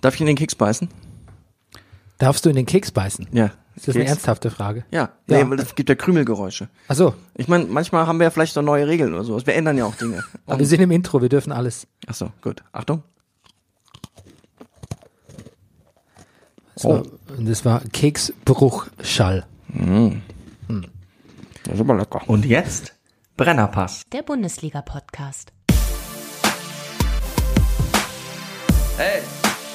Darf ich in den Keks beißen? Darfst du in den Keks beißen? Ja. Ist das eine ernsthafte Frage? Ja, Ja. Nee, weil es gibt ja Krümelgeräusche. Ach so, Ich meine, manchmal haben wir ja vielleicht noch neue Regeln oder sowas. Wir ändern ja auch Dinge. aber wir sind im Intro, wir dürfen alles. Ach so, gut. Achtung. So, Oh. und das war Keksbruchschall. Das ist aber lecker. Und jetzt Brennerpass. Der Bundesliga-Podcast. Hey,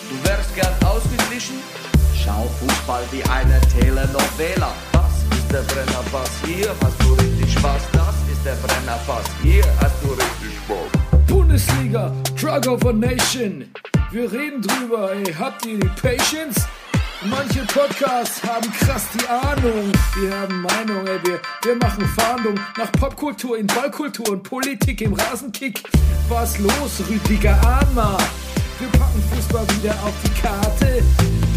du wärst gern ausgeglichen? Schau Fußball wie eine Telenovela. Das ist der Brennerpass, hier hast du richtig Spaß. Das ist der Brennerpass, hier hast du richtig Spaß. Bundesliga, Drug of a Nation. Wir reden drüber, ey, habt ihr die Patience? Manche Podcasts haben krass die Ahnung. Wir haben Meinung, ey, wir, wir machen Fahndung nach Popkultur in Ballkultur und Politik im Rasenkick. Was los, Rüdiger Ahnma? Wir packen Fußball wieder auf die Karte.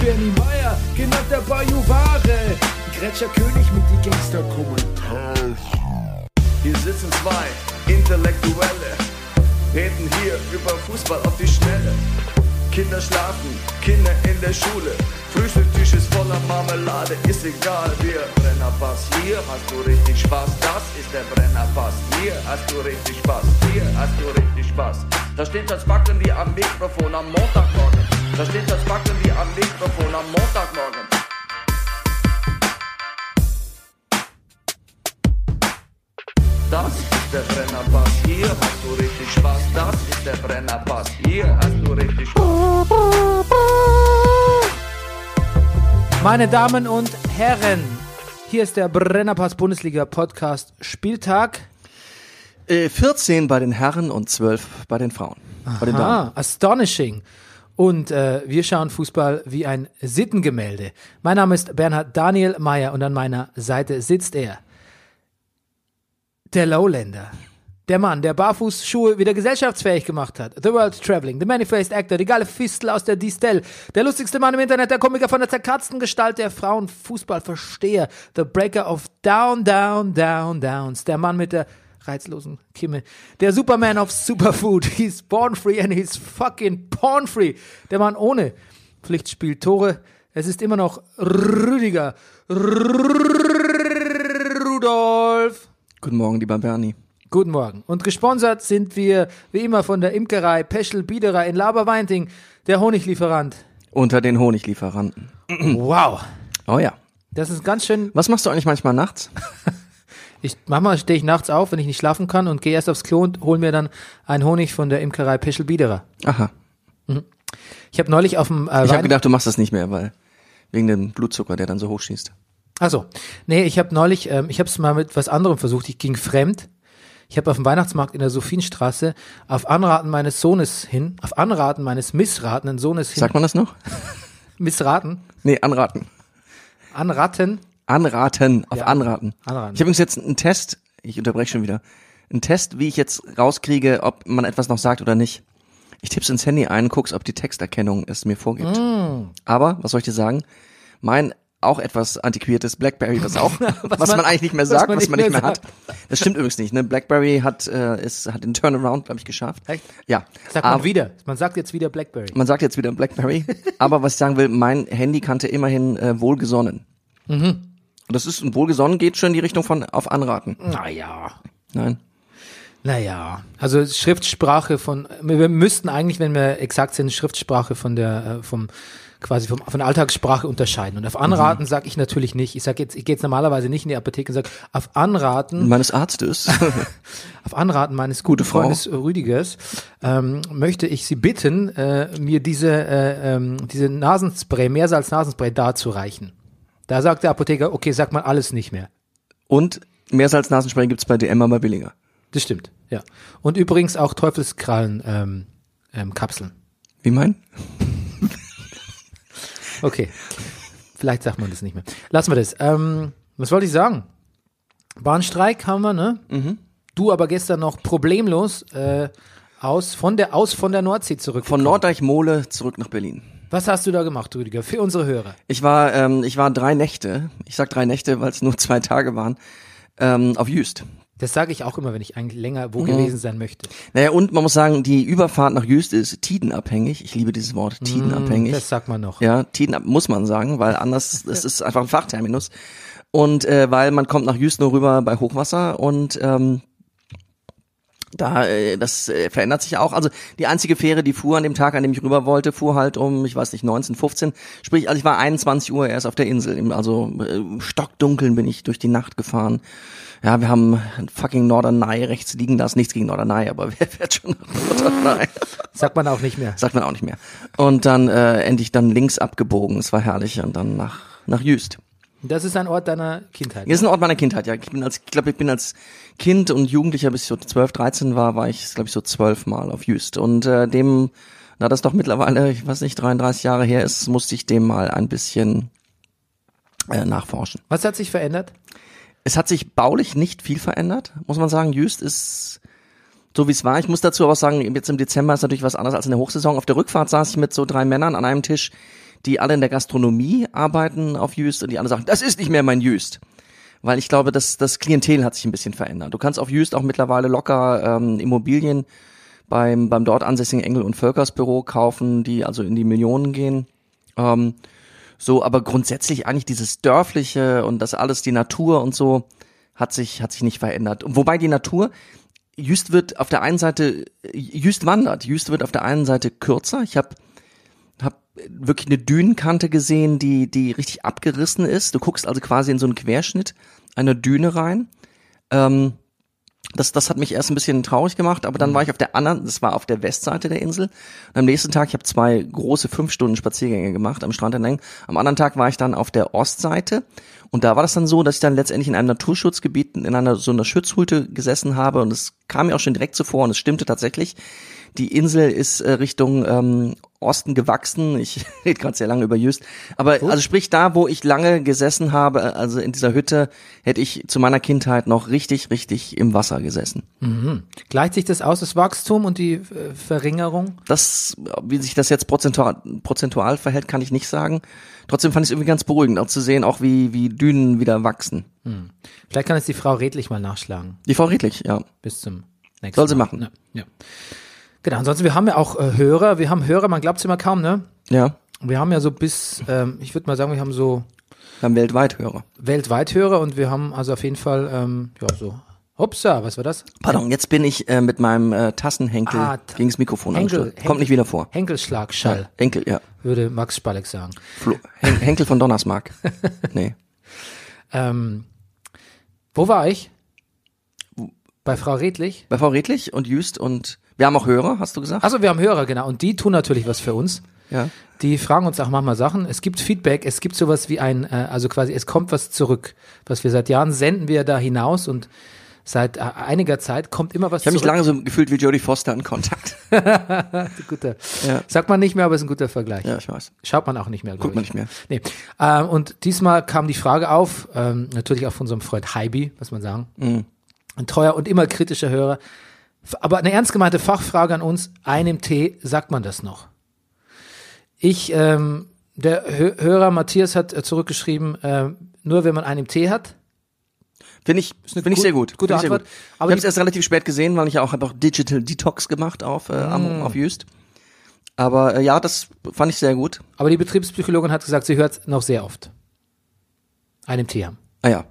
Bernie Meyer, genannt der Bayou Ware. Gretscher König mit die Gangster-Kommentare. Hier sitzen zwei Intellektuelle, reden hier über Fußball auf die Schnelle. Kinder schlafen, Kinder in der Schule, Frühstückstisch ist voller Marmelade, ist egal, wir Brennerpass, hier hast du richtig Spaß, das ist der Brennerpass, hier hast du richtig Spaß, hier hast du richtig Spaß. Da steht das Backen wie am Mikrofon am Montagmorgen, da steht das Backen wie am Mikrofon am Montagmorgen. Das ist der Brennerpass, hier hast du richtig Spaß. Das ist der Brennerpass, hier hast du richtig Spaß. Meine Damen und Herren, hier ist der Brennerpass Bundesliga Podcast Spieltag. Äh, 14 bei den Herren und 12 bei den Frauen. Bei den Damen. Ah, astonishing. Und äh, wir schauen Fußball wie ein Sittengemälde. Mein Name ist Bernhard Daniel Mayer und an meiner Seite sitzt er. Der Lowlander. Der Mann, der Barfußschuhe wieder gesellschaftsfähig gemacht hat. The World Traveling, The Many-Faced Actor, die geile Fistel aus der Distel, der lustigste Mann im Internet, der Komiker von der zerkratzten Gestalt, der Frauenfußballversteher, The Breaker of Down, Down, Down, Downs, der Mann mit der reizlosen Kimme, der Superman of Superfood, he's born free and he's fucking porn free, der Mann ohne Pflichtspiel, Tore, es ist immer noch Rüdiger Rudolf. Guten Morgen, lieber Bernie. Guten Morgen. Und gesponsert sind wir wie immer von der Imkerei Peschel Biederer in Laberweinting, der Honiglieferant. Unter den Honiglieferanten. Wow. Oh ja. Das ist ganz schön. Was machst du eigentlich manchmal nachts? Ich, manchmal stehe ich nachts auf, wenn ich nicht schlafen kann und gehe erst aufs Klo und hole mir dann einen Honig von der Imkerei Peschel Biederer. Aha. Ich habe neulich auf dem äh, Ich habe Wein... gedacht, du machst das nicht mehr, weil wegen dem Blutzucker, der dann so hochschießt. Also, nee, ich habe neulich, ähm, ich habe es mal mit was anderem versucht. Ich ging fremd. Ich habe auf dem Weihnachtsmarkt in der Sophienstraße auf Anraten meines Sohnes hin, auf Anraten meines missratenden Sohnes hin, Sagt man das noch? missraten, Nee, anraten. anraten, Anraten, auf Anraten. anraten. Ich habe übrigens jetzt einen Test, ich unterbreche schon wieder, einen Test, wie ich jetzt rauskriege, ob man etwas noch sagt oder nicht. Ich tipp's ins Handy ein, guck's, ob die Texterkennung es mir vorgibt. Mm. Aber, was soll ich dir sagen? Mein auch etwas antiquiertes Blackberry, was auch, was, man, man- eigentlich nicht mehr was sagt, man was nicht man nicht mehr mehr, hat. Das stimmt übrigens nicht, ne? Blackberry hat, äh, ist, hat den Turnaround, glaube ich, geschafft. Echt? Ja. Sagt man Aber- wieder. Man sagt jetzt wieder Blackberry. man sagt jetzt wieder Blackberry, aber was ich sagen will, mein Handy kannte immerhin äh, wohlgesonnen. Und Das ist, und wohlgesonnen geht schon in die Richtung von auf Anraten. Naja. Nein. Naja. Also Schriftsprache von, wir müssten eigentlich, wenn wir exakt sind, Schriftsprache von der, äh, vom, quasi vom, von der Alltagssprache unterscheiden. Und auf Mhm. Anraten sag sage ich natürlich nicht. Ich sag jetzt, ich gehe jetzt normalerweise nicht in die Apotheke und sage, auf Anraten Meines Arztes. auf Anraten meines guten Mhm. Gute Frau. Freundes äh, Rüdigers ähm, möchte ich Sie bitten, äh, mir diese, äh, ähm, diese Nasenspray, Meersalz-Nasenspray darzureichen. Da sagt der Apotheker, okay, sag mal alles nicht mehr. und Meersalz-Nasenspray gibt's bei DM aber billiger. Das stimmt, ja. Und übrigens auch Teufelskrallen ähm, ähm, Kapseln. Wie mein? Okay. Vielleicht sagt man das nicht mehr. Lassen wir das. Ähm, was wollte ich sagen? Bahnstreik haben wir, ne? Mhm. Du aber gestern noch problemlos äh, aus von der aus von der Nordsee zurück. Von Norddeich-Mole zurück nach Berlin. Was hast du da gemacht, Rüdiger, für unsere Hörer? Ich war, ähm, ich war drei Nächte, ich sag drei Nächte, weil es nur zwei Tage waren, ähm, auf Jüst. Das sage ich auch immer, wenn ich eigentlich länger Mhm. wo gewesen sein möchte. Naja, und man muss sagen, die Überfahrt nach Jüst ist tidenabhängig. Ich liebe dieses Wort, tidenabhängig. Mm, Das sagt man noch. Ja, Tiden muss man sagen, weil anders, das ist einfach ein Fachterminus. Und äh, weil man kommt nach Jüst nur rüber bei Hochwasser und ähm, da, äh, das äh, verändert sich auch. Also die einzige Fähre, die fuhr an dem Tag, an dem ich rüber wollte, fuhr halt um, ich weiß nicht, 19, 15. Sprich, also ich war 21 Uhr erst auf der Insel. Im- Also äh, im stockdunkeln bin ich durch die Nacht gefahren. Ja, wir haben fucking Norderney rechts liegen lassen. Nichts gegen Norderney, aber wer fährt schon nach Norderney? Sagt man auch nicht mehr. Sagt man auch nicht mehr. Und dann äh, endlich dann links abgebogen. Es war herrlich. Und dann nach, nach Jüst. Das ist ein Ort deiner Kindheit. Das ist ein Ort meiner Kindheit, ja. Ich bin als, ich glaube, ich bin als Kind und Jugendlicher, bis ich so 12, 13 war, war ich, glaube ich, so zwölfmal auf Jüst. Und äh, dem, da das doch mittlerweile, ich weiß nicht, 33 Jahre her ist, musste ich dem mal ein bisschen äh, nachforschen. Was hat sich verändert? Es hat sich baulich nicht viel verändert, muss man sagen. Jüst ist so, wie es war. Ich muss dazu aber auch sagen, jetzt im Dezember ist natürlich was anderes als in der Hochsaison. Auf der Rückfahrt saß ich mit so drei Männern an einem Tisch, die alle in der Gastronomie arbeiten auf Jüst und die alle sagen, das ist nicht mehr mein Jüst. Weil ich glaube, das, das Klientel hat sich ein bisschen verändert. Du kannst auf Jüst auch mittlerweile locker ähm, Immobilien beim, beim dort ansässigen Engel- und Völkersbüro kaufen, die also in die Millionen gehen. Ähm, so, aber grundsätzlich eigentlich dieses Dörfliche und das alles, die Natur und so, hat sich, hat sich nicht verändert. Wobei die Natur, Jüst wird auf der einen Seite, Jüst wandert, Jüst wird auf der einen Seite kürzer. Ich habe hab wirklich eine Dünenkante gesehen, die, die richtig abgerissen ist. Du guckst also quasi in so einen Querschnitt einer Düne rein. Ähm, das, das hat mich erst ein bisschen traurig gemacht, aber dann war ich auf der anderen, das war auf der Westseite der Insel. Und am nächsten Tag, ich habe zwei große fünf Stunden Spaziergänge gemacht am Strand entlang. Am anderen Tag war ich dann auf der Ostseite und da war das dann so, dass ich dann letztendlich in einem Naturschutzgebiet in einer so einer Schutzhütte gesessen habe und es kam mir auch schon direkt zuvor und es stimmte tatsächlich. Die Insel ist äh, Richtung ähm, Osten gewachsen. Ich rede gerade sehr lange über Jüst. Aber also sprich, da wo ich lange gesessen habe, also in dieser Hütte, hätte ich zu meiner Kindheit noch richtig, richtig im Wasser gesessen. Gleicht sich das aus, das Wachstum und die äh, Verringerung? Das, wie sich das jetzt prozentual, prozentual verhält, kann ich nicht sagen. Trotzdem fand ich es irgendwie ganz beruhigend, auch zu sehen, auch wie, wie Dünen wieder wachsen. Vielleicht kann jetzt die Frau redlich mal nachschlagen. Die Frau Redlich, ja. Bis zum nächsten Soll sie Mal. machen. Ja. ja. Genau, ansonsten, wir haben ja auch äh, Hörer. Wir haben Hörer, man glaubt es immer kaum, ne? Ja. Wir haben ja so bis, ähm, ich würde mal sagen, wir haben so Wir haben weltweit Hörer. weltweit Hörer und wir haben also auf jeden Fall, ähm, ja, so. Hopsa, was war das? Pardon, jetzt bin ich äh, mit meinem äh, Tassenhenkel Ah, Ta- gegens Mikrofon Henkel, angestoßen. Henkel. Kommt nicht wieder vor. Henkelschlagschall, Enkel, ja. würde Max Spalek sagen. Flo, Hen Henkel von Donnersmark. Nee. Ähm, wo war ich? Bei Frau Redlich. Bei Frau Redlich und Jüst und wir haben auch Hörer, hast du gesagt? Achso, wir haben Hörer, genau. Und die tun natürlich was für uns. Ja. Die fragen uns auch manchmal Sachen. Es gibt Feedback, es gibt sowas wie ein, äh, also quasi, es kommt was zurück. Was wir seit Jahren senden wir da hinaus und seit äh, einiger Zeit kommt immer was Ich habe mich zurück. lange so gefühlt wie Jodie Foster in Kontakt. Guter. Ja. Sagt man nicht mehr, aber ist ein guter Vergleich. Ja, ich weiß. Schaut man auch nicht mehr. glaub Guckt man ich. nicht mehr. Nee. Ähm, und diesmal kam die Frage auf, ähm, natürlich auch von unserem Freund Heibi, muss man sagen. Mhm. Ein treuer und immer kritischer Hörer. F- Aber eine ernst gemeinte Fachfrage an uns, einem Tee, sagt man das noch? Ich, ähm, der Hö Hörer Matthias hat äh, zurückgeschrieben, ähm, nur wenn man einen Tee hat. Finde ich, finde ich gut- sehr gut. Finde gute ich sehr Antwort. Gut. ich Aber habe es die- erst relativ spät gesehen, weil ich ja auch habe auch Digital Detox gemacht auf äh, Mm. am- auf Jüst. Aber äh, ja, das fand ich sehr gut. Aber die Betriebspsychologin hat gesagt, sie hört noch sehr oft. Einem Tee haben. Ah ja,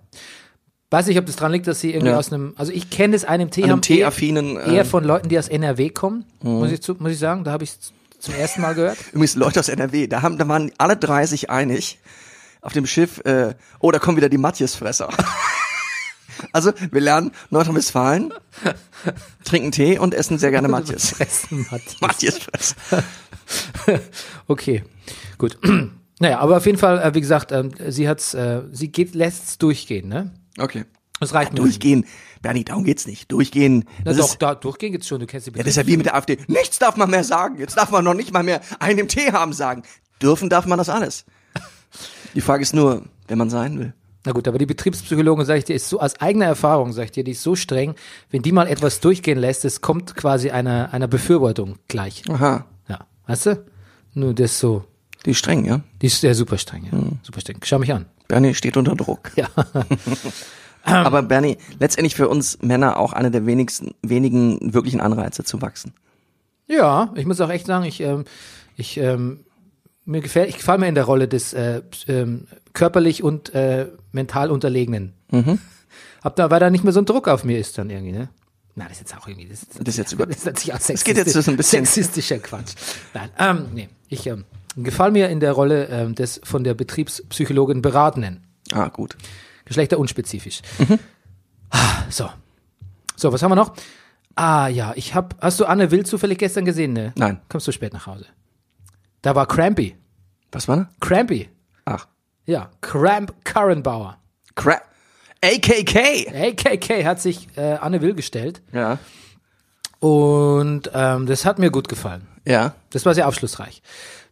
Weiß nicht, ob das dran liegt, dass sie irgendwie Ja. aus einem, also ich kenne das einem Tee An einem Mhm. haben eher- Tee-affinen, äh, eher von Leuten, die aus NRW kommen, muss, ich zu, muss ich sagen, da habe ich es zum ersten Mal gehört. übrigens Leute aus NRW, da haben da waren alle 30 einig auf dem Schiff äh, oh, da kommen wieder die Matthiasfresser. also, wir lernen Nordrhein-Westfalen, trinken Tee und essen sehr gerne Matthias. Fressen hat. Matthiasfresser. Okay, gut. naja, aber auf jeden Fall, äh, wie gesagt, ähm, sie hat's, äh, sie geht, lässt's durchgehen, ne? Okay. Das reicht mir. Durchgehen. Bernie, darum geht's nicht. Durchgehen. Na Das doch, ist, da durchgehen geht's schon, du kennst die ja, das ist ja wie mit der AfD. Nichts darf man mehr sagen. Jetzt darf man noch nicht mal mehr einen im Tee haben sagen. Dürfen darf man das alles. Die Frage ist nur, wenn man sein will. Na gut, aber die Betriebspsychologin, sag ich dir, ist so, aus eigener Erfahrung, sag ich dir, die ist so streng, wenn die mal etwas durchgehen lässt, es kommt quasi einer, einer Befürwortung gleich. Aha. Ja, weißt du? Nur das so, Die ist streng, ja? Hm. die ist sehr super streng, ja. Super streng. Schau mich an. Bernie steht unter Druck. Ja. Aber Bernie, letztendlich für uns Männer auch einer der wenigsten, wenigen wirklichen Anreize zu wachsen. Ja, ich muss auch echt sagen, ich, ähm, ich, ähm, mir gefällt, ich gefall mir in der Rolle des äh, ps- ähm, körperlich und äh, mental Unterlegenen. Mhm. Hab da, weil da nicht mehr so ein Druck auf mir ist dann irgendwie, ne? Na, das ist jetzt auch irgendwie, das, Das ist jetzt über- das ist natürlich auch sexistisch, geht jetzt so ein bisschen- sexistischer Quatsch. Nein, ähm, nee, ich ähm, gefall mir in der Rolle ähm, des von der Betriebspsychologin Beratenden. Ah, gut. Geschlechterunspezifisch. Ah, So. So, was haben wir noch? Ah ja, ich hab. Hast du Anne Will zufällig gestern gesehen, ne? Nein. Kommst du spät nach Hause. Da war Crampy. Was war da? Crampy. Ach. Ja. Cramp Karrenbauer. Crap. AKK! AKK hat sich äh, Anne Will gestellt. Ja. Und ähm, das hat mir gut gefallen. Ja. Das war sehr aufschlussreich.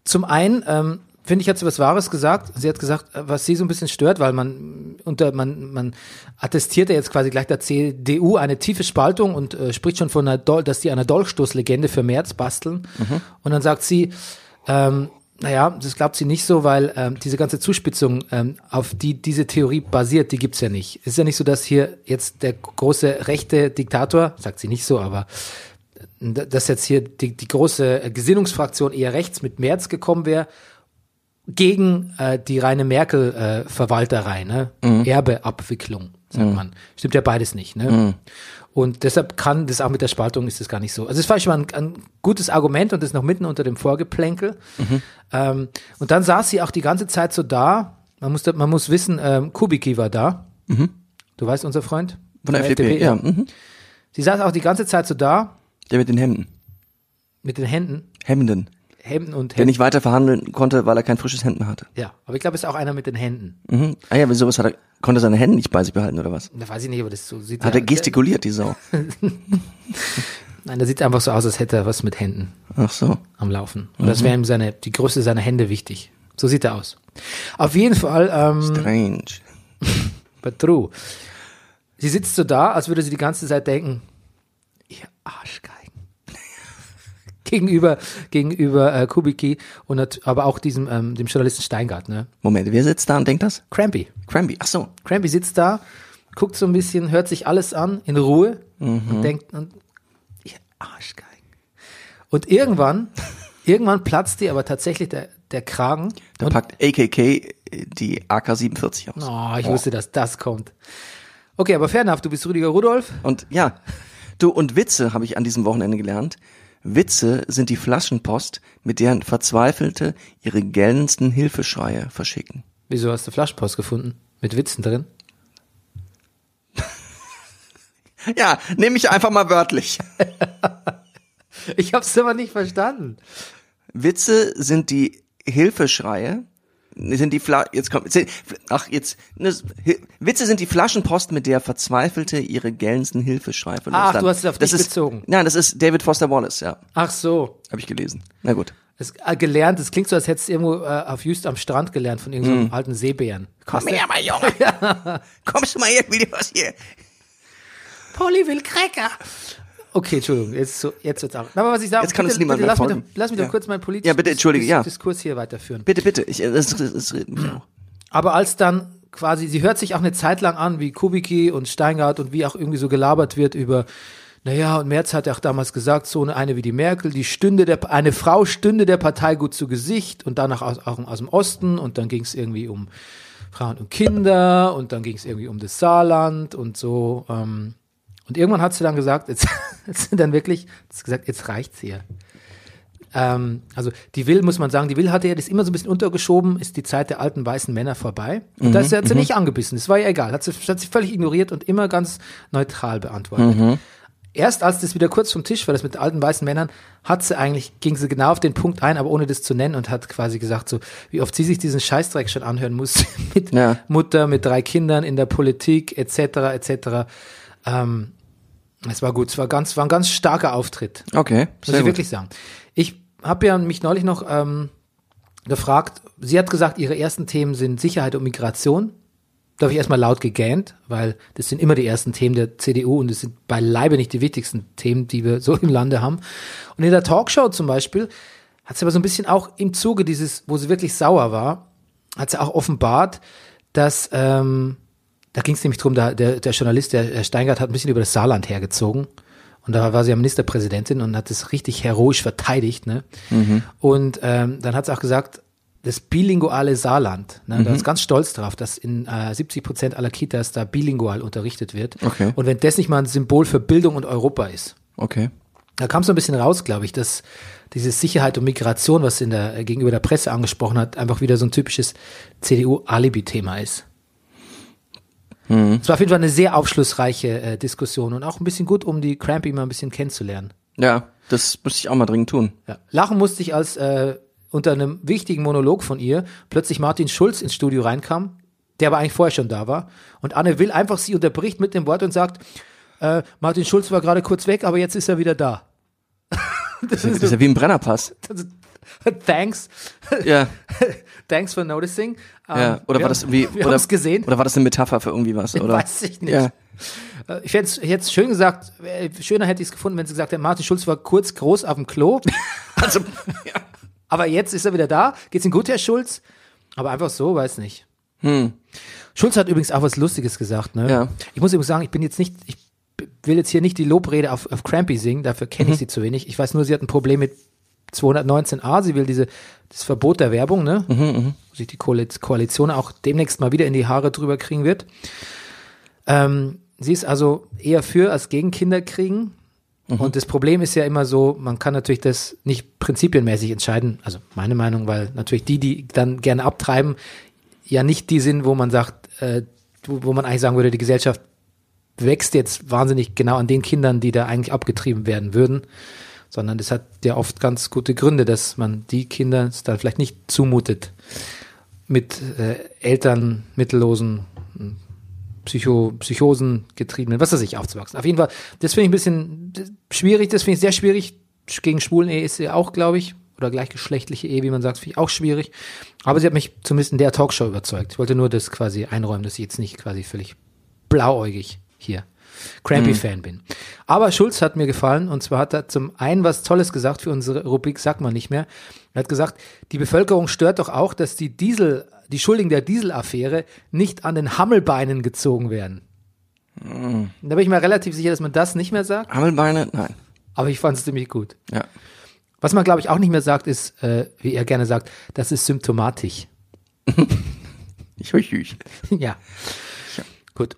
Zum einen, ähm, finde ich, hat sie was Wahres gesagt. Sie hat gesagt, äh, was sie so ein bisschen stört, weil man mh, unter man man attestiert ja jetzt quasi gleich der CDU eine tiefe Spaltung und äh, spricht schon von einer Dol dass die eine Dolchstoßlegende für März basteln. Und dann sagt sie, ähm, naja, das glaubt sie nicht so, weil ähm, diese ganze Zuspitzung, ähm, auf die diese Theorie basiert, die gibt's ja nicht. Es ist ja nicht so, dass hier jetzt der große rechte Diktator, sagt sie nicht so, aber d- dass jetzt hier die, die große äh, Gesinnungsfraktion eher rechts mit Merz gekommen wäre, gegen äh, die reine Merkel-Verwalterei, ne? Mhm. Erbeabwicklung, sagt man. Stimmt ja beides nicht, ne? Mhm. Und deshalb kann das auch mit der Spaltung ist das gar nicht so. Also es war schon mal ein, ein gutes Argument und das noch mitten unter dem Vorgeplänkel. Mhm. Ähm, und dann saß sie auch die ganze Zeit so da. Man muss, da- man muss wissen, ähm, Kubicki war da. Du weißt, unser Freund? Mhm. Von der FDP, ja. Mhm. Sie saß auch die ganze Zeit so da Der mit den Hemden. mit den Händen Hemden. Hemden und Der Hemden. nicht weiter verhandeln konnte, weil er kein frisches Hemden hatte. Ja, aber ich glaube, es ist auch einer mit den Händen. Mhm. Ah ja, wieso was hat er, konnte er seine Hände nicht bei sich behalten oder was? Da weiß ich nicht, aber das so sieht Hat ja, er gestikuliert, die Sau. Nein, da sieht einfach so aus, als hätte er was mit Händen Ach so. am Laufen. Und Mhm. das wäre ihm seine, die Größe seiner Hände wichtig. So sieht er aus. Auf jeden Fall, ähm, Strange. but true. Sie sitzt so da, als würde sie die ganze Zeit denken, ihr Arschgeigen. gegenüber, gegenüber äh, Kubicki und nat- aber auch diesem, ähm, dem Journalisten Steingart, ne? Moment, wer sitzt da und denkt das? Crampy. Cramby. Ach so. Crampy sitzt da, guckt so ein bisschen, hört sich alles an in Ruhe und denkt, und, ihr Arschgeigen. Und irgendwann, irgendwann platzt dir aber tatsächlich der, der Kragen. Da und, packt AKK äh, die AK-47 aus. oh, ich wusste, dass das kommt. Okay, aber fair enough, du bist Rüdiger Rudolf. Und ja, du und Witze habe ich an diesem Wochenende gelernt. Witze sind die Flaschenpost, mit deren Verzweifelte ihre gellendsten Hilfeschreie verschicken. Wieso hast du Flaschenpost gefunden? Mit Witzen drin? Ja, nehme ich einfach mal wörtlich. Ich hab's immer nicht verstanden. Witze sind die Hilfeschreie, sind die Fla jetzt kommt sind, ach jetzt ne, Hi- Witze sind die Flaschenpost, mit der Verzweifelte ihre gellendsten Hilfeschreie verlust Ach, du haben. hast es auf das dich ist, bezogen. Nein, das ist David Foster Wallace, ja, Ach so. habe ich gelesen. Na gut. Das, äh, gelernt, es klingt so, als hättest du irgendwo äh, auf Just am Strand gelernt von irgendeinem alten Seebären. Komm her, mein Junge. Kommst du mal her, will dir was hier. Polly will Cracker. Okay, Entschuldigung, jetzt, so, jetzt wird's auch. Na, Aber was ich sage, Jetzt kann uns niemand mehr bitte, lass, mich doch, folgen. lass mich doch Ja. kurz meinen politischen Ja, bitte, entschuldige, Dis- ja. Diskurs hier weiterführen. Bitte, bitte. Ich, das, das, das redet mich auch. Aber als dann quasi, sie hört sich auch eine Zeit lang an, wie Kubicki und Steingart und wie auch irgendwie so gelabert wird über, naja, und Merz hat ja auch damals gesagt, so eine, eine wie die Merkel, die stünde der, eine Frau stünde der Partei gut zu Gesicht und danach aus, auch aus dem Osten und dann ging es irgendwie um Frauen und Kinder und dann ging es irgendwie um das Saarland und so. Ähm, und irgendwann hat sie dann gesagt, jetzt, jetzt dann wirklich, hat sie gesagt, jetzt reicht's hier. Ähm, also die Will, muss man sagen, die Will hatte ja das immer so ein bisschen untergeschoben, ist die Zeit der alten weißen Männer vorbei. Und das hat sie nicht angebissen, das war ja egal. Hat sie, hat sie völlig ignoriert und immer ganz neutral beantwortet. Erst als das wieder kurz vom Tisch war, das mit alten weißen Männern, hat sie eigentlich, ging sie genau auf den Punkt ein, aber ohne das zu nennen und hat quasi gesagt, so, wie oft sie sich diesen Scheißdreck schon anhören muss, mit Ja. Mutter, mit drei Kindern in der Politik, etc., etc. Ähm, es war gut, es war ganz, war ein ganz starker Auftritt. Okay, Muss sehr ich gut. wirklich sagen. Ich habe ja mich neulich noch ähm, gefragt, sie hat gesagt, ihre ersten Themen sind Sicherheit und Migration. Da habe ich erstmal laut gegähnt, weil das sind immer die ersten Themen der CDU und das sind beileibe nicht die wichtigsten Themen, die wir so im Lande haben. Und in der Talkshow zum Beispiel hat sie aber so ein bisschen auch im Zuge dieses, wo sie wirklich sauer war, hat sie auch offenbart, dass ähm, Da ging es nämlich drum, da, der, der Journalist, der Herr Steingart, hat ein bisschen über das Saarland hergezogen. Und da war sie ja Ministerpräsidentin und hat das richtig heroisch verteidigt. Ne? Und ähm, dann hat sie auch gesagt, das bilinguale Saarland, ne? da ist ganz stolz drauf, dass in äh, 70 Prozent aller Kitas da bilingual unterrichtet wird. Okay. Und wenn das nicht mal ein Symbol für Bildung und Europa ist. Okay. Da kam so ein bisschen raus, glaube ich, dass diese Sicherheit und Migration, was in der gegenüber der Presse angesprochen hat, einfach wieder so ein typisches CDU-Alibi-Thema ist. Es war auf jeden Fall eine sehr aufschlussreiche äh, Diskussion und auch ein bisschen gut, um die Crampy mal ein bisschen kennenzulernen. Ja, das müsste ich auch mal dringend tun. Ja. Lachen musste ich, als äh, unter einem wichtigen Monolog von ihr plötzlich Martin Schulz ins Studio reinkam, der aber eigentlich vorher schon da war. Und Anne Will einfach sie unterbricht mit dem Wort und sagt, äh, Martin Schulz war gerade kurz weg, aber jetzt ist er wieder da. das Das ist ja wie im Brennerpass. Thanks. Ja, Thanks for noticing. ja. Ähm, Oder wir war das haben- irgendwie, Wir oder, haben es gesehen. oder war das eine Metapher für irgendwie was, oder? Weiß ich nicht. Ja. Äh, Ich hätte es schön gesagt, äh, schöner hätte ich es gefunden, wenn sie gesagt hätte, Martin Schulz war kurz groß auf dem Klo. Also, Aber jetzt ist er wieder da. Geht's ihm gut, Herr Schulz? Aber einfach so, weiß nicht. Hm. Schulz hat übrigens auch was Lustiges gesagt, ne? Ja. Ich muss übrigens sagen, ich bin jetzt nicht, ich b- will jetzt hier nicht die Lobrede auf, auf Crampy singen, dafür kenne ich Mhm. sie zu wenig. Ich weiß nur, sie hat ein Problem mit 219a, sie will diese, das Verbot der Werbung, ne? Mhm, Wo sich die Koaliz- Koalition auch demnächst mal wieder in die Haare drüber kriegen wird. Ähm, sie ist also eher für als gegen Kinder kriegen. Und das Problem ist ja immer so, man kann natürlich das nicht prinzipienmäßig entscheiden, also meine Meinung, weil natürlich die, die dann gerne abtreiben, ja nicht die sind, wo man sagt, äh, wo wo man eigentlich sagen würde, die Gesellschaft wächst jetzt wahnsinnig genau an den Kindern, die da eigentlich abgetrieben werden würden, sondern das hat ja oft ganz gute Gründe, dass man die Kinder es dann vielleicht nicht zumutet, mit äh, Eltern, mittellosen Psycho, Psychosen getriebenen, was weiß ich, aufzuwachsen. Auf jeden Fall, das finde ich ein bisschen d- schwierig, das finde ich sehr schwierig. Sch- Gegen schwulen Ehe ist sie auch, glaube ich, oder gleichgeschlechtliche Ehe, wie man sagt, finde ich auch schwierig. Aber sie hat mich zumindest in der Talkshow überzeugt. Ich wollte nur das quasi einräumen, dass ich jetzt nicht quasi völlig blauäugig hier Mhm. Crampy-Fan bin. Aber Schulz hat mir gefallen und zwar hat er zum einen was Tolles gesagt für unsere Rubrik, sagt man nicht mehr. Er hat gesagt, die Bevölkerung stört doch auch, dass die Diesel, die Schuldigen der Dieselaffäre nicht an den Hammelbeinen gezogen werden. Mhm. Da bin ich mir relativ sicher, dass man das nicht mehr sagt, Hammelbeine? Nein. aber ich fand es ziemlich gut. Ja. Was man, glaube ich, auch nicht mehr sagt, ist, äh, wie er gerne sagt, das ist symptomatisch. Ich höre ich. ja. Gut.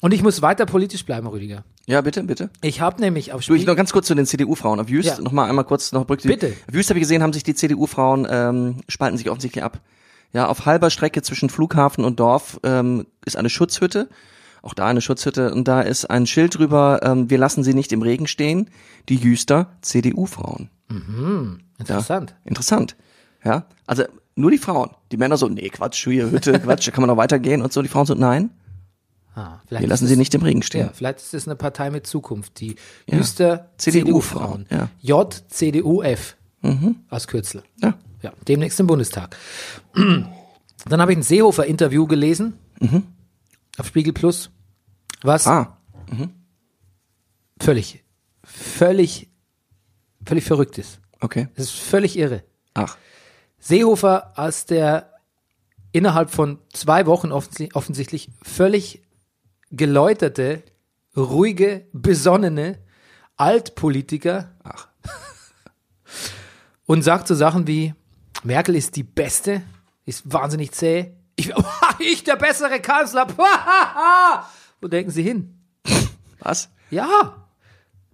Und ich muss weiter politisch bleiben, Rüdiger. Ja, bitte, bitte. Hm? Ich habe nämlich auf Du, ich Spiegel. noch ganz kurz zu den CDU-Frauen. Auf Jüst Ja. noch mal einmal kurz noch berücksichtigt. Bitte. Auf Jüst habe ich gesehen, haben sich die CDU-Frauen ähm, spalten sich offensichtlich ab. Ja, auf halber Strecke zwischen Flughafen und Dorf ähm, ist eine Schutzhütte. Auch da eine Schutzhütte und da ist ein Schild drüber, ähm, wir lassen sie nicht im Regen stehen. Die Jüster CDU-Frauen. Interessant. Interessant. Ja. Also nur die Frauen. Die Männer so, nee, Quatsch, hier, Hütte, Quatsch, da kann man noch weitergehen und so. Die Frauen so, nein, Ah, vielleicht wir ist lassen es- sie nicht im Regen stehen. Ja, vielleicht ist es eine Partei mit Zukunft, die Jüster CDU-Frauen, CDU-Frauen. ja. Mhm. JCDUF als Kürzel. Ja. Ja, demnächst im Bundestag. Dann habe ich ein Seehofer-Interview gelesen auf Spiegel Plus, was Mhm. Ah, völlig, völlig, völlig verrückt ist. okay. Es ist völlig irre. Ach, Seehofer als der innerhalb von zwei Wochen offensi- offensichtlich völlig geläuterte, ruhige, besonnene Altpolitiker ach. und sagt so Sachen wie, Merkel ist die Beste, ist wahnsinnig zäh, ich, ich der bessere Kanzler. Wo denken Sie hin? Was? Ja,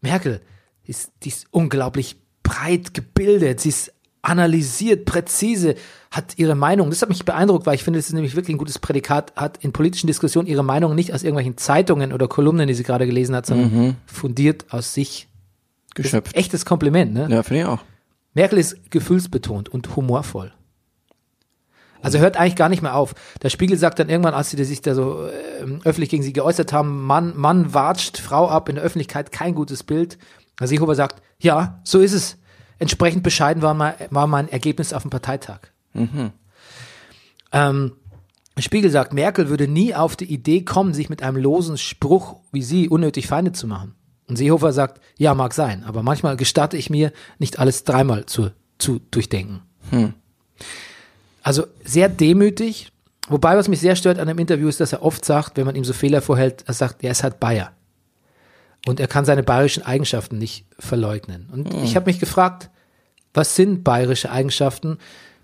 Merkel ist, die ist unglaublich breit gebildet. Sie ist analysiert, präzise, hat ihre Meinung. Das hat mich beeindruckt, weil ich finde, das ist nämlich wirklich ein gutes Prädikat, hat in politischen Diskussionen ihre Meinung nicht aus irgendwelchen Zeitungen oder Kolumnen, die sie gerade gelesen hat, sondern fundiert aus sich. Geschöpft. Echtes Kompliment, ne? Ja, finde ich auch. Merkel ist gefühlsbetont und humorvoll. Also hört eigentlich gar nicht mehr auf. Der Spiegel sagt dann irgendwann, als sie sich da so ähm, öffentlich gegen sie geäußert haben, Mann, Mann watscht Frau ab in der Öffentlichkeit, kein gutes Bild. Herr Seehofer sagt, ja, so ist es. Entsprechend bescheiden war mein, war mein Ergebnis auf dem Parteitag. Ähm, Spiegel sagt, Merkel würde nie auf die Idee kommen, sich mit einem losen Spruch wie sie unnötig Feinde zu machen. Und Seehofer sagt, ja, mag sein, aber manchmal gestatte ich mir, nicht alles dreimal zu, zu durchdenken. Also sehr demütig Wobei, was mich sehr stört an dem Interview ist, dass er oft sagt, wenn man ihm so Fehler vorhält, er sagt, er ist halt Bayer. Und er kann seine bayerischen Eigenschaften nicht verleugnen. Und ich habe mich gefragt, was sind bayerische Eigenschaften,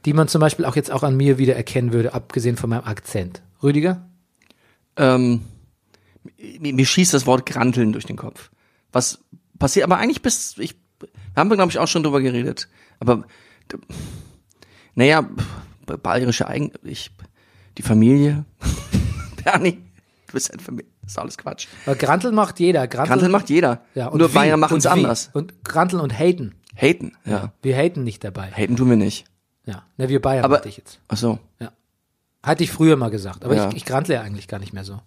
die man zum Beispiel auch jetzt auch an mir wieder erkennen würde, abgesehen von meinem Akzent. Rüdiger? Ähm, mir, mir schießt das Wort Granteln durch den Kopf. Was passiert, aber eigentlich bis, ich, haben wir glaube ich auch schon drüber geredet. Aber, d- naja, b- bayerische Eigen, ich, die Familie, Bernie, du bist ein Familie, ist alles Quatsch. Weil Granteln macht jeder. Granteln macht jeder. Ja, und Nur wie? Bayern machen Und es wie? anders. Und Granteln und haten. Haten, ja. Wir haten nicht dabei. Haten tun wir nicht. Ja, ne, wir Bayern Aber- hatte ich jetzt. Ach so. Hatte ich früher mal gesagt, aber Ja. ich, ich grantle ja eigentlich gar nicht mehr so.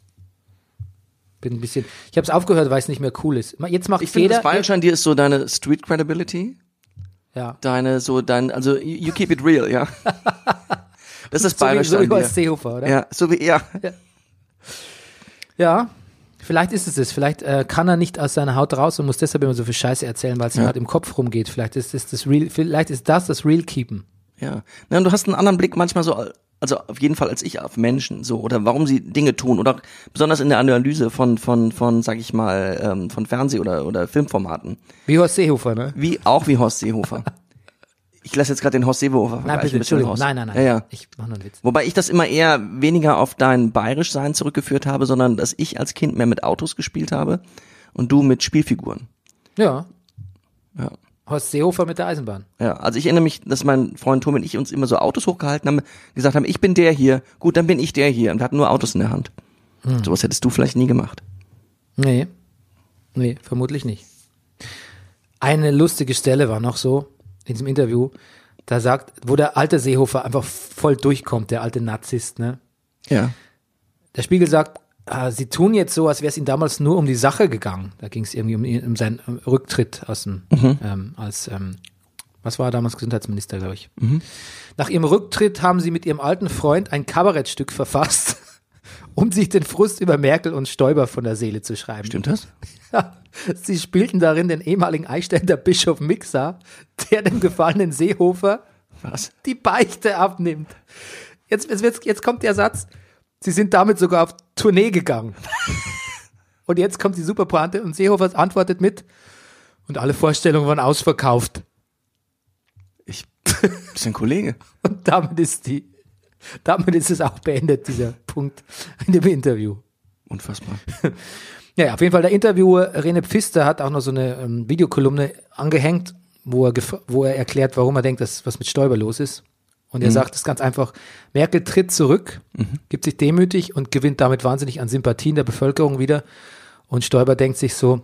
Bin ein bisschen, ich habe es aufgehört, weil es nicht mehr cool ist. Ma- Jetzt macht Ich finde, jeder, das Bayerische an dir ist so deine Street Credibility, ja, deine, so dein, also, you, you keep it real, ja. Das ist das so wie, Bayerische so wie bei an dir. Seehofer, oder? Ja, so wie er. Ja, vielleicht ist es es. Vielleicht äh, kann er nicht aus seiner Haut raus und muss deshalb immer so viel Scheiße erzählen, weil es ihm halt im Kopf rumgeht. Vielleicht ist, ist das real, vielleicht ist das das real keepen. Ja. Na, und du hast einen anderen Blick manchmal so, also auf jeden Fall als ich auf Menschen so oder warum sie Dinge tun oder besonders in der Analyse von von von sag ich mal ähm, von Fernseh oder oder Filmformaten Wie Horst Seehofer, ne? wie auch wie Horst Seehofer. ich lasse jetzt gerade den Horst Seehofer Nein, bitte, Entschuldigung. Nein, nein, nein. Ja, ja. Ich mache nur einen Witz. Wobei ich das immer eher weniger auf dein Bayerischsein zurückgeführt habe, sondern dass ich als Kind mehr mit Autos gespielt habe und du mit Spielfiguren. Ja. Ja. Horst Seehofer mit der Eisenbahn. Ja, also ich erinnere mich, dass mein Freund Tom und ich uns immer so Autos hochgehalten haben, gesagt haben, ich bin der hier, gut, dann bin ich der hier. Und wir hatten nur Autos in der Hand. Sowas hättest du vielleicht nie gemacht. Nee. Nee, vermutlich nicht. Eine lustige Stelle war noch so in diesem Interview, da sagt, wo der alte Seehofer einfach voll durchkommt, der alte Narzisst, ne? Ja. Der Spiegel sagt, ah, sie tun jetzt so, als wäre es ihnen damals nur um die Sache gegangen. Da ging es irgendwie um, ihn- um seinen ähm, Rücktritt aus dem, ähm, als, ähm, was war er damals Gesundheitsminister, glaube ich. Nach ihrem Rücktritt haben sie mit ihrem alten Freund ein Kabarettstück verfasst, um sich den Frust über Merkel und Stoiber von der Seele zu schreiben. Stimmt das? Ja, sie spielten darin den ehemaligen Eichstätter Bischof Mixer, der dem gefallenen Seehofer Was? die Beichte abnimmt. Jetzt, jetzt, wird's- jetzt kommt der Satz, sie sind damit sogar auf Tournee gegangen. und jetzt kommt die Superpointe und Seehofer antwortet mit, und alle Vorstellungen waren ausverkauft. Ich bist ein Kollege. Und damit ist die, damit ist es auch beendet, dieser Punkt in dem Interview. Unfassbar. Ja, ja, auf jeden Fall der Interviewer Rene Pfister hat auch noch so eine ähm, Videokolumne angehängt, wo er, gef- wo er erklärt, warum er denkt, dass was mit Stoiber los ist. Und er sagt es ganz einfach, Merkel tritt zurück, gibt sich demütig und gewinnt damit wahnsinnig an Sympathien der Bevölkerung wieder. Und Stoiber denkt sich so,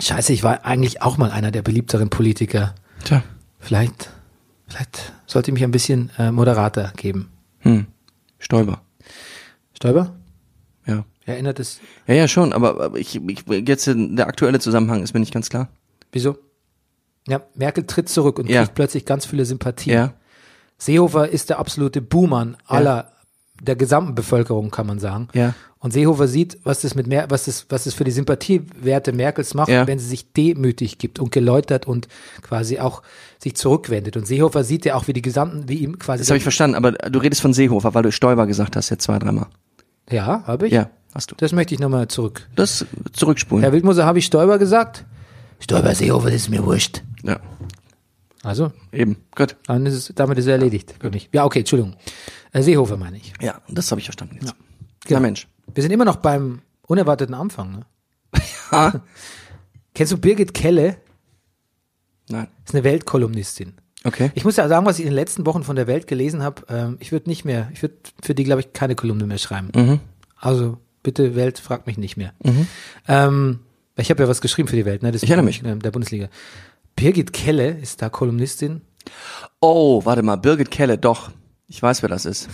scheiße, ich war eigentlich auch mal einer der beliebteren Politiker. Tja. Vielleicht, vielleicht sollte ich mich ein bisschen äh, moderater geben. Hm. Stoiber. Stoiber? Ja. Erinnert es, Ja, ja, schon, aber, aber ich, ich jetzt der aktuelle Zusammenhang ist mir nicht ganz klar. wieso? Ja, Merkel tritt zurück und Ja. kriegt plötzlich ganz viele Sympathien. Ja. Seehofer ist der absolute Buhmann aller der gesamten Bevölkerung, kann man sagen. Ja. Und Seehofer sieht, was das mit Mer was das, was das für die Sympathiewerte Merkels macht, Ja. wenn sie sich demütig gibt und geläutert und quasi auch sich zurückwendet. Und Seehofer sieht ja auch, wie die gesamten, wie ihm quasi. Das habe ich verstanden, aber du redest von Seehofer, weil du Stoiber gesagt hast jetzt zwei, dreimal. ja, habe ich. Ja, hast du. Das möchte ich nochmal zurück. Das zurückspulen. Herr Wildmoser, habe ich Stoiber gesagt? Stoiber, Seehofer, das ist mir wurscht. ja. Also, Eben. Gut. dann ist es, damit ist er erledigt. Ja, nicht. ja okay, Entschuldigung. Äh, Seehofer meine ich. Ja, das habe ich verstanden jetzt. Genau. Na Mensch. Wir sind immer noch beim unerwarteten Anfang, ne? Kennst du Birgit Kelle? Nein. Ist eine Weltkolumnistin. Okay. Ich muss ja sagen, was ich in den letzten Wochen von der Welt gelesen habe, ähm, ich würde nicht mehr, ich würde für die, glaube ich, keine Kolumne mehr schreiben. Mhm. Also bitte Welt, frag mich nicht mehr. Ähm, ich habe ja was geschrieben für die Welt, ne? Das Ich erinnere mich. äh, Der Bundesliga. Birgit Kelle ist da Kolumnistin. Oh, warte mal, Birgit Kelle, doch. Ich weiß, wer das ist.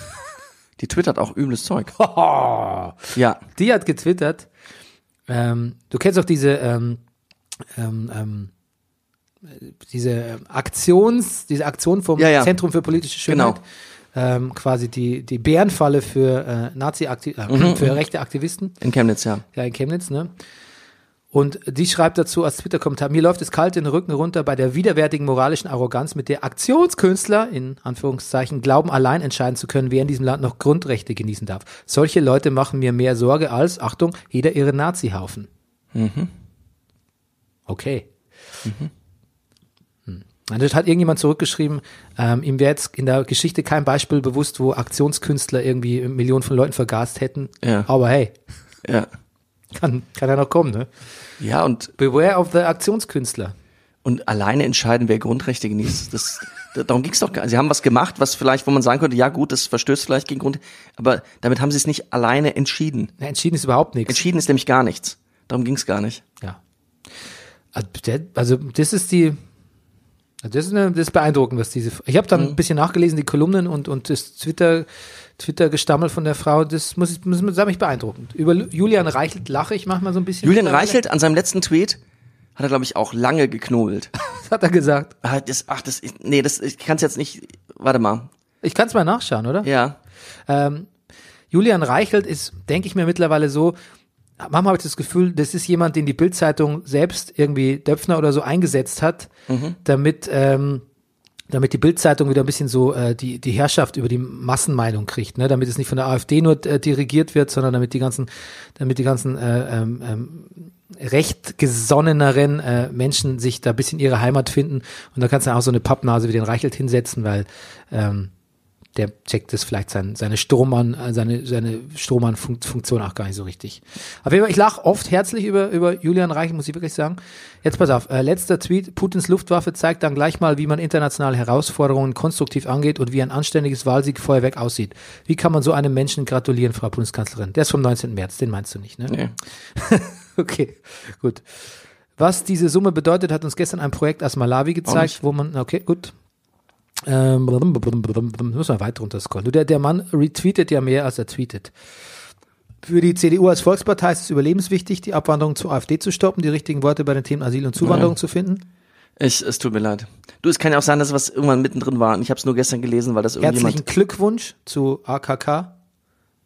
Die twittert auch übles Zeug. Ja, Die hat getwittert. Ähm, du kennst doch diese ähm, ähm, ähm, diese ähm, Aktions, diese Aktion vom Ja, ja. Zentrum für politische Schönheit. Genau. Ähm, quasi die, die Bärenfalle Mhm, für äh, Nazi äh, für rechte Aktivisten in Chemnitz, ja. ja, in Chemnitz, ne? Und die schreibt dazu als Twitter-Kommentar, mir läuft es kalt den Rücken runter bei der widerwärtigen moralischen Arroganz, mit der Aktionskünstler, in Anführungszeichen, glauben, allein entscheiden zu können, wer in diesem Land noch Grundrechte genießen darf. Solche Leute machen mir mehr Sorge als, Achtung, jeder ihre Nazi-Haufen. Okay. Mhm. Das hat irgendjemand zurückgeschrieben, ähm, ihm wäre jetzt in der Geschichte kein Beispiel bewusst, wo Aktionskünstler irgendwie Millionen von Leuten vergast hätten. Ja. Aber hey, Ja. kann, kann ja noch kommen, ne? Ja, und, Beware of the Aktionskünstler. und alleine entscheiden, wer Grundrechte genießt. Das, da- darum ging's doch gar nicht. Sie haben was gemacht, was vielleicht, wo man sagen könnte, ja gut, das verstößt vielleicht gegen Grund, aber damit haben sie es nicht alleine entschieden. Na, entschieden ist überhaupt nichts. Entschieden ist nämlich gar nichts. Darum ging's gar nicht. Ja. Also, der, also das ist die. also Das ist, eine, das ist beeindruckend, was diese. Ich habe dann Mhm. ein bisschen nachgelesen, die Kolumnen und, und das Twitter, Twitter-Gestammel von der Frau, das muss ich, muss, das hat mich beeindruckend. Über Lu- Julian Reichelt lache ich manchmal so ein bisschen. Julian Mittlerweile. Reichelt an seinem letzten Tweet hat er, glaube ich, auch lange geknobelt. Das hat er gesagt. Ah, das, ach, das, ich- nee, das, ich kann's jetzt nicht, warte mal. Ich kann es mal nachschauen, oder? Ja. Ähm, Julian Reichelt ist, denke ich mir mittlerweile so, manchmal habe ich das Gefühl, das ist jemand, den die Bildzeitung selbst irgendwie Döpfner oder so eingesetzt hat, damit, ähm, damit die Bildzeitung wieder ein bisschen so äh, die, die Herrschaft über die Massenmeinung kriegt, ne? damit es nicht von der AfD nur äh, dirigiert wird, sondern damit die ganzen, damit die ganzen äh, ähm, ähm, rechtgesonneneren äh, Menschen sich da ein bisschen ihre Heimat finden. Und da kannst du dann auch so eine Pappnase wie den Reichelt hinsetzen, weil ähm, der checkt das vielleicht sein, seine Strohmann, äh, seine, seine Strohmann-Funktion auch gar nicht so richtig. Auf jeden Fall, ich lache oft herzlich über, über Julian Reichel, muss ich wirklich sagen. Jetzt pass auf, äh, letzter Tweet, Putins Luftwaffe zeigt dann gleich mal, wie man internationale Herausforderungen konstruktiv angeht und wie ein anständiges Wahlsiegfeuerwerk aussieht. Wie kann man so einem Menschen gratulieren, Frau Bundeskanzlerin? Der ist vom 19. März, den meinst du nicht, ne? Nee. Okay, gut. Was diese Summe bedeutet, hat uns gestern ein Projekt aus Malawi gezeigt, nicht. wo man, okay, gut. Ähm, blum, blum, blum, blum, muss man weiter runter scrollen. Du, Der, der Mann retweetet ja mehr, als er tweetet. Für die CDU als Volkspartei ist es überlebenswichtig, die Abwanderung zur AfD zu stoppen, die richtigen Worte bei den Themen Asyl und Zuwanderung zu finden. Ich, es tut mir leid. Du, es kann ja auch sein, dass was irgendwann mittendrin war und ich habe es nur gestern gelesen, weil das irgendjemand. Herzlichen Glückwunsch zu AKK.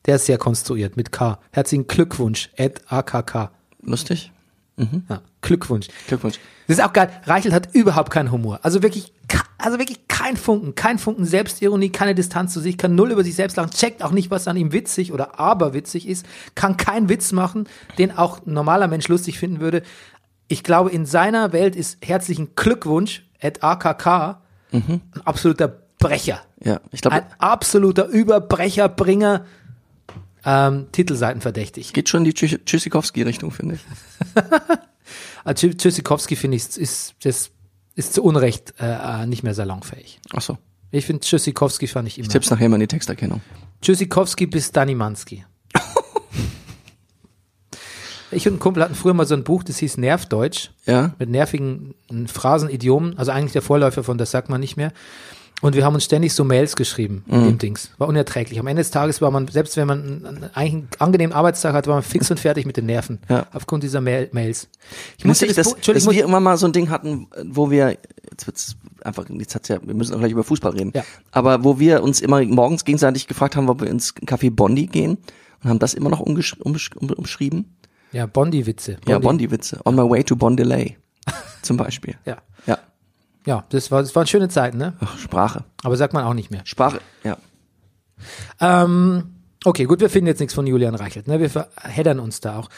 Der ist sehr konstruiert mit K. Herzlichen Glückwunsch, at AKK. Lustig. Ja, Glückwunsch. Glückwunsch. Das ist auch geil. Reichelt hat überhaupt keinen Humor. Also wirklich, ke- also wirklich kein Funken, kein Funken Selbstironie, keine Distanz zu sich, kann null über sich selbst lachen, checkt auch nicht, was an ihm witzig oder aberwitzig ist, kann keinen Witz machen, den auch ein normaler Mensch lustig finden würde. Ich glaube, in seiner Welt ist herzlichen Glückwunsch, at AKK, ein absoluter Brecher. Ja, ich glaube, Ein absoluter Überbrecher, Bringer, ähm, Titelseiten verdächtig. geht schon in die Tschü- Tschüssikowski-Richtung, finde ich. Also Tschü- Tschüssikowski finde ich, ist, das ist zu Unrecht äh, äh, nicht mehr salonfähig. Ach so. Ich finde Tschüssikowski fand ich immer. Tipps nachher mal in die Texterkennung. Tschüssikowski bis Danimanski. ich und ein Kumpel hatten früher mal so ein Buch, das hieß Nervdeutsch. Ja? Mit nervigen äh, Phrasen, Idiomen, also eigentlich der Vorläufer von das sagt man nicht mehr. Und wir haben uns ständig so Mails geschrieben Mhm. mit dem Dings. War unerträglich. Am Ende des Tages war man, selbst wenn man einen- einen- eigentlich einen angenehmen Arbeitstag hat, war man fix und fertig mit den Nerven. Ja. Aufgrund dieser Mail Mails. Ich Muss ich, das dass, Buch- Entschuldigung, dass ich wir muss- immer mal so ein Ding hatten, wo wir, jetzt wird's einfach, jetzt hat's ja, wir müssen auch gleich über Fußball reden, Ja. aber wo wir uns immer morgens gegenseitig gefragt haben, ob wir ins Café Bondi gehen und haben das immer noch umgesch umgesch um umschrieben. ja, Bondi-Witze. Ja, Bondi-Witze. On my way to Bondelay. zum Beispiel. Ja. Ja. Ja, das, war, das waren schöne Zeiten, ne? Ach, Sprache. Aber sagt man auch nicht mehr. Sprache, ja. Ähm, okay, gut, wir finden jetzt nichts von Julian Reichelt. Ne? Wir verheddern uns da auch.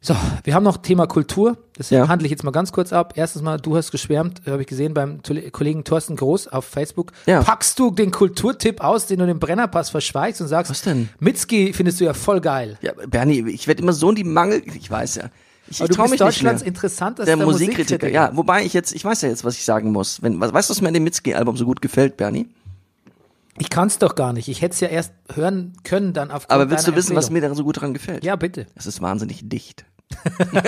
So, wir haben noch Thema Kultur. Das Ja. handle ich jetzt mal ganz kurz ab. Erstens mal, du hast geschwärmt, habe ich gesehen beim Tole- Kollegen Thorsten Groß auf Facebook. Ja. Packst du den Kulturtipp aus, den du dem Brennerpass verschweigst und sagst, Was denn? Mitski findest du ja voll geil. Ja, Bernie, ich werde immer so in die Mangel, ich weiß ja. Ich, Aber ich du trau bist mich Deutschlands nicht mehr. interessantester der Musikkritiker. Musikkritiker. Ja, wobei ich jetzt, ich weiß ja jetzt, was ich sagen muss. Wenn, was- weißt du, was mir an dem Mitski-Album so gut gefällt, Bernie? Ich kann es doch gar nicht. Ich hätte es ja erst hören können dann auf Aber willst du wissen, was mir da so gut dran gefällt? Ja, bitte. Es ist wahnsinnig dicht.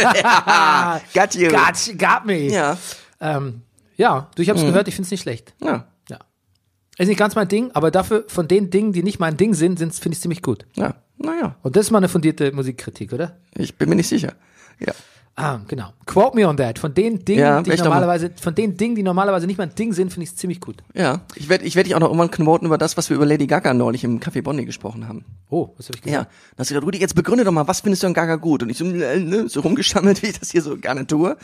Ah, Got you. got, got me. Ja. Ähm, ja, du, ich Mhm. habe es gehört, ich finde es nicht schlecht. Ja. Ja. Ist nicht ganz mein Ding, aber dafür von den Dingen, die nicht mein Ding sind, sind's- finde ich ziemlich gut. Ja. Naja, Und das ist mal eine fundierte Musikkritik, oder? ich bin mir nicht sicher. Ja. Ah, genau. Quote me on that. Von den Dingen, Ja, die werd ich doch mal- normalerweise, von den Dingen, die normalerweise nicht mal ein Ding sind, finde ich es ziemlich gut. Ja, ich werde ich werd dich auch noch irgendwann knoten über das, was wir über Lady Gaga neulich im Café Bonny gesprochen haben. Oh, was habe ich gesagt? Ja, dass sie gesagt, Rudi, jetzt begründe doch mal, was findest du an Gaga gut? Und ich so, ne, ne, so rumgeschammelt, wie ich das hier so gerne tue.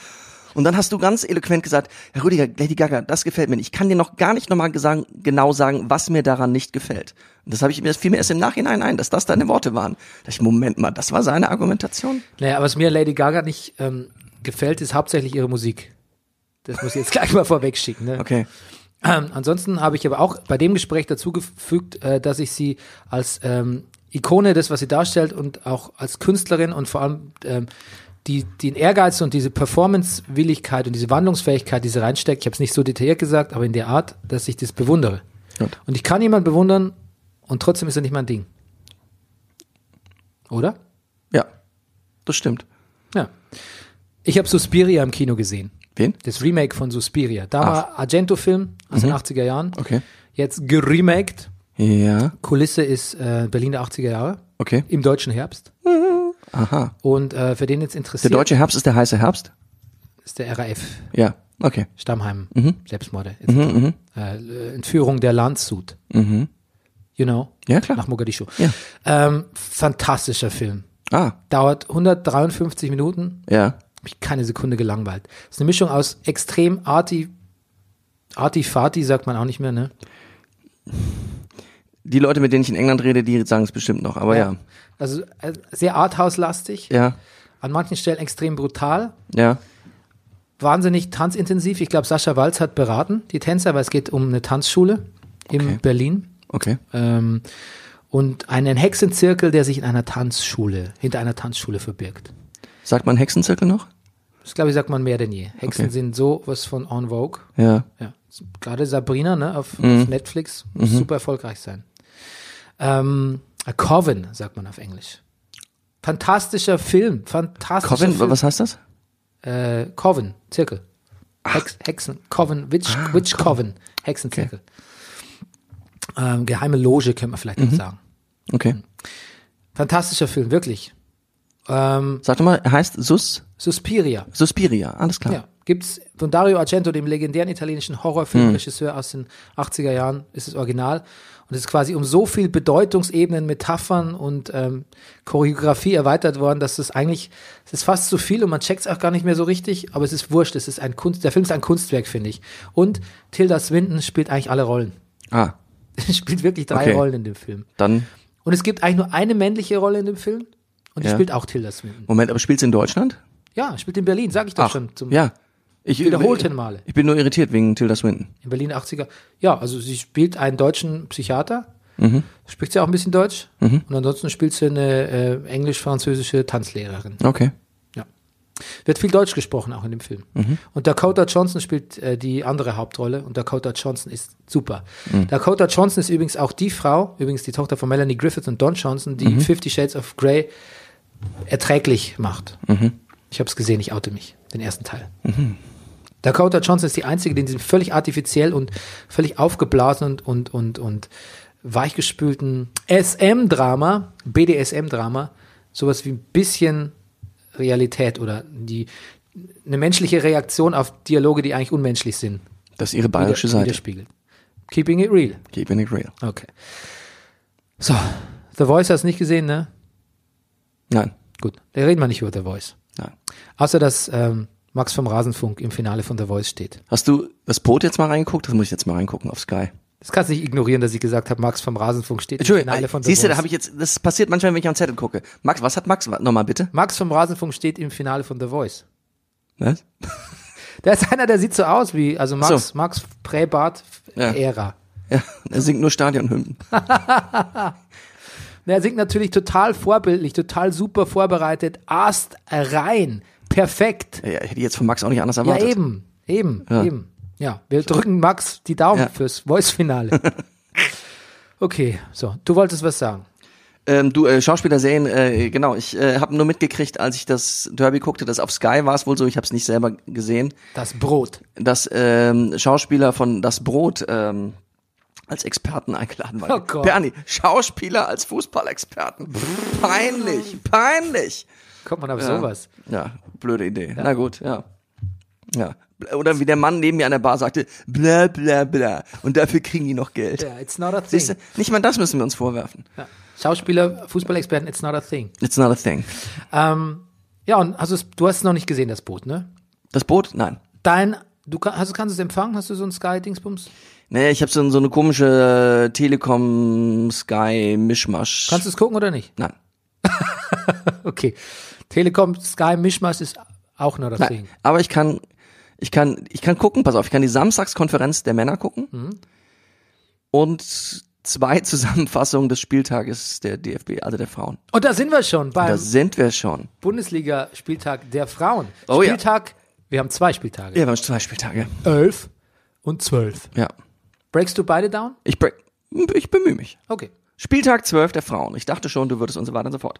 Und dann hast du ganz eloquent gesagt, Herr Rüdiger, Lady Gaga, das gefällt mir nicht. Ich kann dir noch gar nicht nochmal genau sagen, was mir daran nicht gefällt. Und das habe ich mir, das fiel mir erst im Nachhinein ein, dass das deine Worte waren. Da dachte ich, Moment mal, das war seine Argumentation? Naja, was mir Lady Gaga nicht ähm, gefällt, ist hauptsächlich ihre Musik. Das muss ich jetzt gleich mal vorweg schicken. Ne? Okay. Ähm, ansonsten habe ich aber auch bei dem Gespräch dazu gefügt, äh, dass ich sie als ähm, Ikone des, was sie darstellt und auch als Künstlerin und vor allem ähm, die, den Ehrgeiz und diese Performancewilligkeit und diese Wandlungsfähigkeit, die sie reinsteckt, ich habe es nicht so detailliert gesagt, aber in der Art, dass ich das bewundere. Gut. Und ich kann jemanden bewundern und trotzdem ist er nicht mein Ding. Oder? Ja, das stimmt. Ja. Ich habe Suspiria im Kino gesehen. Wen? Das Remake von Suspiria. Da war Argento-Film aus den 80er Jahren. Mhm. Okay. Jetzt geremaked. Ja, Kulisse ist äh, Berlin der 80er Jahre. okay. Im deutschen Herbst. Aha. Und äh, für den jetzt Der interessiert deutsche Herbst ist der heiße Herbst? ist der RAF. Ja, okay. Stammheim. Mhm. Selbstmorde. etc. äh, Entführung der Landshut. You know? Mhm. Ja, klar. Nach Mogadischu. Ja. Ähm, fantastischer Film. Ah, Dauert 153 Minuten. ja. Hab mich keine Sekunde gelangweilt. Das ist eine Mischung aus extrem arty, arty farty, sagt man auch nicht mehr, ne? Die Leute, mit denen ich in England rede, die sagen es bestimmt noch, aber ja. Also äh, sehr arthouse-lastig, Ja, an manchen Stellen extrem brutal, ja. wahnsinnig tanzintensiv. Ich glaube, Sascha Walz hat beraten, die Tänzer, weil es geht um eine Tanzschule in Berlin. Okay. Ähm, und einen Hexenzirkel, der sich in einer Tanzschule, hinter einer Tanzschule verbirgt. Sagt man Hexenzirkel noch? Das glaube ich, sagt man mehr denn je. Hexen Okay. sind so was von En Vogue. Ja. Ja. Gerade Sabrina, ne, auf, Mhm. auf Netflix, muss super erfolgreich sein. Ähm, A Coven, sagt man auf Englisch. Fantastischer Film, fantastischer Coven, Film. was heißt das? Äh, Coven, Zirkel. Hex, Hexen, Coven, Witch, Ah, Witch Coven, Hexenzirkel. Ähm, geheime Loge, könnte man vielleicht Mhm. noch sagen. Okay. Fantastischer Film, wirklich. Ähm, Sag doch mal, heißt Sus, Suspiria. Suspiria, alles klar. Ja, gibt's von Dario Argento, dem legendären italienischen Hm. Horrorfilmregisseur aus den 80er Jahren, ist das Original. Und es ist quasi um so viel Bedeutungsebenen, Metaphern und ähm, Choreografie erweitert worden, dass es eigentlich, es ist fast zu viel und man checkt es auch gar nicht mehr so richtig, aber es ist wurscht, es ist ein Kunst, der Film ist ein Kunstwerk, finde ich. Und Tilda Swinton spielt eigentlich alle Rollen. Ah, spielt wirklich drei Okay. Rollen in dem Film. dann, Und es gibt eigentlich nur eine männliche Rolle in dem Film und die Ja. spielt auch Tilda Swinton. Moment, aber spielst du in Deutschland? Ja, spielt in Berlin, sag ich doch schon zum ja. Ich, wiederholten Male. Ich bin nur irritiert wegen Tilda Swinton. In Berlin 80er. Ja, also sie spielt einen deutschen Psychiater. Spricht sie auch ein bisschen Deutsch. Und ansonsten spielt sie eine äh, englisch-französische Tanzlehrerin. Okay. Wird viel Deutsch gesprochen auch in dem Film. Und Dakota Johnson spielt äh, die andere Hauptrolle. Und Dakota Johnson ist super. Dakota Johnson ist übrigens auch die Frau, übrigens die Tochter von Melanie Griffith und Don Johnson, die Fifty Shades of Grey erträglich macht. Ich habe es gesehen, ich oute mich, den ersten Teil. Dakota Johnson ist die einzige, die in diesem völlig artifiziell und völlig aufgeblasen und und und, und weichgespülten SM-Drama, BDSM-Drama, sowas wie ein bisschen Realität oder die eine menschliche Reaktion auf Dialoge, die eigentlich unmenschlich sind, Das ist ihre bayerische wider- Seite. widerspiegelt. Keeping it real. Keeping it real. Okay. So, The Voice hast du nicht gesehen, ne? Nein, Gut, da reden wir nicht über The Voice. nein. Außer, dass ähm, Max vom Rasenfunk im Finale von The Voice steht. Hast du das Boot jetzt mal reingeguckt? Das muss ich jetzt mal reingucken auf Sky. Das kannst du nicht ignorieren, dass ich gesagt habe, Max vom Rasenfunk steht im Entschuldigung, Finale von The siehst du, da Voice. habe ich jetzt, das passiert manchmal, wenn ich am Zettel gucke. Max, was hat Max, nochmal bitte? Max vom Rasenfunk steht im Finale von The Voice. Was? Der ist einer, der sieht so aus wie, also Max, So. Max Präbart Ja. Ära. Ja, er singt nur Stadionhymnen. Na, Er singt natürlich total vorbildlich, total super vorbereitet, ast rein, perfekt. Ja, hätte ich jetzt von Max auch nicht anders Ja, erwartet. eben, eben, eben. Ja, wir drücken Max die Daumen Ja. fürs Voice-Finale. okay, so, du wolltest was sagen. Ähm, du, äh, Schauspieler sehen, äh, genau, ich äh, habe nur mitgekriegt, als ich das Derby guckte, das auf Sky war es wohl so, ich habe es nicht selber gesehen, Das Brot. dass ähm, Schauspieler von Das Brot ähm, als Experten eingeladen waren. Oh Gott. Bernie, Schauspieler als Fußballexperten. peinlich, peinlich. Kommt man auf Ja. sowas? Ja, blöde Idee. Na gut, ja. Ja. Oder wie der Mann neben mir an der Bar sagte, bla bla bla. Und dafür kriegen die noch Geld. Ja, it's not a Siehst du, thing. nicht mal das müssen wir uns vorwerfen. Ja. Schauspieler, Fußballexperten, it's not a thing. It's not a thing. Ähm, ja, und hast du's- du hast es noch nicht gesehen, das Boot, ne? Das Boot? Nein. Dein, du kann, hast, du- kannst du es empfangen? Hast du so einen Sky-Dingsbums? Nee, ich habe so, so eine komische Telekom Sky Mischmasch. Kannst du es gucken oder nicht? Nein. Okay. Telekom, Sky, Mischmasch ist auch not a Nein. thing. Aber ich kann ich kann ich kann gucken, pass auf, ich kann die Samstagskonferenz der Männer gucken. Und zwei Zusammenfassungen des Spieltages der DFB, also der Frauen. Und da sind wir schon Da beim sind wir schon. Bundesliga-Spieltag der Frauen. Oh ja. Spieltag, wir haben zwei Spieltage. Ja, wir haben zwei Spieltage. Elf und zwölf. Ja. Breakst du beide down? Ich, bre- ich bemühe mich. Okay. Spieltag 12 der Frauen. Ich dachte schon, du würdest und so weiter und so fort.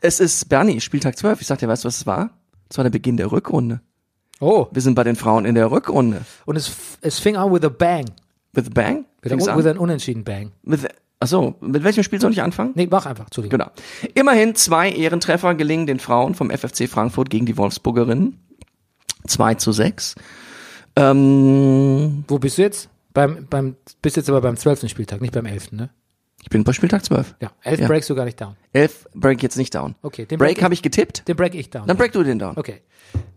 Es ist, Bernie, Spieltag 12. Ich sag dir, weißt du, was es war? Es war der Beginn der Rückrunde. Oh. Wir sind bei den Frauen in der Rückrunde. Und es, f- es fing an with a bang. With a Bang? Mit, Fängst einem, an? with an unentschieden Bang. With achso, mit welchem Spiel soll ich anfangen? Nee, mach einfach, Entschuldigung. Genau. Immerhin zwei Ehrentreffer gelingen den Frauen vom FFC Frankfurt gegen die Wolfsburgerinnen. 2 zu 6. Ähm, Wo bist du jetzt? Beim, beim, bist jetzt aber beim zwölften Spieltag, nicht beim elften, ne? ich bin bei Spieltag 12. Ja, elf Ja. breakst du gar nicht down. 11 break jetzt nicht down. Okay, den Den break break habe ich getippt. Den break ich down. Dann break du den down. Okay.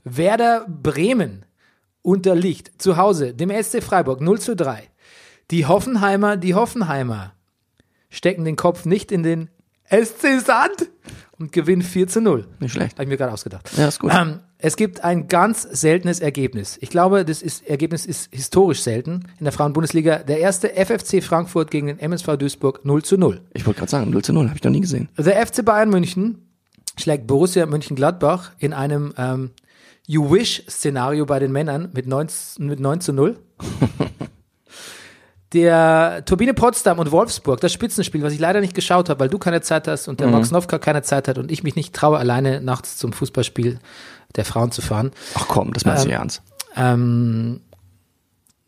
Werder Bremen unterliegt zu Hause dem SC Freiburg 0 zu 3. Die Hoffenheimer, die Hoffenheimer stecken den Kopf nicht in den SC Sand und gewinnen 4 zu 0. Nicht schlecht. Habe ich mir gerade ausgedacht. Ja, ist gut. Ähm, es gibt ein ganz seltenes Ergebnis. Ich glaube, das ist, Ergebnis ist historisch selten in der Frauenbundesliga. Der erste FFC Frankfurt gegen den MSV Duisburg 0 zu 0. Ich wollte gerade sagen, 0 zu 0 habe ich noch nie gesehen. Also Der FC Bayern München schlägt Borussia Mönchengladbach in einem ähm, You Wish-Szenario bei den Männern mit 9, mit 9 zu 0. Der Turbine Potsdam und Wolfsburg, das Spitzenspiel, was ich leider nicht geschaut habe, weil du keine Zeit hast und der Max Nowka keine Zeit hat und ich mich nicht traue, alleine nachts zum Fußballspiel der Frauen zu fahren, Ach komm, das meinst du ernst. ähm,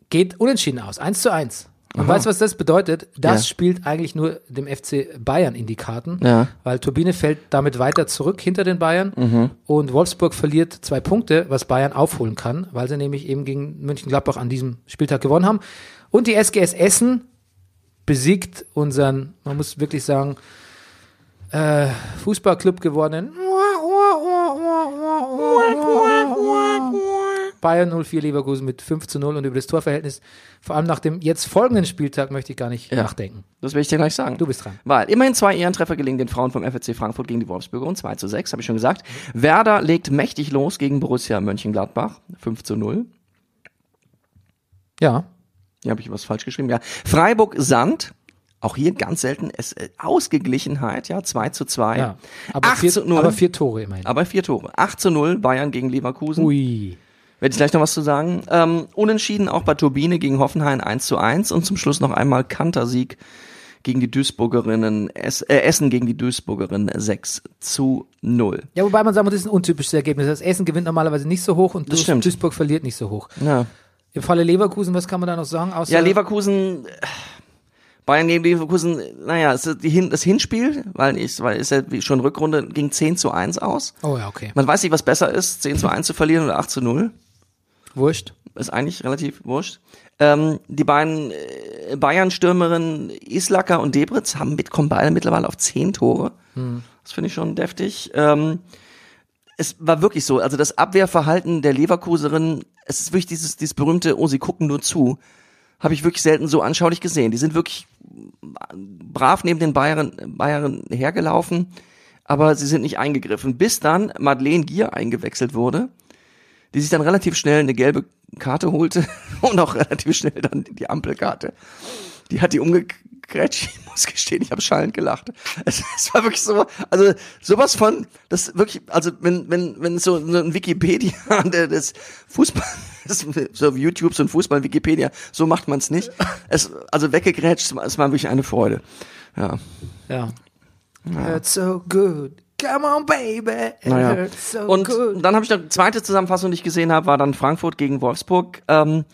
geht unentschieden aus. 1 zu 1. Und weißt du, was das bedeutet? Das Ja. spielt eigentlich nur dem FC Bayern in die Karten, Ja. weil Turbine fällt damit weiter zurück hinter den Bayern Mhm. und Wolfsburg verliert zwei Punkte, was Bayern aufholen kann, weil sie nämlich eben gegen München-Gladbach an diesem Spieltag gewonnen haben. Und die SGS Essen besiegt unseren, man muss wirklich sagen, äh, Fußballclub geworden. Bayern 04 Leverkusen mit 5 zu 0 und über das Torverhältnis, vor allem nach dem jetzt folgenden Spieltag, möchte ich gar nicht nachdenken. Das will ich dir gleich sagen. Du bist dran. Weil immerhin zwei Ehrentreffer gelingen den Frauen vom FSC Frankfurt gegen die Wolfsburger und 2 zu 6, habe ich schon gesagt. Werder legt mächtig los gegen Borussia Mönchengladbach, 5 zu 0. Ja. Hier habe ich was falsch geschrieben, ja. Freiburg Sand, auch hier ganz selten es, äh, Ausgeglichenheit, ja, 2 zu 2. ja. Aber, 8 zu vier, 0. aber vier Tore immerhin. aber vier Tore. 8 zu 0 Bayern gegen Leverkusen. Ui. Werde ich gleich noch was zu sagen. Ähm, unentschieden auch bei Turbine gegen Hoffenheim 1 zu 1 und zum Schluss noch einmal Kantersieg gegen die Duisburgerinnen, es, äh, Essen gegen die Duisburgerinnen 6 zu 0. Ja, wobei man sagen muss, das ist ein untypisches Ergebnis. Das Essen gewinnt normalerweise nicht so hoch und Das Duis- stimmt. Duisburg verliert nicht so hoch. Ja, Im Falle Leverkusen, was kann man da noch sagen? Außer, ja Leverkusen, äh, Bayern gegen Leverkusen, äh, naja, es ist die Hin das Hinspiel, weil ich, weil ist ja wie schon Rückrunde, ging 10 zu 1 aus. Oh ja, okay. Man weiß nicht, was besser ist, 10 zu 1 zu verlieren oder 8 zu 0. Wurscht. Ist eigentlich relativ wurscht. Ähm, die beiden äh, Bayern-Stürmerinnen Islacker und Debritz haben mit, kommen beide mittlerweile auf 10 Tore. Das finde ich schon deftig. Ähm, es war wirklich so, also das Abwehrverhalten der Leverkuserin, es ist wirklich dieses, dieses berühmte, oh, sie gucken nur zu, habe ich wirklich selten so anschaulich gesehen. Die sind wirklich brav neben den Bayern, Bayern hergelaufen, aber sie sind nicht eingegriffen. Bis dann Madeleine Gier eingewechselt wurde, die sich dann relativ schnell eine gelbe Karte holte und auch relativ schnell dann die Ampelkarte. Die hat die umgekrätscht. Ich muss gestehen, ich habe schallend gelacht. Es, es war wirklich so, also sowas von, das wirklich, also wenn wenn wenn so, so ein Wikipedia der- des Fußball, das, so auf YouTube so ein Fußball Wikipedia, so macht man es nicht. Es, also weggegrätscht, es war es war wirklich eine Freude. Ja. Ja. Hurts so good. Come on, baby. It Naja. hurts so und good. dann habe ich noch die zweite Zusammenfassung, die ich gesehen habe, war dann Frankfurt gegen Wolfsburg. Ähm,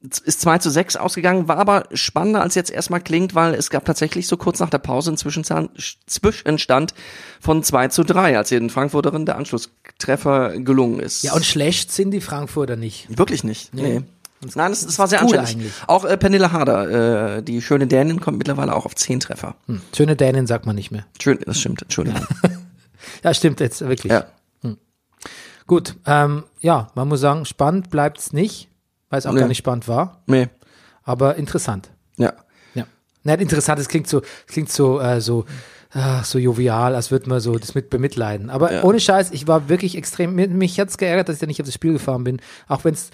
ist 2 zu 6 ausgegangen, war aber spannender als jetzt erstmal klingt, weil es gab tatsächlich so kurz nach der Pause einen Zwischenzahn- Zwischenstand von 2 zu 3, als den Frankfurterin der Anschlusstreffer gelungen ist. Ja, und schlecht sind die Frankfurter nicht. Wirklich nicht. Nee. Nein, es, es war sehr gut anständig. eigentlich. Auch äh, Pernille Harder, äh, die schöne Dänin, kommt mittlerweile auch auf 10 Treffer. Hm. Schöne Dänen sagt man nicht mehr. Schön, das stimmt, Entschuldigung. Ja, stimmt jetzt, wirklich. ja. Gut, ähm, ja, man muss sagen, spannend bleibt's nicht, weil es auch Nee. gar nicht spannend war, Nee. aber interessant. Ja. Ja. Nein, interessant, es klingt so, es klingt so, äh, so, ah, so jovial, als würde man so das mit bemitleiden. Aber ohne Scheiß, ich war wirklich extrem, mi- mich hat's geärgert, dass ich da nicht auf das Spiel gefahren bin. Auch wenn's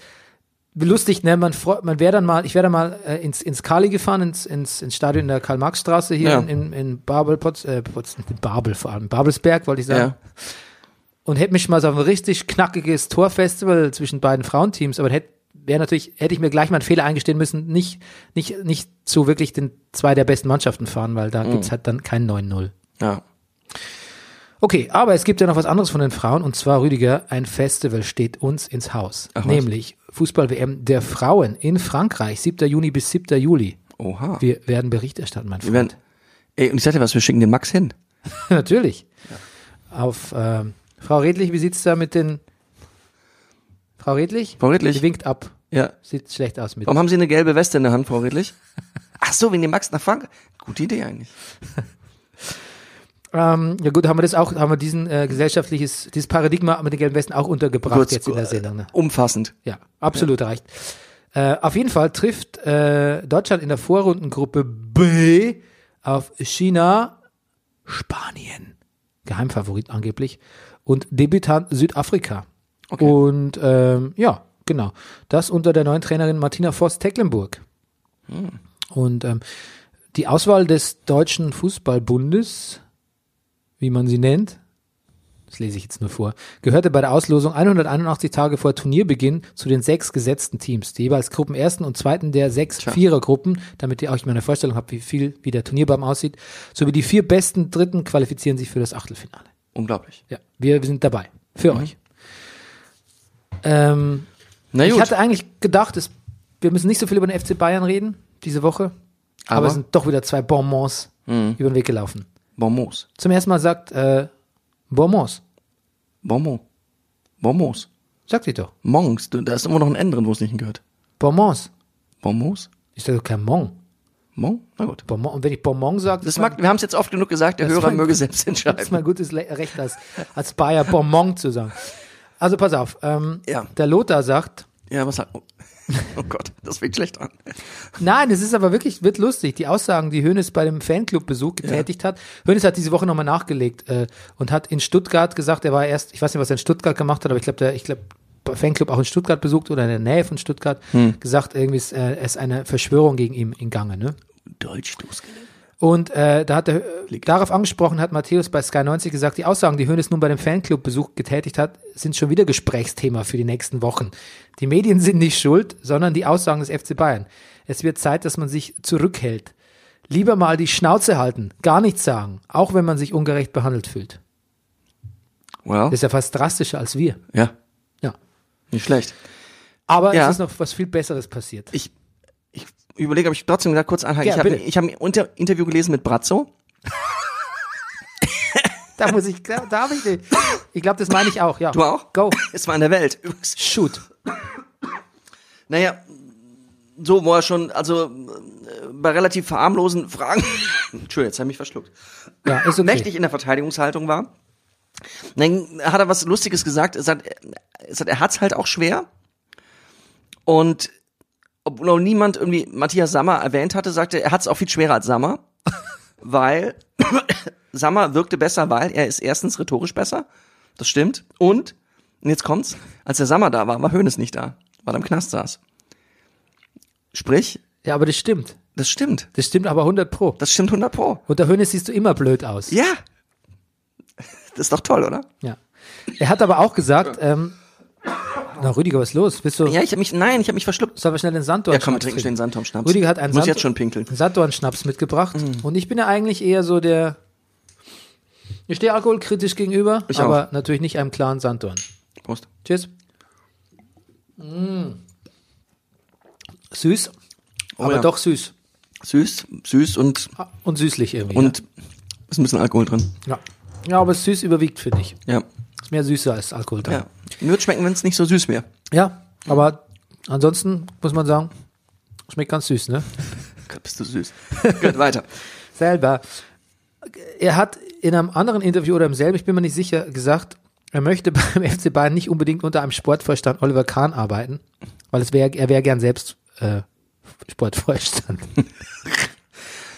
lustig, ne, man freut, man wäre dann mal, ich wäre dann mal äh, ins, ins Kali gefahren, ins, ins, ins Stadion in der Karl-Marx-Straße hier Ja. in, in, in Babel, Pots, äh, Pots, Babel vor allem, Babelsberg, wollte ich sagen. Ja. Und hätte mich mal so auf ein richtig knackiges Torfestival zwischen beiden Frauenteams, aber hätte wäre natürlich, hätte ich mir gleich mal einen Fehler eingestehen müssen, nicht, nicht, nicht zu wirklich den zwei der besten Mannschaften fahren, weil da Mhm. gibt's halt dann kein 9-0. Ja. Okay, aber es gibt ja noch was anderes von den Frauen und zwar, Rüdiger, ein Festival steht uns ins Haus. Ach was. nämlich Fußball-WM der Frauen in Frankreich, 7. Juni bis 7. Juli. Oha. Wir, Wir werden Bericht erstatten, mein Freund. Oh. werden, ey, und ich sagte was, wir schicken den Max hin. Natürlich. Auf ähm, Frau Redlich, wie sieht's da mit den Frau Redlich? Frau Redlich. Oh. Sie winkt ab. Ja. Sieht schlecht aus mit. Warum haben Sie eine gelbe Weste in der Hand, Frau Redlich? Ach so, wegen dem Max nach Frank. Gute Idee eigentlich. Ähm, ja gut, haben wir das auch, haben wir diesen äh, gesellschaftliches, dieses Paradigma mit den gelben Westen auch untergebracht Kurz, jetzt in der Sendung. Ne? Umfassend. Ja, absolut recht. Äh, auf jeden Fall trifft äh, Deutschland in der Vorrundengruppe B auf China, Spanien, Geheimfavorit angeblich, und Debütant Südafrika. Und ähm, ja, genau. Das unter der neuen Trainerin Martina Voss-Tecklenburg. Und ähm, die Auswahl des Deutschen Fußballbundes, wie man sie nennt, das lese ich jetzt nur vor, gehörte bei der Auslosung 181 Tage vor Turnierbeginn zu den sechs gesetzten Teams, die jeweils Gruppenersten und Zweiten der sechs Vierergruppen, damit ihr euch mal eine Vorstellung habt, wie viel, wie der Turnierbaum aussieht, sowie die vier besten Dritten qualifizieren sich für das Achtelfinale. Unglaublich. Ja, wir sind dabei. Für Mhm. euch. Ähm, Na ich gut. hatte eigentlich gedacht, es, wir müssen nicht so viel über den FC Bayern reden, diese Woche. Aber, Aber? Mhm. es sind doch wieder zwei Bonbons über den Weg gelaufen. Bonbons. Zum ersten Mal sagt äh, Bonbons. Bonbon. Bonbons. Sagt sie doch. Mongs. Du- Da ist immer noch ein N drin, wo es nicht hingehört. Bonbons. Bonbons? Ich sage kein Mon. Mon? Na gut. Bonbon. Und wenn ich Bonbon sage, Das ist mag, wir haben es jetzt oft genug gesagt, der Das Hörer mag- möge selbst mein, ist entscheiden. mein gutes Le Recht als, als Bayer Bonbon zu sagen. Also pass auf. Ähm, Ja. Der Lothar sagt, Ja, was sagt. Oh. oh Gott, das fängt schlecht an. Nein, es ist aber wirklich, wird lustig. Die Aussagen, die Hönes bei dem Fanclub-Besuch getätigt hat. Hönes hat diese Woche nochmal nachgelegt äh, und hat in Stuttgart gesagt, er war erst, ich weiß nicht, was er in Stuttgart gemacht hat, aber ich glaube, der, ich glaube, Fanclub auch in Stuttgart besucht oder in der Nähe von Stuttgart, Hm. gesagt, irgendwie ist, äh, es eine Verschwörung gegen ihn in Gange, ne? Deutsch, du Skelett. Und äh, da hat er, äh, darauf angesprochen hat Matthäus bei Sky 90 gesagt, die Aussagen, die Hönes nun bei dem Fanclub-Besuch getätigt hat, sind schon wieder Gesprächsthema für die nächsten Wochen. Die Medien sind nicht schuld, sondern die Aussagen des FC Bayern. Es wird Zeit, dass man sich zurückhält. Lieber mal die Schnauze halten, gar nichts sagen, auch wenn man sich ungerecht behandelt fühlt. Well, Das ist ja fast drastischer als wir. ja, Ja. nicht schlecht. Aber Ja. es ist noch was viel Besseres passiert. Ich, ich überlege, ob ich trotzdem da kurz anhake. Ja, ich habe bitte. ich hab ein Unter Interview gelesen mit Brazzo. Da muss ich, da, da habe ich den. Ich glaube, das meine ich auch, ja. Du auch? Go. Es war in der Welt. Übrigens. Shoot. Naja, so, wo er schon, also äh, bei relativ verharmlosen Fragen, Entschuldigung, jetzt habe ich mich verschluckt, Ja, ist okay. mächtig in der Verteidigungshaltung war. Dann hat er was Lustiges gesagt. Er sagt, er sagt, er hat's halt auch schwer. Und obwohl noch niemand irgendwie Matthias Sammer erwähnt hatte, sagte er, er hat's auch viel schwerer als Sammer. weil Sammer wirkte besser, weil er ist erstens rhetorisch besser. Das stimmt. Und, und jetzt kommt's, als der Sammer da war, war Hönes nicht da, weil er im Knast saß. Sprich, Ja, aber das stimmt. das stimmt. Das stimmt aber 100 pro. Das stimmt 100 pro. Unter Hönes siehst du immer blöd aus. Ja. Das ist doch toll, oder? Ja. Er hat aber auch gesagt, ähm, na Rüdiger, was ist los? Bist du, Ja, ich habe mich, nein, ich habe mich verschluckt. sollen wir schnell den Sanddorn Ja, komm, wir trinken schnell den Sanddornschnaps. Rüdiger hat einen Muss Sand- jetzt schon pinkeln. einen Sanddornschnaps mitgebracht Mhm. und ich bin ja eigentlich eher so der, ich stehe alkoholkritisch gegenüber, Ich aber natürlich nicht einem klaren Sanddorn. Prost. Cheers. Mm. Süß, aber Oh ja. doch süß. Süß, süß und, Ah, Und süßlich irgendwie. und ist ein bisschen Alkohol drin. ja. ja, aber süß überwiegt, finde ich. Ja. Ist mehr süßer als Alkohol drin. ja. Mir wird schmecken, wenn es nicht so süß wäre. Ja, aber ansonsten muss man sagen, schmeckt ganz süß, ne? Gott, bist du süß. Gut, weiter. Selber. Er hat in einem anderen Interview oder im selben, ich bin mir nicht sicher, gesagt, er möchte beim FC Bayern nicht unbedingt unter einem Sportvorstand Oliver Kahn arbeiten, weil es wär, er wäre gern selbst äh, Sportvorstand.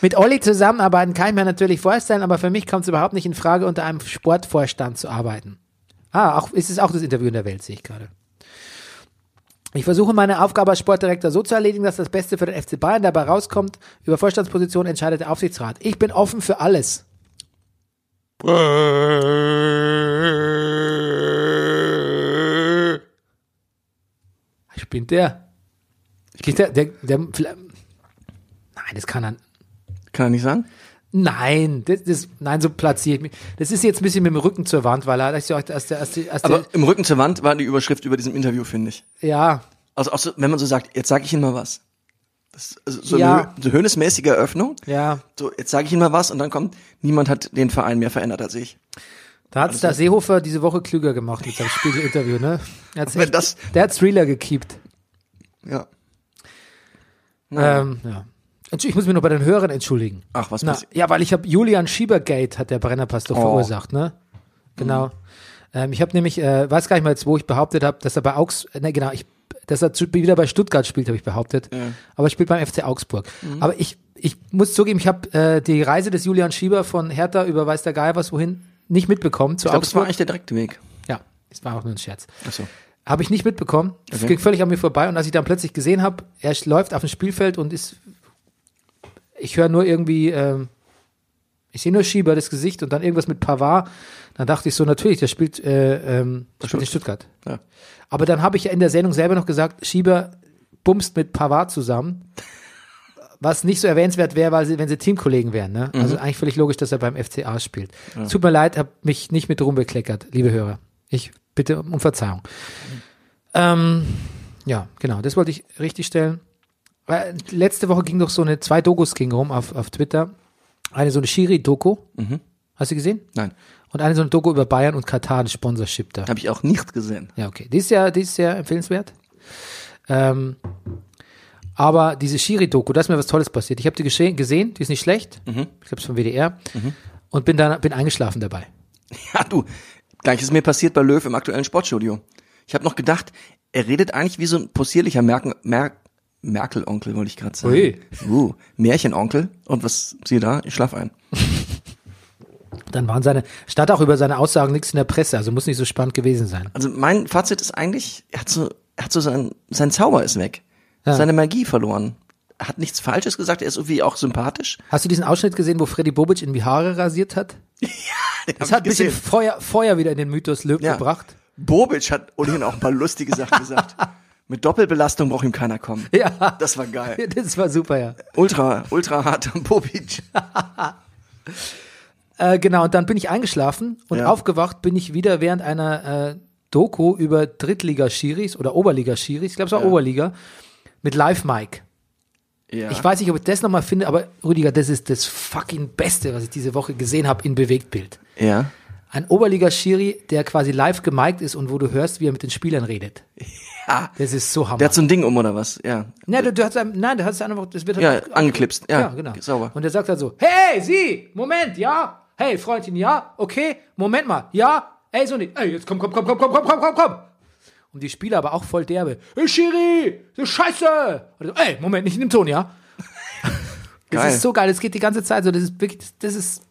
Mit Olli zusammenarbeiten kann ich mir natürlich vorstellen, aber für mich kommt es überhaupt nicht in Frage, unter einem Sportvorstand zu arbeiten. Ah, auch, ist es auch das Interview in der Welt, sehe ich gerade. Ich versuche meine Aufgabe als Sportdirektor so zu erledigen, dass das Beste für den FC Bayern dabei rauskommt. Über Vorstandspositionen entscheidet der Aufsichtsrat. Ich bin offen für alles. Spinnt der? Geht der, der, der, vielleicht- nein, das kann er. Kann er nicht sagen? Nein, das, das, nein, so platziere ich mich. Das ist jetzt ein bisschen mit dem Rücken zur Wand, weil er, als der, als der, als der, als Aber der im Rücken zur Wand war die Überschrift über diesem Interview, finde ich. ja, Also auch so, wenn man so sagt, jetzt sage ich Ihnen mal was. Das, also so Ja. eine Hö- so höhnesmäßige Eröffnung. ja. So, jetzt sage ich Ihnen mal was und dann kommt, niemand hat den Verein mehr verändert als ich. Da hat's der Seehofer diese Woche klüger gemacht mit seinem Spiegel-Interview, ne? Er hat's Wenn echt, das- der hat's Thriller gekiept. Ja. Ähm, ja. Entschuldigung, Ich muss mich noch bei den Hörern entschuldigen. Ach, was Na, passiert? ja, weil ich habe Julian Schiebergate hat der Brennerpass doch Oh. verursacht, ne? Genau. Ähm, ich habe nämlich, äh, weiß gar nicht mal jetzt, wo ich behauptet habe, dass er bei Augs, äh, ne, genau, ich, dass er zu, wieder bei Stuttgart spielt, habe ich behauptet. Aber er spielt beim FC Augsburg. Mhm. Aber ich, ich muss zugeben, ich habe äh, die Reise des Julian Schieber von Hertha über weiß der Geier was wohin nicht mitbekommen zu Ich glaube, das war Augsburg. eigentlich der direkte Weg. ja, das war auch nur ein Scherz. Achso. Habe ich nicht mitbekommen. Es Okay. ging völlig an mir vorbei. Und als ich dann plötzlich gesehen habe, er sch- läuft auf dem Spielfeld und ist. Ich höre nur irgendwie. Ähm, ich sehe nur Schieber das Gesicht und dann irgendwas mit Pavard. Dann dachte ich so, natürlich, der spielt, äh, ähm, der spielt in Stuttgart. Ja. Aber dann habe ich ja in der Sendung selber noch gesagt, Schieber bumst mit Pavard zusammen. Was nicht so erwähnenswert wäre, weil sie, wenn sie Teamkollegen wären. Ne? Also eigentlich völlig logisch, dass er beim FCA spielt. Tut mir leid, habe mich nicht mit rumbekleckert, liebe Hörer. Ich bitte um Verzeihung. Ähm, ja, genau, das wollte ich richtig stellen. Weil äh, Letzte Woche ging doch so eine, zwei Dokus gingen rum auf, auf Twitter. Eine so eine Schiri-Doku. Hast du gesehen? Nein. Und eine so eine Doku über Bayern und Katar, ein Sponsorship da. Habe ich auch nicht gesehen. Ja, okay. Die ist ja, die ist ja empfehlenswert. Ähm, aber diese Schiri-Doku, da ist mir was Tolles passiert. Ich habe die gesche- gesehen, die ist nicht schlecht. Ich glaube, es vom WDR. Und bin dann bin eingeschlafen dabei. Ja, du, gleich ist mir passiert bei Löw im aktuellen Sportstudio. Ich habe noch gedacht, er redet eigentlich wie so ein possierlicher Merken, Mer Merkel-Onkel, wollte ich gerade sagen. Ui. Uh, Märchen-Onkel. Und was, siehe da, ich schlaf ein. Dann waren seine, stand auch über seine Aussagen nichts in der Presse, also muss nicht so spannend gewesen sein. Also mein Fazit ist eigentlich, er hat so, er hat so sein, sein Zauber ist weg. Seine Magie verloren. Er hat nichts Falsches gesagt, er ist irgendwie auch sympathisch. Hast du diesen Ausschnitt gesehen, wo Freddy Bobic in die Haare rasiert hat? Das hat ein bisschen Feuer, Feuer wieder in den Mythos Löw Ja. gebracht. Bobic hat ohnehin auch ein paar lustige Sachen gesagt. Mit Doppelbelastung braucht ihm keiner kommen. Ja. Das war geil. Das war super, ja. Ultra, ultra hart Bobic. Äh, genau, und dann bin ich eingeschlafen und Ja. aufgewacht bin ich wieder während einer äh, Doku über Drittliga-Schiris oder Oberliga-Schiris, ich glaube es war Oberliga, mit Live-Mike. Ja. Ich weiß nicht, ob ich das nochmal finde, aber Rüdiger, das ist das fucking Beste, was ich diese Woche gesehen habe in Bewegtbild. Ja. Ein Oberliga-Schiri, der quasi live gemiked ist und wo du hörst, wie er mit den Spielern redet. Ja. Das ist so hammer. Der hat so ein Ding um oder was? Ja. Nein, du, du hast einem, nein, du hast einfach, das wird halt Ja, angeklipst. Ja, ja, genau. Sauber. Und er sagt dann so, hey, Sie, Moment, ja, hey, Freundin, ja, okay, Moment mal, ja, ey, so nicht, ey, jetzt komm, komm, komm, komm, komm, komm, komm, komm, komm. Und die Spieler aber auch voll derbe, hey, Schiri, du Scheiße. Und er so, ey, Moment, nicht in dem Ton, ja. das Geil. ist so geil, das geht die ganze Zeit so, das ist wirklich, das ist,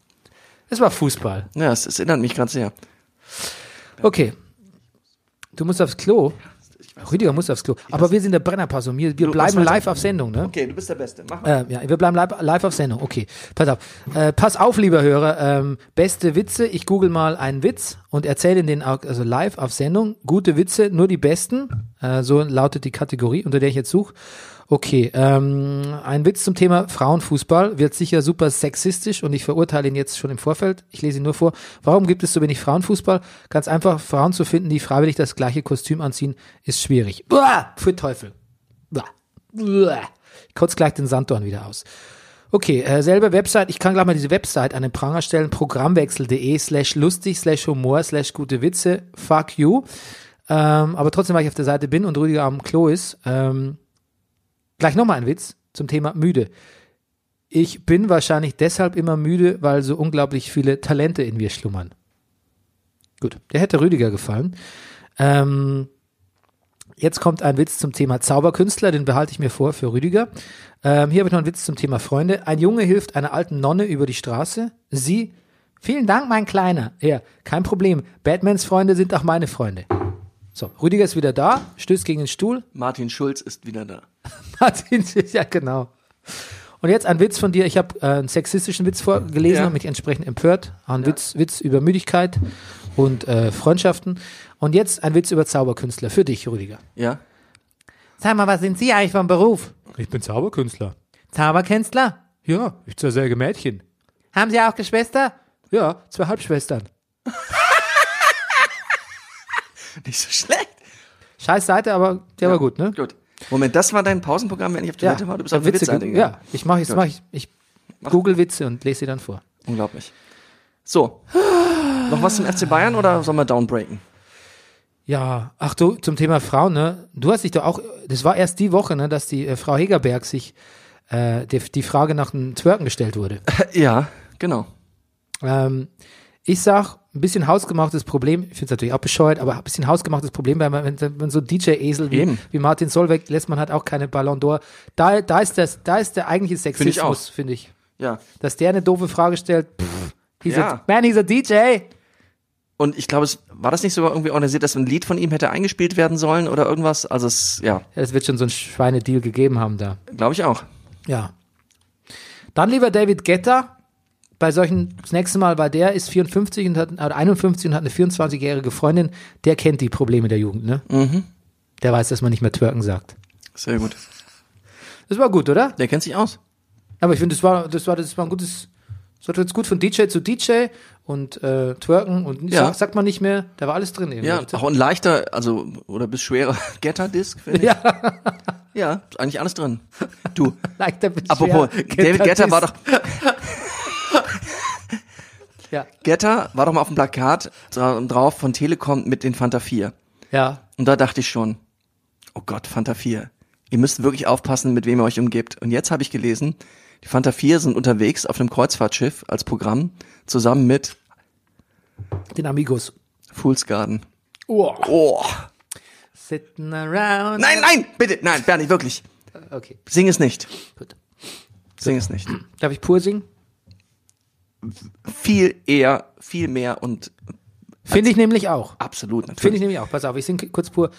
das war Fußball. Ja, es, es erinnert mich gerade sehr. Okay. Du musst aufs Klo. Rüdiger muss aufs Klo. Aber wir sind der Brennerpass und wir, wir bleiben weiter. live auf Sendung, ne? Okay, du bist der Beste. Mach mal. Äh, ja, wir bleiben live, live auf Sendung. Okay, pass auf. Äh, pass auf, lieber Hörer. Ähm, beste Witze. Ich google mal einen Witz und erzähle den auch, also live auf Sendung. Gute Witze, nur die besten. Äh, so lautet die Kategorie, unter der ich jetzt suche. Okay, ähm, ein Witz zum Thema Frauenfußball wird sicher super sexistisch und ich verurteile ihn jetzt schon im Vorfeld. Ich lese ihn nur vor. Warum gibt es so wenig Frauenfußball? Ganz einfach, Frauen zu finden, die freiwillig das gleiche Kostüm anziehen, ist schwierig. Uah, für Teufel. Uah. Ich kotze gleich den Sanddorn wieder aus. Okay, äh, selbe Website. Ich kann gleich mal diese Website an den Pranger stellen. Programmwechsel.de slash lustig slash Humor slash gute Witze. Fuck you. Ähm, aber trotzdem, weil ich auf der Seite bin und Rüdiger am Klo ist, ähm, gleich nochmal ein Witz zum Thema müde. Ich bin wahrscheinlich deshalb immer müde, weil so unglaublich viele Talente in mir schlummern. Gut, der hätte Rüdiger gefallen. Ähm, jetzt kommt ein Witz zum Thema Zauberkünstler, den behalte ich mir vor für Rüdiger. Ähm, hier habe ich noch einen Witz zum Thema Freunde. Ein Junge hilft einer alten Nonne über die Straße. Sie, vielen Dank, mein Kleiner. Er, kein Problem. Batmans Freunde sind auch meine Freunde. So, Rüdiger ist wieder da, stößt gegen den Stuhl. Martin Schulz ist wieder da. Martin, ja genau. Und jetzt ein Witz von dir. Ich habe äh, einen sexistischen Witz vorgelesen, habe mich entsprechend empört. Ein Witz, Witz über Müdigkeit und äh, Freundschaften. Und jetzt ein Witz über Zauberkünstler. Für dich, Rüdiger. Ja? Sag mal, was sind Sie eigentlich vom Beruf? Ich bin Zauberkünstler. Zauberkünstler? Ja, ich zersäge Mädchen. Haben Sie auch Geschwister? Ja, zwei Halbschwestern. Nicht so schlecht. Scheiß Seite, aber der war gut, ne? Gut. Moment, das war dein Pausenprogramm, wenn ich auf Toilette war? Du bist auf der Witze, Witzseite gegangen. ja, ich mache jetzt mach ich, ich google Witze und lese sie dann vor. Unglaublich. So. Noch was zum FC Bayern oder sollen wir downbreaken? Ja, ach du, zum Thema Frauen, ne? Du hast dich doch auch, das war erst die Woche, ne, dass die äh, Frau Hegerberg sich äh, die, die Frage nach dem Twerken gestellt wurde. Ja, genau. Ähm, ich sag, ein bisschen hausgemachtes Problem, ich finde es natürlich auch bescheuert, aber ein bisschen hausgemachtes Problem, weil man, wenn, wenn so ein DJ-Esel wie, Eben. wie Martin Solveig lässt man halt auch keine Ballon d'Or. Da, da ist das, da ist der eigentliche ich auch. Sexismus, finde ich. Ja. Dass der eine doofe Frage stellt, pff, he's Ja. a, man, he's a DJ. Und ich glaube, es war das nicht sogar irgendwie organisiert, dass ein Lied von ihm hätte eingespielt werden sollen oder irgendwas? Also es, ja, Es wird schon so ein Schweinedeal gegeben haben da. glaube ich auch. Ja. Dann lieber David Getter. Bei solchen, das nächste Mal bei der ist 54 und hat, oder 51 und hat eine 24-jährige Freundin. Der kennt die Probleme der Jugend, ne? Mhm. Der weiß, dass man nicht mehr twerken sagt. Sehr gut. Das war gut, oder? Der kennt sich aus. Aber ich finde, das war, das war, das war ein gutes, das war jetzt gut von DJ zu DJ und äh, twerken und Ja. sag- sagt man nicht mehr. Da war alles drin eben. Ja, auch ein leichter, also, oder bis schwerer Getter-Disc, finde ich. Ja. ja. ja, ist eigentlich alles drin. Du, leichter Beschwer. apropos, David Getter war doch, Ja. Getter war doch mal auf dem Plakat dra- drauf von Telekom mit den Fanta 4. ja. Und da dachte ich schon, oh Gott, Fanta 4. Ihr müsst wirklich aufpassen, mit wem ihr euch umgebt. Und jetzt habe ich gelesen, die Fanta 4 sind unterwegs auf einem Kreuzfahrtschiff als Programm zusammen mit Den Amigos. Fool's Garden. Oh. Oh, Sitting around. nein, nein, bitte, nein, Bernie, wirklich. Okay. Sing es nicht. Gut. Sing es nicht. Darf ich pur singen? Viel eher, viel mehr und Finde ich nämlich auch. absolut natürlich. Finde ich nämlich auch. Pass auf, ich sing kurz pur.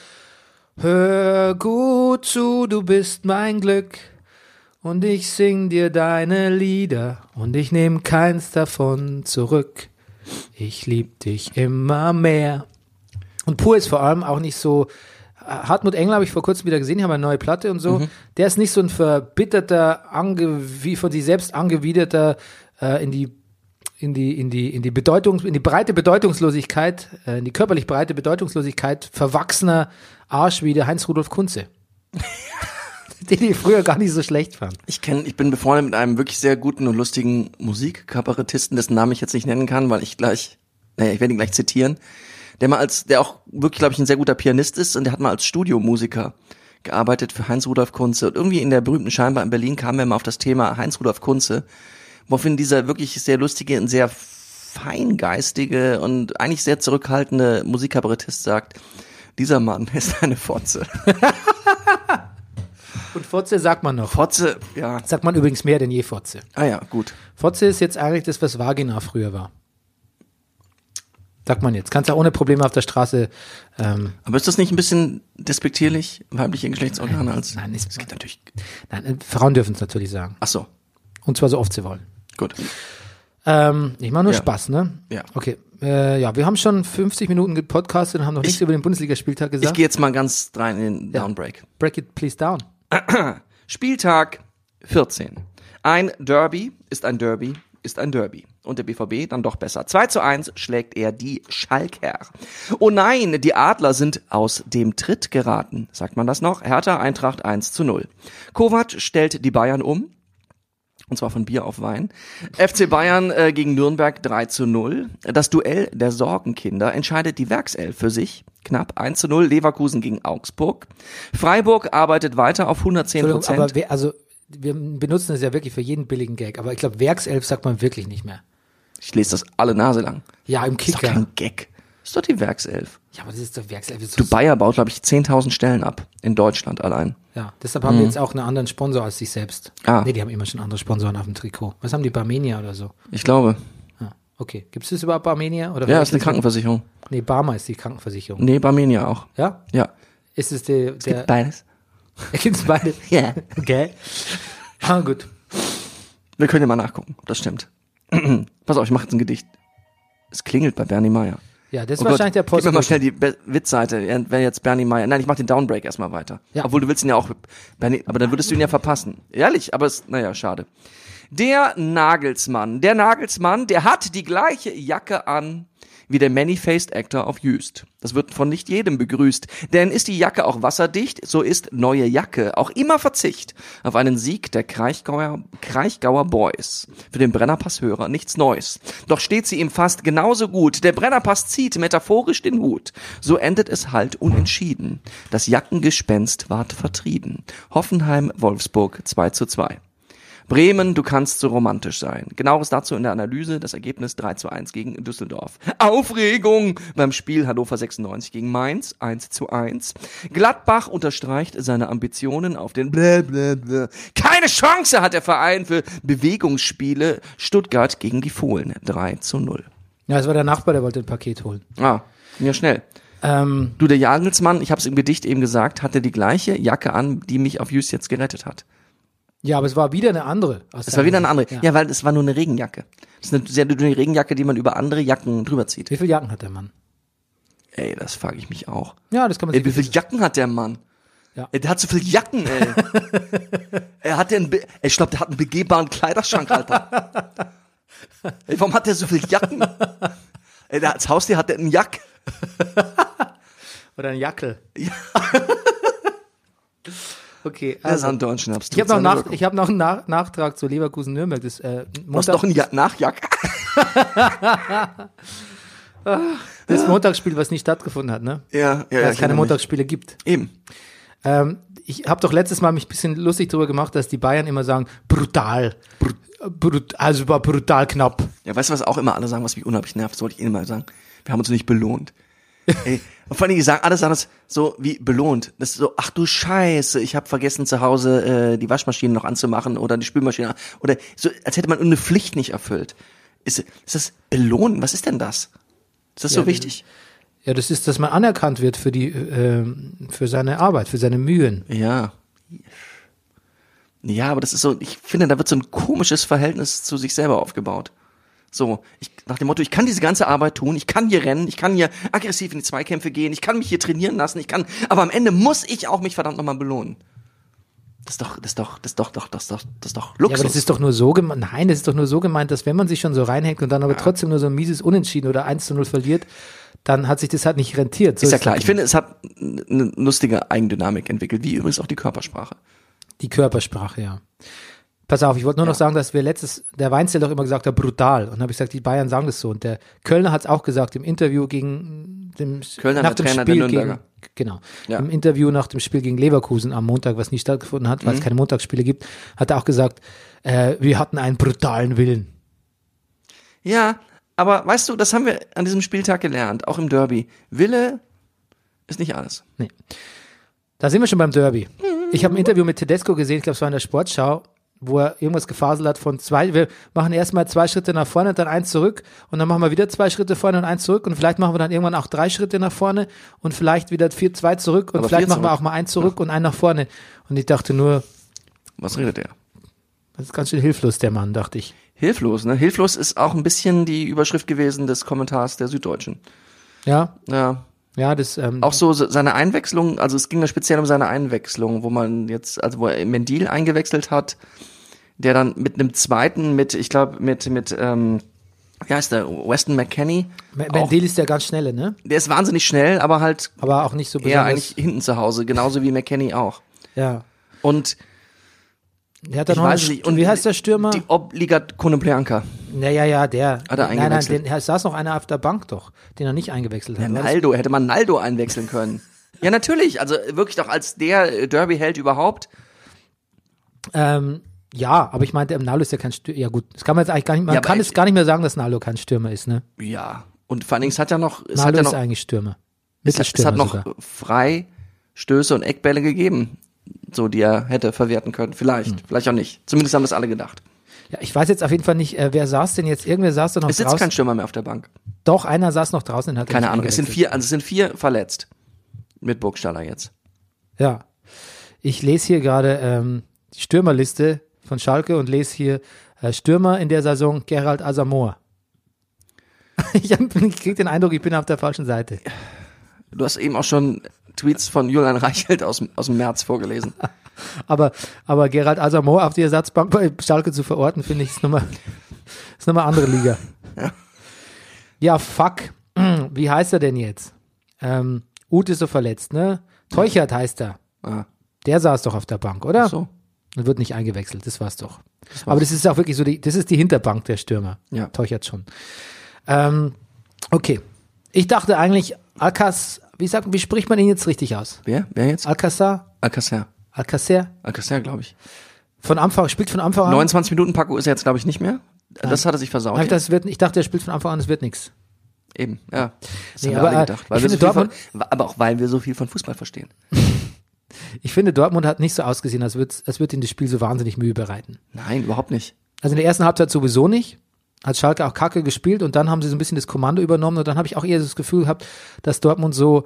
Hör gut zu, du bist mein Glück. Und ich sing dir deine Lieder. Und ich nehme keins davon zurück. Ich lieb dich immer mehr. Und pur ist vor allem auch nicht so. äh, Hartmut Engler habe ich vor kurzem wieder gesehen, die haben eine neue Platte und so. Der ist nicht so ein verbitterter, ange wie von sich selbst angewiderter, äh, in die in die, in die, in die Bedeutung, in die breite Bedeutungslosigkeit, äh, in die körperlich breite Bedeutungslosigkeit verwachsener Arsch wie der Heinz-Rudolf Kunze. Den ich früher gar nicht so schlecht fand. Ich kenne, ich bin befreundet mit einem wirklich sehr guten und lustigen Musikkabarettisten, dessen Namen ich jetzt nicht nennen kann, weil ich gleich, naja, ich werde ihn gleich zitieren, der mal als, der auch wirklich, glaube ich, ein sehr guter Pianist ist und der hat mal als Studiomusiker gearbeitet für Heinz-Rudolf Kunze und irgendwie in der berühmten Scheinbar in Berlin kamen wir mal auf das Thema Heinz-Rudolf Kunze, woraufhin dieser wirklich sehr lustige und sehr feingeistige und eigentlich sehr zurückhaltende Musikkabarettist sagt, dieser Mann ist eine Fotze. Und Fotze sagt man noch. Fotze, ja. Sagt man übrigens mehr denn je Fotze. Ah ja, gut. Fotze ist jetzt eigentlich das, was Vagina früher war. Sagt man jetzt. Kannst du auch ohne Probleme auf der Straße. Ähm, Aber ist das nicht ein bisschen despektierlich, weibliche Geschlechtsorgane als? Nein, ist- es gibt natürlich. nein, äh, Frauen dürfen es natürlich sagen. Ach so, Und zwar so oft sie wollen. gut. Ähm, ich mache nur Ja. Spaß, ne? Ja. Okay. Äh, ja, wir haben schon 50 Minuten gepodcastet und haben noch nichts über den Bundesligaspieltag Ich gesagt. gehe jetzt mal ganz rein in den Downbreak. Break it please down. Spieltag 14. Ein Derby ist ein Derby ist ein Derby. und der BVB dann doch besser. 2 zu 1 schlägt er die Schalker. Oh nein, die Adler sind aus dem Tritt geraten. Sagt man das noch? Hertha Eintracht 1 zu 0. Kovac stellt die Bayern um. Und zwar von Bier auf Wein. FC Bayern äh, gegen Nürnberg 3 zu 0. Das Duell der Sorgenkinder entscheidet die Werkself für sich. Knapp 1 zu 0 Leverkusen gegen Augsburg. Freiburg arbeitet weiter auf 110 Entschuldigung, Prozent. aber wir, also, wir benutzen es ja wirklich für jeden billigen Gag, aber ich glaube, Werkself sagt man wirklich nicht mehr. Ich lese das alle Nase lang. Ja, im Ist doch Kicker. kein Gag. Ist doch die Werkself. Ja, aber das ist doch Werkself. Das ist Du Bayer baut, glaube ich, 10.000 Stellen ab. In Deutschland allein. ja, deshalb haben wir jetzt auch einen anderen Sponsor als sich selbst. Mhm. Ah. Nee, die haben immer schon andere Sponsoren auf dem Trikot. Was haben die, Barmenia oder so? Ich glaube. Ja, okay. Gibt es das überhaupt Barmenia? Oder Ja, vielleicht ist eine Krankenversicherung. Nee, Barmer ist die Krankenversicherung. Nee, Barmenia auch. Ja? Ja. Ist es der, der Beides. Gibt's beide? Ja. Okay. Ah, gut. Wir können ja mal nachgucken, ob das stimmt. Pass auf, ich mache jetzt ein Gedicht. Es klingelt bei Bernie Meyer. Ja, das ist Oh Gott, wahrscheinlich der Gib mir mal Post. schnell die Be Witzseite, während- wenn jetzt Bernie Meyer. Nein, ich mache den Downbreak erstmal weiter. Ja. Obwohl du willst ihn ja auch. Bernie, aber dann würdest du ihn ja verpassen. Ehrlich, aber es, naja, schade. Der Nagelsmann. Der Nagelsmann, der hat die gleiche Jacke an wie der Many-Faced Actor auf Jüst. Das wird von nicht jedem begrüßt. Denn ist die Jacke auch wasserdicht, so ist neue Jacke auch immer Verzicht auf einen Sieg der Kraichgauer, Kraichgauer Boys. Für den Brennerpass-Hörer nichts Neues. Doch steht sie ihm fast genauso gut. Der Brennerpass zieht metaphorisch den Hut. So endet es halt unentschieden. Das Jackengespenst ward vertrieben. Hoffenheim, Wolfsburg 2 zu 2. Bremen, du kannst so romantisch sein. Genaueres dazu in der Analyse, das Ergebnis 3 zu 1 gegen Düsseldorf. Aufregung beim Spiel Hannover 96 gegen Mainz, 1 zu 1. Gladbach unterstreicht seine Ambitionen auf den blä, blä, blä. Keine Chance hat der Verein für Bewegungsspiele. Stuttgart gegen die Fohlen, 3 zu 0. Ja, es war der Nachbar, der wollte ein Paket holen. Ah, ging ja schnell. Ähm, Du, der Jagelsmann, ich habe es im Gedicht eben gesagt, hatte die gleiche Jacke an, die mich auf Jus jetzt gerettet hat. ja, aber es war wieder eine andere. Es war wieder eine andere. Ja, weil es war nur eine Regenjacke. Das ist eine sehr dünne Regenjacke, die man über andere Jacken drüber zieht. Wie viele Jacken hat der Mann? Ey, das frage ich mich auch. Ja, das kann man Ey, wie viele sich Jacken hat der Mann? Ja. Ey, der hat so viele Jacken, ey. er hat den, ich glaube, der hat einen begehbaren Kleiderschrank, Alter. ey, warum hat der so viele Jacken? Ey, der, als Haustier hat der einen Jack. Oder ein Jackel. okay, Der ist also. an deutschen Schnaps. Ich habe noch, nach, ich hab noch einen nach Nachtrag zu Leverkusen-Nürnberg. Das äh, Du hast Montag, doch einen ja Nachjack. das Montagsspiel, was nicht stattgefunden hat, ne? Ja, ja, Weil es keine genau. Montagsspiele gibt. Eben. Ähm, ich habe doch letztes Mal mich ein bisschen lustig darüber gemacht, dass die Bayern immer sagen, brutal. Brut also war brutal knapp. Ja, weißt du, was auch immer alle sagen, was mich unheimlich nervt, das wollte ich Ihnen mal sagen. Wir haben uns nicht belohnt. Ey, und vor allem, die sagen, alle sagen das so wie belohnt. Das ist so, ach du Scheiße, ich habe vergessen zu Hause äh, die Waschmaschine noch anzumachen oder die Spülmaschine. Oder so, als hätte man eine Pflicht nicht erfüllt. Ist, ist das belohnen? Was ist denn das? Ist das so wichtig? Ja, das ist, dass man anerkannt wird für die, äh, für seine Arbeit, für seine Mühen. Ja. Ja, aber das ist so, ich finde, da wird so ein komisches Verhältnis zu sich selber aufgebaut. So, ich, nach dem Motto, ich kann diese ganze Arbeit tun, ich kann hier rennen, ich kann hier aggressiv in die Zweikämpfe gehen, ich kann mich hier trainieren lassen, ich kann, aber am Ende muss ich auch mich verdammt nochmal belohnen. Das ist doch, das ist doch, das ist doch, doch, das ist doch, das ist doch Ja, Luxus. aber das ist doch nur so gemeint, nein, das ist doch nur so gemeint, dass wenn man sich schon so reinhängt und dann aber trotzdem nur so ein mieses Unentschieden oder 1 zu 0 verliert, dann hat sich das halt nicht rentiert. So Ist ja klar. Ich das. finde, es hat eine lustige Eigendynamik entwickelt, wie übrigens auch die Körpersprache. Die Körpersprache, ja. Pass auf, ich wollte nur noch sagen, dass wir letztes, der Weinzel doch immer gesagt hat, brutal. Und dann habe ich gesagt, die Bayern sagen das so. Und der Kölner hat es auch gesagt im Interview gegen den Kölner, nach der dem Trainer der Spiel gegen, Nürnberger. genau. Ja. Im Interview nach dem Spiel gegen Leverkusen am Montag, was nicht stattgefunden hat, weil Mhm. es keine Montagsspiele gibt, hat er auch gesagt, äh, wir hatten einen brutalen Willen. Ja, aber weißt du, das haben wir an diesem Spieltag gelernt, auch im Derby. Wille ist nicht alles. Da sind wir schon beim Derby. Ich habe ein Interview mit Tedesco gesehen, ich glaube, es war in der Sportschau, wo er irgendwas gefaselt hat von zwei, wir machen erstmal zwei Schritte nach vorne, dann eins zurück und dann machen wir wieder zwei Schritte vorne und eins zurück und vielleicht machen wir dann irgendwann auch drei Schritte nach vorne und vielleicht wieder vier, zwei zurück und Aber vielleicht vier machen wir zurück. auch mal eins zurück und einen nach vorne. Und ich dachte nur, Was redet der? das ist ganz schön hilflos, der Mann, dachte ich. Hilflos, ne? Hilflos ist auch ein bisschen die Überschrift gewesen des Kommentars der Süddeutschen. Ja, Ja. ja, das, ähm, Auch so se- seine Einwechslung, also es ging da speziell um seine Einwechslung, wo man jetzt, also wo er Mendil eingewechselt hat, der dann mit einem zweiten, mit, ich glaube, mit, mit, ähm, wie heißt der? Weston McKenney. Ben Auch- Deal ist der ganz schnelle, ne? Der ist wahnsinnig schnell, aber halt Aber auch nicht so eher besonders. eigentlich hinten zu Hause, genauso wie McKenney auch. Ja. Und Der hat dann Ich noch einen weiß es St- nicht. Und Genau, wie heißt der Stürmer? die Obligat Konoplyanka. Ja, ja, ja, der. er nein, nein, eingewechselt? den, es saß noch einer auf der Bank doch, den er nicht eingewechselt hat. War das- Naldo, hätte man Naldo einwechseln können. Ja, natürlich. Also wirklich doch als der äh, Derby-Held überhaupt. ähm, ja, aber ich meinte, ähm, Nalo ist ja kein Stürmer. Ja gut, das kann man jetzt eigentlich gar nicht, man Ja, aber kann ich- es gar nicht mehr sagen, dass Nalo kein Stürmer ist, ne? Ja. Und vor allen Dingen, es hat ja noch, es hat Nalo ja ist noch, eigentlich Stürmer. es hat, es hat Mittelstürmer noch sogar. Freistöße und Eckbälle gegeben, so die er hätte verwerten können. Vielleicht, Hm. vielleicht auch nicht. Zumindest haben das alle gedacht. Ja, ich weiß jetzt auf jeden Fall nicht, äh, wer saß denn jetzt? Irgendwer saß da noch Es sitzt draußen. kein Stürmer mehr auf der Bank. Doch, einer saß noch draußen und hat ihn Keine nicht Ahnung. Es sind eingewechselt. vier, also es sind vier verletzt. Mit Burgstaller jetzt. Ja. Ich lese hier gerade ähm, die Stürmerliste von Schalke und lese hier äh, Stürmer in der Saison Gerald Asamoah. ich hab- ich kriege den Eindruck, ich bin auf der falschen Seite. Du hast eben auch schon Tweets von Julian Reichelt aus, dem- aus dem März vorgelesen. Aber, aber Gerald Asamoah auf die Ersatzbank bei Schalke zu verorten, finde ich, ist nochmal ist noch mal andere Liga. Ja, fuck. Wie heißt er denn jetzt? Ähm, Uth ist so verletzt, ne? Teuchert heißt er. Ah, Der saß doch auf der Bank, oder? so. Und wird nicht eingewechselt, das war's doch. Aber das ist auch wirklich so, die, das ist die Hinterbank der Stürmer. Ja. Teuchert schon. Ähm, okay. Ich dachte eigentlich, Alcaz, wie, sagt, wie spricht man ihn jetzt richtig aus? Wer? Wer jetzt? Alcazar? Alcacer. Alcacer? Alcacer, glaube ich. Von Anfang, spielt von Anfang an? 29 Minuten Paco ist er jetzt, glaube ich, nicht mehr. Das hat er sich versaut. Hab ich, jetzt. das wird, ich dachte, er spielt von Anfang an, es wird nichts. Eben, ja. Das Nee, haben wir aber, alle äh, gedacht. Weil ich wir so finde, viel von, aber auch weil wir so viel von Fußball verstehen. Ich finde, Dortmund hat nicht so ausgesehen, als wird, als wird ihnen das Spiel so wahnsinnig Mühe bereiten. Nein, überhaupt nicht. Also in der ersten Halbzeit sowieso nicht. Hat Schalke auch kacke gespielt und dann haben sie so ein bisschen das Kommando übernommen und dann habe ich auch eher das Gefühl gehabt, dass Dortmund so,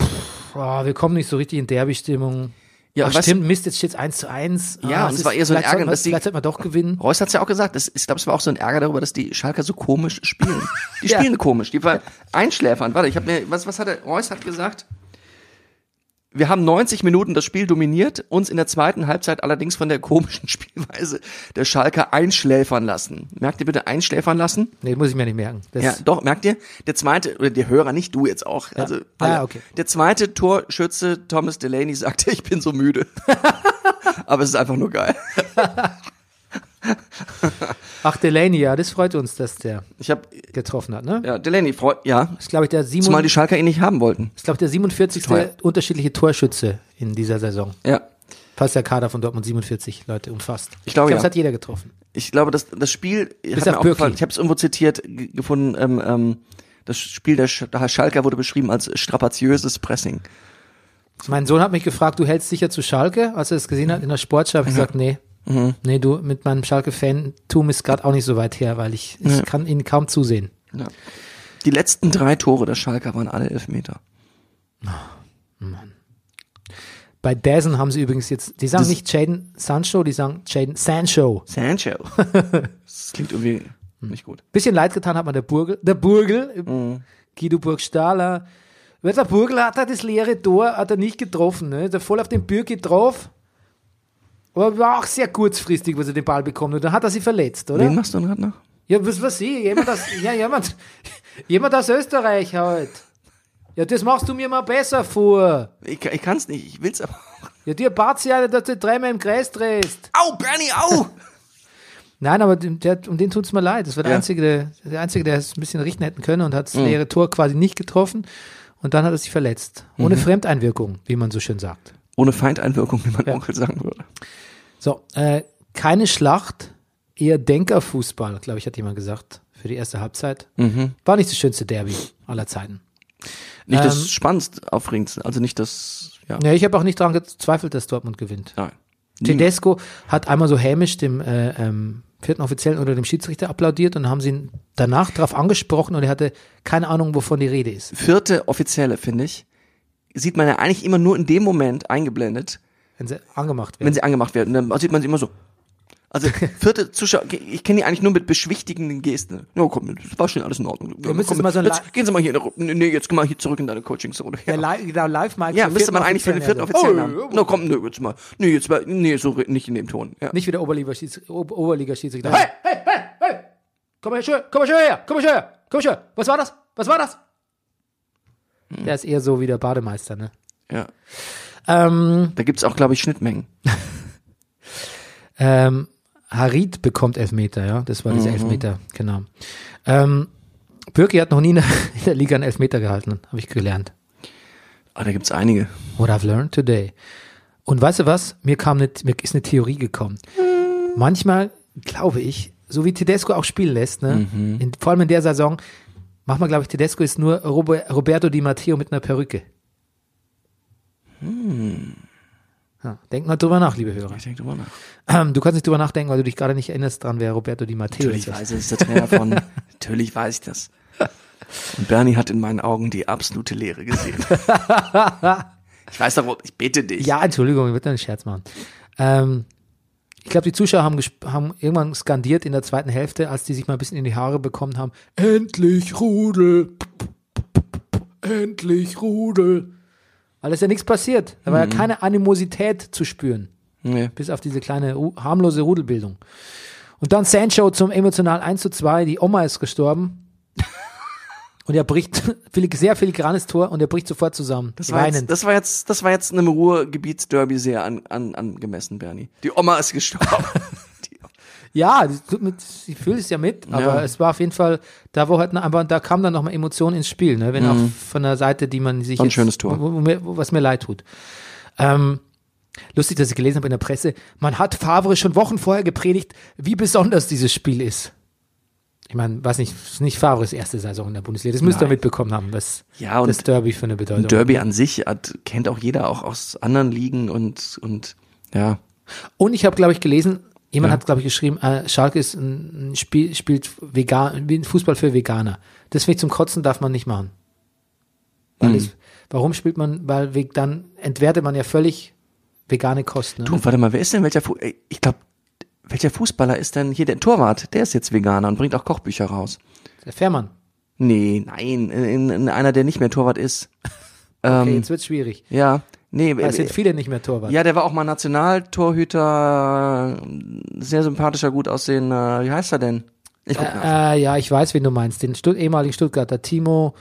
pff, ah, wir kommen nicht so richtig in Derby-Stimmung. Ja, Ja, und weißt stimmt, Mist, jetzt steht es 1 zu 1. Ja, Ah, und es ist- war eher so ein vielleicht Ärger, sollten wir- dass die- Vielleicht sollten wir doch gewinnen. Reus hat es ja auch gesagt. Das, ich glaube, es war auch so ein Ärger darüber, dass die Schalker so komisch spielen. Die Ja. spielen komisch. Die war einschläfernd. Warte, ich habe mir, was, was hat er, Reus hat gesagt, wir haben 90 Minuten das Spiel dominiert, uns in der zweiten Halbzeit allerdings von der komischen Spielweise der Schalker einschläfern lassen. Merkt ihr bitte einschläfern lassen? Nee, muss ich mir nicht merken. Das, Ja, doch, merkt ihr? Der zweite, oder der Hörer, nicht du jetzt auch. Also, alle. Ah, okay. Der zweite Torschütze, Thomas Delaney, sagte, ich bin so müde. Aber es ist einfach nur geil. Ach, Delaney, ja, das freut uns, dass der Ich habe getroffen hat, ne? ja, Delaney, freut, ja. Das ist, glaube ich, der Simon. Zumal die Schalker ihn nicht haben wollten. ist, glaube ich, der 47. Teuer. unterschiedliche Torschütze in dieser Saison. Ja. Fast der Kader von Dortmund 47 Leute umfasst. Ich glaube, Das ja. hat jeder getroffen. Ich glaube, das, das Spiel hat auf mir auch Bürki. gefallen. Ich habe es irgendwo zitiert ge- gefunden. Ähm, ähm, das Spiel der, Sch der Schalker wurde beschrieben als strapaziöses Pressing. Mein Sohn hat mich gefragt, du hältst sicher zu Schalke? Als er das gesehen hat in der Sportschau, Mhm. habe ich gesagt, nee. Nee, du, mit meinem Schalke-Fan-Tum ist gerade auch nicht so weit her, weil ich, ich kann ihnen kaum zusehen. Die letzten drei Tore der Schalker waren alle Elfmeter. Bei Dazen haben sie übrigens jetzt, die sagen nicht Jaden Sancho, die sagen Jaden Sancho. Hm. Sancho. das klingt irgendwie nicht gut. Bisschen leid getan hat man der Burgel, der Burgel, Guido Burgstaller. Weil Der Burgel hat er das leere Tor hat er nicht getroffen, ne? Ist er voll auf den Bürki drauf. Aber war auch sehr kurzfristig, was er den Ball bekommt. Und dann hat er sie verletzt, oder? Wen machst du denn gerade nach? Ja, was weiß ich, jemand aus, ja, jemand, jemand aus Österreich halt. Ja, das machst du mir mal besser vor. Ich, ich kann es nicht, ich will's aber. Ja, dir bat's ja, dass du dreimal im Kreis drehst. Au, Bernie, au! Nein, aber dem- der, um den tut's mir leid. Das war der Ja. Einzige, der, der Einzige, der es ein bisschen richten hätten können und hat das leere Tor quasi nicht getroffen. Und dann hat er sich verletzt. Ohne Fremdeinwirkung, wie man so schön sagt. Ohne Feindeinwirkung, wie mein Onkel sagen würde. So, äh, keine Schlacht, eher Denkerfußball, glaube ich, hat jemand gesagt, für die erste Halbzeit. War nicht das schönste Derby aller Zeiten. Nicht Ähm. das spannendste, aufregendste, also nicht das, ja. Ja, ich habe auch nicht daran gezweifelt, dass Dortmund gewinnt. Nein. Tedesco hat einmal so hämisch dem äh, ähm, vierten Offiziellen oder dem Schiedsrichter applaudiert und haben sie ihn danach darauf angesprochen und er hatte keine Ahnung, wovon die Rede ist. Vierte offizielle, finde ich, sieht man ja eigentlich immer nur in dem Moment eingeblendet, Wenn sie angemacht wenn werden. sie angemacht werden. Und dann sieht man sie immer so. Also vierte Zuschauer, ich kenne die eigentlich nur mit beschwichtigenden Gesten. Ja, komm, das war schon alles in Ordnung. Ja, müsstest komm, mal so ein La- jetzt, gehen Sie mal hier, in der Ru- nee, jetzt geh mal hier zurück in deine Coachingzone. Ja, live, genau, live mal ja müsste man eigentlich für den vierten Offiziellen haben. Oh, Na komm, nee, jetzt mal, nee, jetzt mal, nee, so re- nicht in dem Ton. Ja. Nicht wie der Oberliga-Schiedsrichter. Oberliga hey, hey, hey, hey. Komm mal schön, komm mal schön her, komm mal schön her, komm mal schön. Was war das? Was war das? Hm. Der ist eher so wie der Bademeister, ne? Ja. Ähm, Da gibt's auch, glaube ich, Schnittmengen. ähm, Harit bekommt Elfmeter, ja. Das war dieser Elfmeter, genau. Ähm, Bürki hat noch nie in der, in der Liga einen Elfmeter gehalten, habe ich gelernt. Ah, da gibt's einige. What I've learned today. Und weißt du was? Mir kam eine, mir ist eine Theorie gekommen. Manchmal glaube ich, so wie Tedesco auch spielen lässt, ne? Mhm. In, vor allem in der Saison, manchmal glaube ich, Tedesco ist nur Robe- Roberto Di Matteo mit einer Perücke. Ja, denk mal drüber nach, liebe Hörer. Hm. Ich denke drüber nach. Ähm, du kannst nicht drüber nachdenken, weil du dich gerade nicht erinnerst dran, wer Roberto Di Matteo Natürlich ist. weiß ich, der Trainer von. Natürlich weiß ich das. Und Bernie hat in meinen Augen die absolute Leere gesehen. Ich weiß doch, wo- ich bete dich. Ja, Entschuldigung, ich würde einen Scherz machen. Ähm, ich glaube, die Zuschauer haben, gesp- haben irgendwann skandiert in der zweiten Hälfte, als die sich mal ein bisschen in die Haare bekommen haben. Endlich Rudel! Endlich Rudel! Weil es ja nichts passiert. Da war Mhm. ja keine Animosität zu spüren. Nee. Bis auf diese kleine ru- harmlose Rudelbildung. Und dann Sancho zum emotional 1 zu 2. Die Oma ist gestorben. Und er bricht filig- sehr filigranes Tor und er bricht sofort zusammen. Das war, Weinend. jetzt, das war jetzt, das war jetzt einem Ruhrgebietsderby sehr an, an, angemessen, Bernie. Die Oma ist gestorben. Die, Ja, das tut mit, ich fühle es ja mit, aber Ja. es war auf jeden Fall, da wo halt, aber da kam dann nochmal Emotion ins Spiel, ne? wenn auch von der Seite, die man sich War Mhm. ein jetzt, schönes Tor. Wo, wo, mir- wo, was mir leid tut. Ähm, lustig, dass ich gelesen habe in der Presse, man hat Favre schon Wochen vorher gepredigt, wie besonders dieses Spiel ist. Ich meine, weiß nicht, ist nicht Favres erste Saison in der Bundesliga, das müsst ihr Nein. mitbekommen haben, was Ja, und das Derby für eine Bedeutung ein Derby an sich hat, kennt auch jeder, auch aus anderen Ligen und, und ja. Und ich habe, glaube ich, gelesen, jemand Ja. hat, glaube ich, geschrieben, äh, Schalke ist ein, ein Spiel, spielt vegan, wie ein Fußball für Veganer. Das finde ich zum Kotzen darf man nicht machen. Weil Mhm. es- warum spielt man, weil we- dann entwertet man ja völlig vegane Kosten. Ne? Du, warte mal, wer ist denn welcher Fu ey, Ich glaube, welcher Fußballer ist denn hier der Torwart? Der ist jetzt Veganer und bringt auch Kochbücher raus. Der Fährmann. Nee, nein, in, in einer, der nicht mehr Torwart ist. Okay, Ähm, jetzt wird's schwierig. ja, nee, Weil Ah, es äh, sind viele nicht mehr Torwart. ja, der war auch mal Nationaltorhüter, sehr sympathischer, gut aussehender, wie heißt er denn? Ich guck nach. Äh, ja, ich weiß, wen du meinst. Den Stutt ehemaligen Stuttgarter Timo,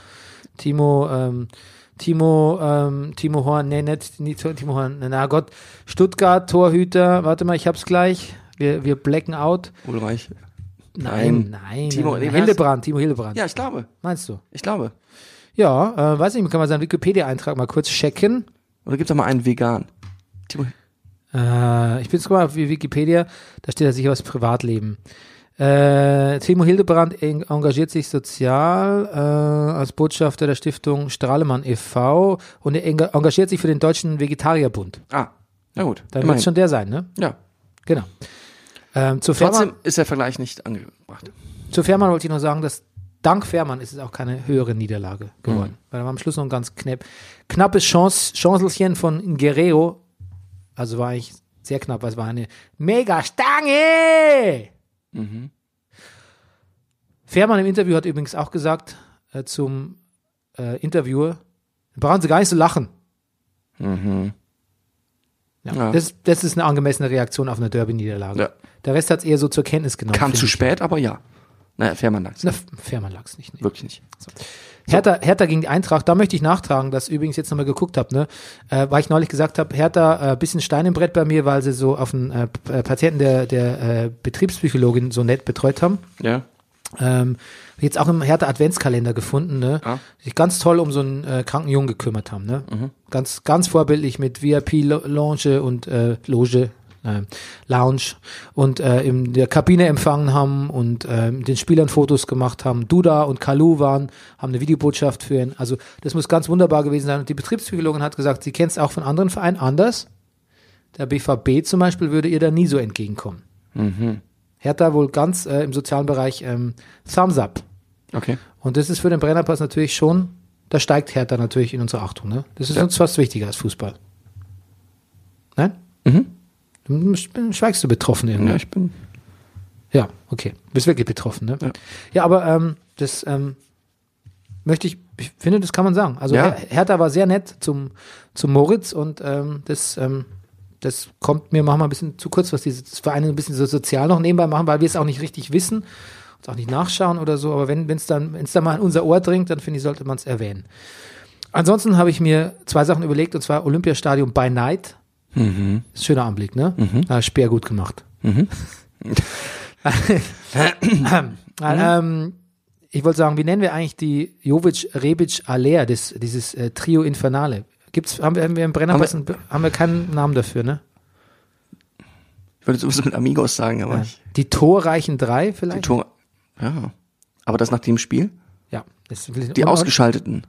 Timo, ähm, Timo, ähm, Timo Horn, nee, nicht, nicht Tor- Timo Horn, na Gott, Stuttgart, Torhüter, warte mal, ich hab's gleich. Wir, wir blacken out. Ulreich. Nein, Nein. nein. Timo- nee, nein, nein. wer ist- Hildebrand, Timo Hildebrand. Ja, ich glaube, Meinst du? ich glaube. Ja, äh, weiß nicht, kann man seinen Wikipedia-Eintrag mal kurz checken. Oder gibt's doch mal einen Vegan? Timo, Äh, ich bin jetzt mal auf Wikipedia, da steht ja sicher was Privatleben. Äh, Timo Hildebrand en- engagiert sich sozial äh, als Botschafter der Stiftung Strahlemann e.V. und er enga- engagiert sich für den Deutschen Vegetarierbund. ah, na gut, Da wird immerhin. es schon der sein, ne? Ja, Genau. Ähm, zu, trotzdem Fährmann, ist der Vergleich nicht angebracht. zu Fährmann wollte ich noch sagen, dass dank Fährmann ist es auch keine höhere Niederlage Mhm. geworden. Weil da war am Schluss noch ein ganz knapp, knappes Chance, Chancelchen von Guerrero. Also war ich sehr knapp, weil es war eine mega Stange! Mhm. Fährmann im Interview hat übrigens auch gesagt äh, zum äh, Interviewer, brauchen Sie gar nicht so lachen. Ja, Mhm. Ja. Das, das ist eine angemessene Reaktion auf eine Derby-Niederlage. Ja. Der Rest hat es eher so zur Kenntnis genommen. Kam finde zu ich. spät, aber ja. Naja, Fährmann lag's. Na, F- Fährmann lag's nicht. Nee. Wirklich nicht. Hertha, Hertha gegen die Eintracht, da möchte ich nachtragen, dass übrigens jetzt nochmal geguckt habe, ne? äh, weil ich neulich gesagt habe, Hertha, äh, bisschen Stein im Brett bei mir, weil sie so auf einen äh, P- äh, Patienten der, der äh, Betriebspsychologin so nett betreut haben. Ja. Ähm, hab jetzt auch im Hertha Adventskalender gefunden, ne? Ah. Sich ganz toll um so einen äh, kranken Jungen gekümmert haben, ne? Ganz, ganz vorbildlich mit VIP-Lounge und äh, Loge, äh, Lounge und äh, in der Kabine empfangen haben und äh, mit den Spielern Fotos gemacht haben. Duda und Kalu waren, haben eine Videobotschaft für ihn. Also das muss ganz wunderbar gewesen sein. Und die Betriebspsychologin hat gesagt, sie kennt es auch von anderen Vereinen anders. Der BVB zum Beispiel würde ihr da nie so entgegenkommen. Hertha wohl ganz äh, im sozialen Bereich ähm, Thumbs up. Okay. Und das ist für den Brennerpass natürlich schon, da steigt Hertha natürlich in unsere Achtung. Ne? Das ist uns fast wichtiger als Fußball. Nein? Mhm. Schweigst du betroffen irgendwie? Ja, ich bin. Ja, okay. Du bist wirklich betroffen, ne? Ja, aber ähm, das ähm, möchte ich, ich finde, das kann man sagen. Also Ja. Her Hertha war sehr nett zum, zum Moritz und ähm, das, ähm, das kommt mir manchmal ein bisschen zu kurz, was diese Vereine ein bisschen so sozial noch nebenbei machen, weil wir es auch nicht richtig wissen. Und Jetzt auch nicht nachschauen oder so, aber wenn es dann, wenn's dann mal an unser Ohr dringt, dann finde ich, sollte man es erwähnen. Ansonsten habe ich mir zwei Sachen überlegt, und zwar Olympiastadion by Night. Ist ein schöner Anblick, ne? Ah, Speer gut gemacht. ähm, ich wollte sagen, wie nennen wir eigentlich die Jovic-Rebic-Alea, des- dieses äh, Trio Infernale? Gibt's, haben wir, haben wir im Brennerpass, haben wir, haben wir keinen Namen dafür, ne? Ich würde sowieso mit Amigos sagen, aber ich, Die torreichen drei vielleicht? die Tore, ja. Aber das nach dem Spiel? ja, das will ich, Die und- Ausgeschalteten.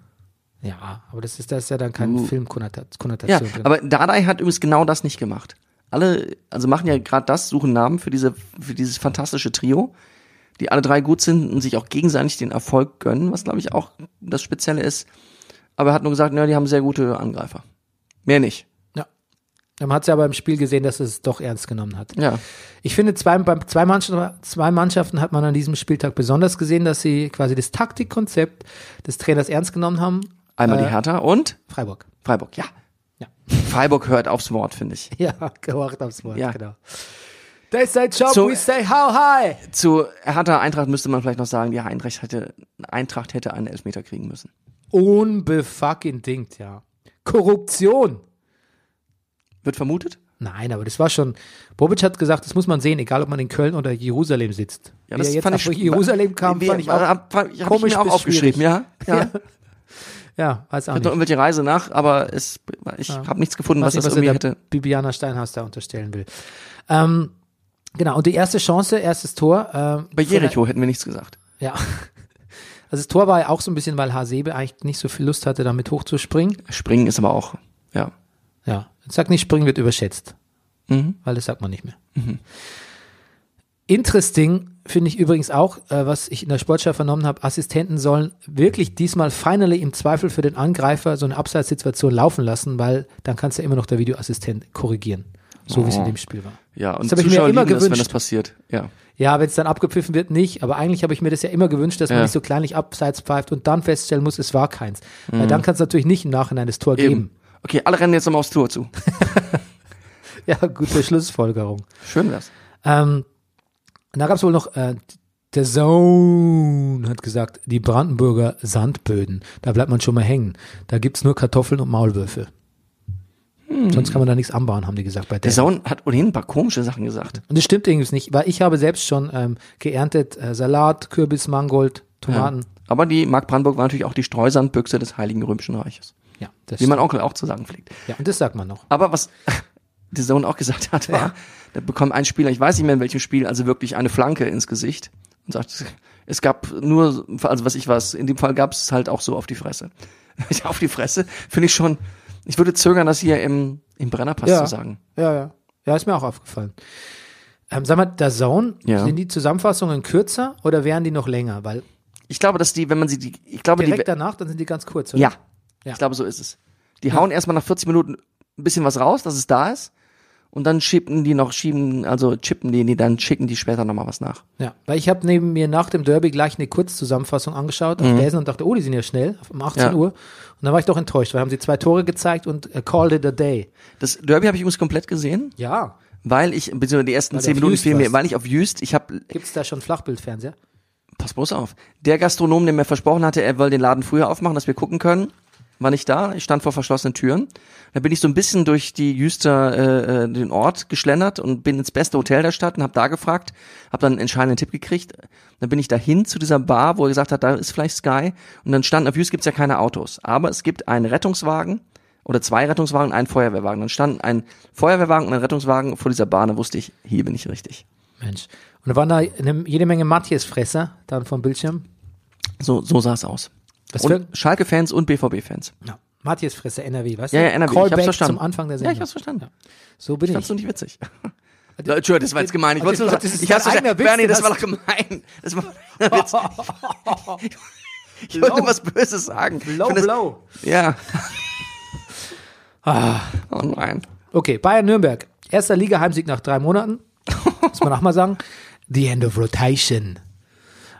Ja, aber das ist, das ist ja dann keine Uh. Ja, Filmkonnotation. drin. aber Dardai hat übrigens genau das nicht gemacht. Alle, also machen ja gerade das, suchen Namen für diese, für dieses fantastische Trio, die alle drei gut sind und sich auch gegenseitig den Erfolg gönnen, was glaube ich auch das Spezielle ist. Aber er hat nur gesagt, na, die haben sehr gute Angreifer. Mehr nicht. ja. Man hat ja aber im Spiel gesehen, dass es doch ernst genommen hat. Ja. Ich finde, zwei, bei zwei, Mannschaften, zwei Mannschaften hat man an diesem Spieltag besonders gesehen, dass sie quasi das Taktikkonzept des Trainers ernst genommen haben. Einmal Äh, die Hertha und Freiburg. Freiburg, ja. Ja. Freiburg hört aufs Wort, finde ich. Ja, gehorcht aufs Wort, Ja. genau. They say jump, So- we say how high. Zu Hertha Eintracht müsste man vielleicht noch sagen, die Eintracht hätte, Eintracht hätte einen Elfmeter kriegen müssen. Unbefucking dingt, ja. Korruption. Wird vermutet? Nein, aber das war schon. Bobic hat gesagt, das muss man sehen, egal ob man in Köln oder Jerusalem sitzt. Wie er jetzt nach Jerusalem kam, wie- fand ich auch. hab, hab ich komisch mir auch bis aufgeschrieben, ja. ja. Ja, ja, weiß auch Hat noch nicht. irgendwelche Reise nach, aber es, ich habe nichts gefunden, was, Weiß nicht, das er irgendwie der hätte. Bibiana Steinhaus da unterstellen will. Ähm, genau, und die erste Chance, erstes Tor. Ähm, Bei Jericho hätten wir nichts gesagt. Ja. Also das Tor war ja auch so ein bisschen, weil Hasebe eigentlich nicht so viel Lust hatte, damit hochzuspringen. Springen ist aber auch, ja. Ja. Sag nicht, springen wird überschätzt. Mhm. weil das sagt man nicht mehr. Interesting finde ich übrigens auch, äh, was ich in der Sportschau vernommen habe, Assistenten sollen wirklich diesmal finally im Zweifel für den Angreifer so eine Abseitssituation laufen lassen, weil dann kannst du ja immer noch der Videoassistent korrigieren, so wie es in dem Spiel war. Ja, und Das hab ich mir Zuschauer immer lieben das, wenn gewünscht. das passiert. Ja. Ja, wenn es dann abgepfiffen wird, nicht. Aber eigentlich habe ich mir das ja immer gewünscht, dass man Ja. nicht so kleinlich abseits pfeift und dann feststellen muss, es war keins. Weil dann kann es natürlich nicht im Nachhinein das Tor Eben. Okay, alle rennen jetzt nochmal aufs Tor zu. geben. Ja, gute Schlussfolgerung. Schön wär's. Ähm, und da gab es wohl noch, äh, der Zone hat gesagt, die Brandenburger Sandböden, da bleibt man schon mal hängen. Da gibt's nur Kartoffeln und Maulwürfe. Sonst kann man da nichts anbauen, haben die gesagt bei Hm. Der der. Saun hat ohnehin ein paar komische Sachen gesagt. und das stimmt irgendwie nicht, weil ich habe selbst schon ähm, geerntet äh, Salat, Kürbis, Mangold, Tomaten. Aber die Mark Brandenburg war natürlich auch die Streusandbüchse des Heiligen Römischen Reiches. Ja, das Wie mein Onkel auch zu sagen pflegt. ja, und das sagt man noch. Aber was der Sohn auch gesagt hat, war, da bekommt ein Spieler, ich weiß nicht mehr in welchem Spiel, also wirklich eine Flanke ins Gesicht und sagt, es gab nur, also was ich was, in dem Fall gab es halt auch so auf die Fresse. Ich auf die Fresse finde ich schon, ich würde zögern, das hier im, im Brennerpass Ja. zu sagen. Ja, ja. Ja, ist mir auch aufgefallen. Ähm, sag mal, der Zone, Ja. sind die Zusammenfassungen kürzer oder wären die noch länger? Weil Ich glaube, dass die, wenn man sie, die, ich glaube, die, direkt danach, dann sind die ganz kurz. Oder? ja, Ja. ich glaube, so ist es. Die hauen erstmal nach 40 Minuten ein bisschen was raus, dass es da ist. Und dann schieben die noch, schieben, also chippen die, die dann schicken die später nochmal was nach. Ja, weil ich habe neben mir nach dem Derby gleich eine Kurzzusammenfassung angeschaut auf Dazen und dachte, oh, die sind ja schnell, um 18 Mhm. Ja. Uhr. Und dann war ich doch enttäuscht, weil haben sie zwei Tore gezeigt und äh, called it a day. Das Derby habe ich übrigens komplett gesehen. Ja. Weil ich, beziehungsweise die ersten Weil du zehn auf Minuten Jüst fehlen mir, warst. weil ich auf Jüst, ich habe, gibt's da schon Flachbildfernseher? pass bloß auf, der Gastronom, der mir versprochen hatte, er will den Laden früher aufmachen, dass wir gucken können, war nicht da, ich stand vor verschlossenen Türen. Da bin ich so ein bisschen durch die Jüster, äh, äh, den Ort geschlendert und bin ins beste Hotel der Stadt und habe da gefragt, habe dann einen entscheidenden Tipp gekriegt. Dann bin ich dahin zu dieser Bar, wo er gesagt hat, da ist vielleicht Sky. Und dann stand, auf Jüst gibt's ja keine Autos, aber es gibt einen Rettungswagen, oder zwei Rettungswagen und einen Feuerwehrwagen. Dann standen ein Feuerwehrwagen und ein Rettungswagen vor dieser Bahn. Da wusste ich, hier bin ich richtig. Mensch. Und da waren da eine, jede Menge Matthias-Fresser dann vom Bildschirm. So, so sah es aus. Was für- und Schalke-Fans und BVB-Fans. Ja. Matthias-Fresser, NRW, weißt Ja, du? ja, NRW, ich hab's Callback verstanden. zum Anfang der Ja, Sendung. ich hab's verstanden. So bin Fandst ich. du nicht witzig? Ja, Entschuldigung, das war jetzt gemein. Ich wollte nur das sagen, ist ich dein hab's verstanden. eigener Witz, Bernie, den das war doch hast gemein. Das war Witz. Ich wollte was Böses sagen. Ich Low find das- blow. Ja. Oh nein. Okay, Bayern Nürnberg. Erster Liga-Heimsieg nach drei Monaten. Muss man auch mal sagen. The end of rotation.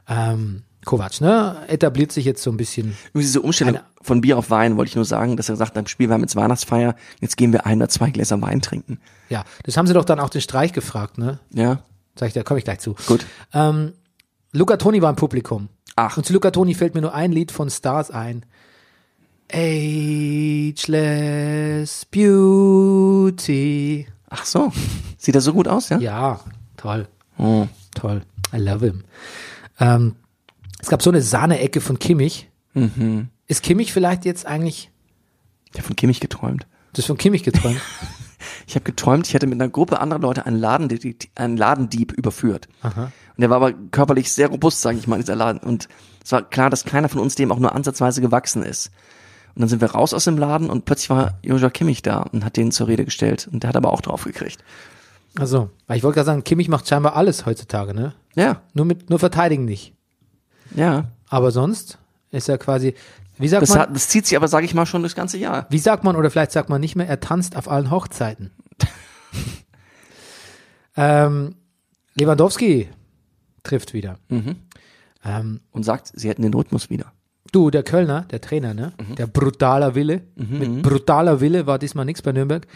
Ähm, Kovac, ne? Etabliert sich jetzt so ein bisschen. Übrigens diese Umstellung von Bier auf Wein wollte ich nur sagen, dass er gesagt hat, im Spiel, wir haben jetzt Weihnachtsfeier, jetzt gehen wir ein oder zwei Gläser Wein trinken. Ja, das haben sie doch dann auch den Streich gefragt, ne? Ja, Sag ich, da komme ich gleich zu. gut. Ähm, Luca Toni war im Publikum. Ach. Und zu Luca Toni fällt mir nur ein Lied von Stars ein. Ageless Beauty. Ach so. Sieht er so gut aus, ja? Ja, toll, Hm. toll. I love him. Ähm, es gab so eine Sahne-Ecke von Kimmich. Mhm. Ist Kimmich vielleicht jetzt eigentlich, Ich habe von Kimmich geträumt. das ist von Kimmich geträumt? Ich habe geträumt, ich hätte mit einer Gruppe anderer Leute einen, Ladendieb, einen Ladendieb überführt. Und der war aber körperlich sehr robust, sage ich mal, dieser Laden. Und es war klar, dass keiner von uns dem auch nur ansatzweise gewachsen ist. Und dann sind wir raus aus dem Laden und plötzlich war Joshua Kimmich da und hat den zur Rede gestellt. Und der hat aber auch drauf gekriegt. Also, weil ich wollte gerade sagen, Kimmich macht scheinbar alles heutzutage, ne? Ja, Nur mit, nur verteidigen nicht. ja. Aber sonst ist er quasi, wie sagt Das, man, hat, das zieht sich aber, sage ich mal, schon das ganze Jahr. wie sagt man, oder vielleicht sagt man nicht mehr, er tanzt auf allen Hochzeiten. ähm, Lewandowski trifft wieder. Mhm. Ähm, Und sagt, sie hätten den Rhythmus wieder. Du, der Kölner, der Trainer, ne? Mhm. Der brutaler Wille. Mit brutaler Wille war diesmal nichts bei Nürnberg.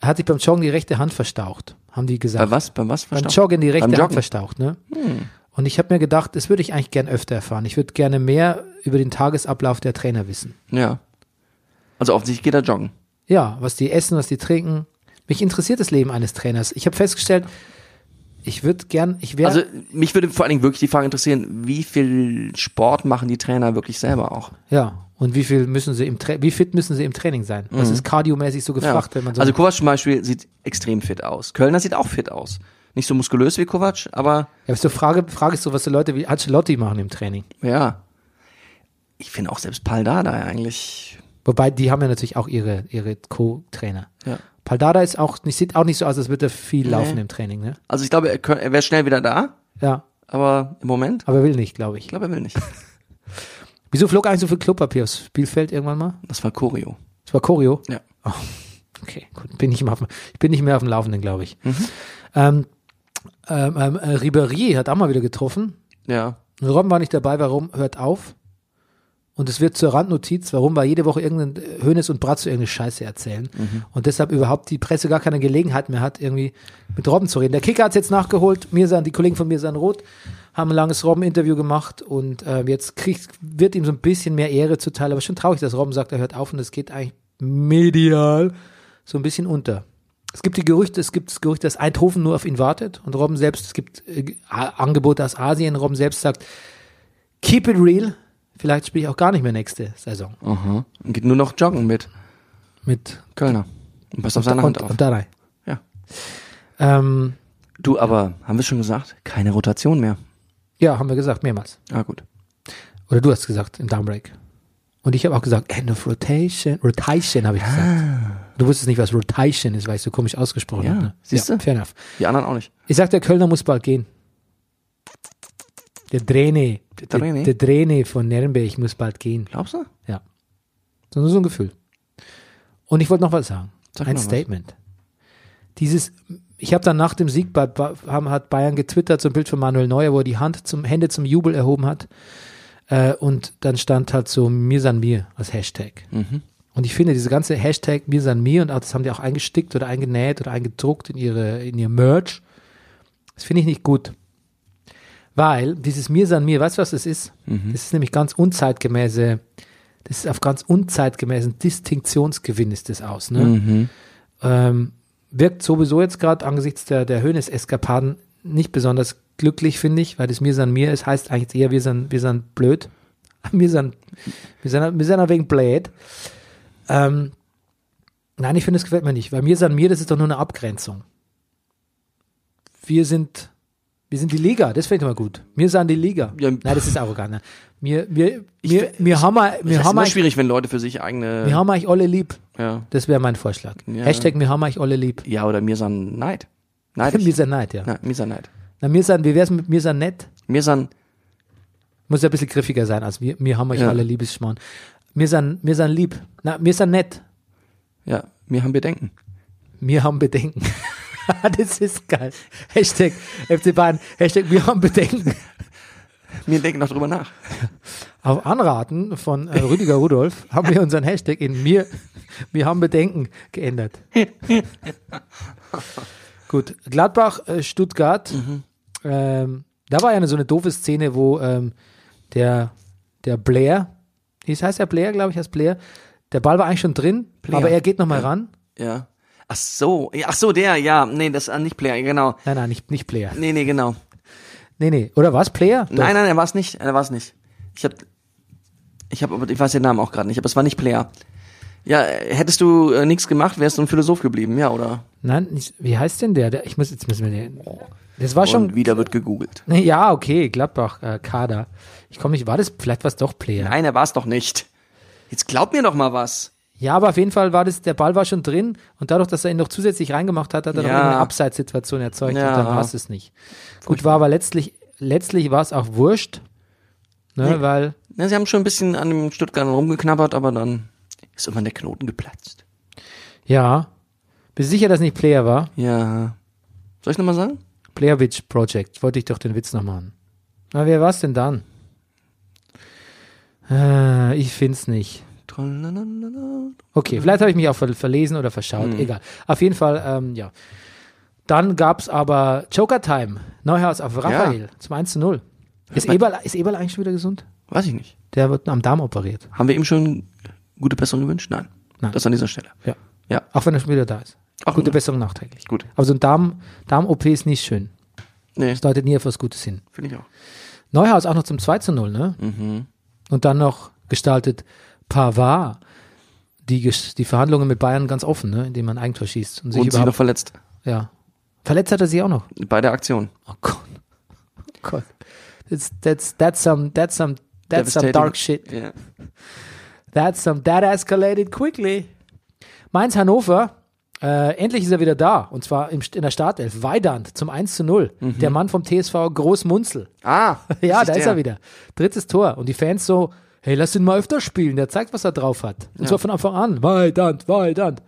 Er hat sich beim Joggen die rechte Hand verstaucht, haben die gesagt. Mhm. Bei was? Bei was? Beim Verstanden? Joggen die rechte Beim Hand Joggen. Hm. verstaucht, ne? Und ich habe mir gedacht, das würde ich eigentlich gern öfter erfahren. Ich würde gerne mehr über den Tagesablauf der Trainer wissen. Ja. Also offensichtlich geht er joggen. Ja, was die essen, was die trinken. Mich interessiert das Leben eines Trainers. Ich habe festgestellt, ich würde gern, ich wäre Also mich würde vor allen Dingen wirklich die Frage interessieren, wie viel Sport machen die Trainer wirklich selber auch? ja. Und wie viel müssen sie im Tra wie fit müssen sie im Training sein? Was ist kardiomäßig so Mhm. Ja. gefragt, wenn man so also Kovac zum Beispiel sieht extrem fit aus. Kölner sieht auch fit aus. Nicht so muskulös wie Kovac, aber Ja, bist du Frage, Frage ist so, was so Leute wie Ancelotti machen im Training. ja. Ich finde auch selbst Paldada eigentlich. Wobei, die haben ja natürlich auch ihre, ihre Co-Trainer. Ja. Paldada ist auch nicht, sieht auch nicht so aus, als würde er viel laufen im Training, ne? Also ich glaube, er, könnt- er wäre schnell wieder da, Ja. aber im Moment, Aber er will nicht, glaube ich ich. glaube, er will nicht. Wieso flog eigentlich so viel Klopapier aufs Spielfeld irgendwann mal? Das war Choreo. Das war Choreo. Oh, Ja. Okay, gut. Bin ich, im Hafen, ich bin nicht mehr auf dem Laufenden, glaube ich. Ähm, ähm, ähm, äh, Ribéry hat auch mal wieder getroffen. Ja. Robben war nicht dabei, warum? Hört auf. Und es wird zur Randnotiz, warum war jede Woche irgendein Hönes und Bratzo irgendeine Scheiße erzählen. Und deshalb überhaupt die Presse gar keine Gelegenheit mehr hat, irgendwie mit Robben zu reden. Der Kicker hat es jetzt nachgeholt, mir die Kollegen von mir Roth haben ein langes Robben-Interview gemacht und äh, jetzt kriegt, wird ihm so ein bisschen mehr Ehre zuteil. Aber schon traurig, dass Robben sagt, er hört auf und es geht eigentlich medial so ein bisschen unter. Es gibt die Gerüchte, es gibt das Gerücht, dass Eindhoven nur auf ihn wartet und Robben selbst, es gibt äh, A- Angebote aus Asien, Robben selbst sagt, keep it real, vielleicht spiele ich auch gar nicht mehr nächste Saison Aha. Und geht nur noch joggen mit mit Kölner. Und passt auf seine Hand und, auf. und Dardai. Ja. Ähm, Du, aber haben wir schon gesagt, keine Rotation mehr. ja, haben wir gesagt, mehrmals. Ah, gut. Oder du hast gesagt im Downbreak. Und ich habe auch gesagt, End of Rotation. Rotation habe ich gesagt. Du wusstest nicht, was Rotation ist, weil ich so komisch ausgesprochen Ah. Ja, habe. Ne? siehst du? fair enough. Die anderen auch nicht. Ich sag, der Kölner muss bald gehen. Der Drene. Der Drene? Der, der Drene von Nürnberg muss bald gehen. Glaubst du? Ja. So, so ein Gefühl. Und ich wollte noch was sagen. Sag ein noch was. Statement. Dieses, ich habe dann nach dem Sieg bei, bei haben, hat Bayern getwittert, so ein Bild von Manuel Neuer, wo er die Hand zum Hände zum Jubel erhoben hat. Äh, und dann stand halt so Mir san mir als Hashtag. Und ich finde, diese ganze Hashtag Mir san mir und auch, das haben die auch eingestickt oder eingenäht oder eingedruckt in ihre, in ihr Merch. Das finde ich nicht gut. Weil dieses Mir san mir, weißt du, was das ist? Das ist nämlich ganz unzeitgemäße das ist auf ganz unzeitgemäßen Distinktionsgewinn ist das aus. Ne? Mhm. Ähm, wirkt sowieso jetzt gerade angesichts der, der Höhnes-Eskapaden nicht besonders glücklich, finde ich, weil das mir san mir ist, heißt eigentlich eher wir sind, wir sind blöd. Wir sind, wir sind, wir sind ein wenig blöd. Ähm, nein, ich finde, das gefällt mir nicht, weil mir san mir, das ist doch nur eine Abgrenzung. Wir sind, wir sind die Liga, das finde ich immer gut. Wir sind die Liga. Ja. nein, das ist arrogant. Ne? Mir, mir, mir, mir haben wir, Wir das mir ist haben immer wir, schwierig, wenn Leute für sich eigene. wir haben euch alle lieb. ja. Das wäre mein Vorschlag. Ja. Hashtag wir haben euch alle lieb. ja, oder mir san Neid. Neid. Mir sind neid, ja. Ja, mir san Neid. Na, mir sind, wie wär's mit mir sind nett? Mir san Muss ja ein bisschen griffiger sein als wir, wir haben euch Ja. alle Liebesschmarrn. Mir sind, mir sind lieb. Na, mir sind nett. Ja, mir haben Bedenken. Wir haben Bedenken. das ist geil. Hashtag FC Bayern. Hashtag wir haben Bedenken. Wir denken noch drüber nach. Auf Anraten von äh, Rüdiger Rudolf haben wir unseren Hashtag in mir, wir haben Bedenken geändert. Mhm. Gut, Gladbach, äh, Stuttgart. Ähm, Da war ja eine, so eine doofe Szene, wo ähm, der, der Blair, das heißt ja Blair, glaube ich, heißt Blair, der Ball war eigentlich schon drin, aber er geht nochmal ran. Ja. Ach so, ja, ach so, der, ja, nee, das ist nicht Player, genau. Nein, nein, nicht, nicht Player. Nee, nee, genau. Nee, nee. Oder was? Player? Doch. Nein, nein, er war es nicht, er war es nicht. Ich hab, ich hab, aber ich weiß den Namen auch gerade nicht, aber es war nicht Player. Ja, äh, hättest du äh, nichts gemacht, wärst du ein Philosoph geblieben, ja, oder? Nein, nicht, wie heißt denn der? der ich muss, jetzt müssen wir den. oh. Das war Und schon. wieder wird gegoogelt. Nee, Ja, okay, Gladbach, äh, Kader. Ich komme nicht, war das, vielleicht war es doch Player. Nein, er war es doch nicht. Jetzt glaub mir doch mal was. Ja, aber auf jeden Fall war das, der Ball war schon drin und dadurch, dass er ihn noch zusätzlich reingemacht hat, hat er Ja. noch eine Abseitssituation erzeugt Ja. und dann war es es nicht. Gut, war aber letztlich, letztlich war es auch wurscht, ne, weil, Na, sie haben schon ein bisschen an dem Stuttgarter rumgeknabbert, aber dann ist irgendwann der Knoten geplatzt. ja, bist du sicher, dass nicht Player war? Ja. Soll ich nochmal sagen? Playerwitch Project, wollte ich doch den Witz noch machen. Na, wer war's denn dann? Äh, ich find's nicht. Tralalalala. Okay, vielleicht habe ich mich auch ver verlesen oder verschaut. Mhm. Egal. Auf jeden Fall, ähm, ja. Dann gab's aber Joker Time. Neuhaus auf Raphael zum 1 zu 0. Ist Eberl, ist Eberl eigentlich schon wieder gesund? Weiß ich nicht. Der wird am Darm operiert. Haben wir ihm schon gute Besserung gewünscht? Nein. Nein. Das an dieser Stelle. Ja. Ja. Auch wenn er schon wieder da ist. Ach, Gute gut. Besserung nachträglich. Gut. Aber so ein Darm- Darm-OP ist nicht schön. Nee, Das deutet nie auf was Gutes hin. finde ich auch. Neuhaus auch noch zum 2 zu 0, ne? Mhm. Und dann noch gestaltet Pavard die, Ges- die Verhandlungen mit Bayern ganz offen, ne? Indem man ein Eigentor schießt. Und sich Und sich noch überhaupt, verletzt. ja. Verletzt hat er sich auch noch. Bei der Aktion. Oh Gott. Oh Gott. That's, that's, that's some, that's some, that's some Devastating. dark shit. Ja. That's some, that escalated quickly. Mainz Hannover, äh, endlich ist er wieder da. Und zwar im, St- in der Startelf. Weidand zum 1 zu 0. Der Mann vom TSV Großmunzel. Ah, Ja, das da ist der. er wieder. Drittes Tor. Und die Fans so, hey, lass ihn mal öfter spielen. Der zeigt, was er drauf hat. Und zwar von Anfang an. Weidand, Weidand.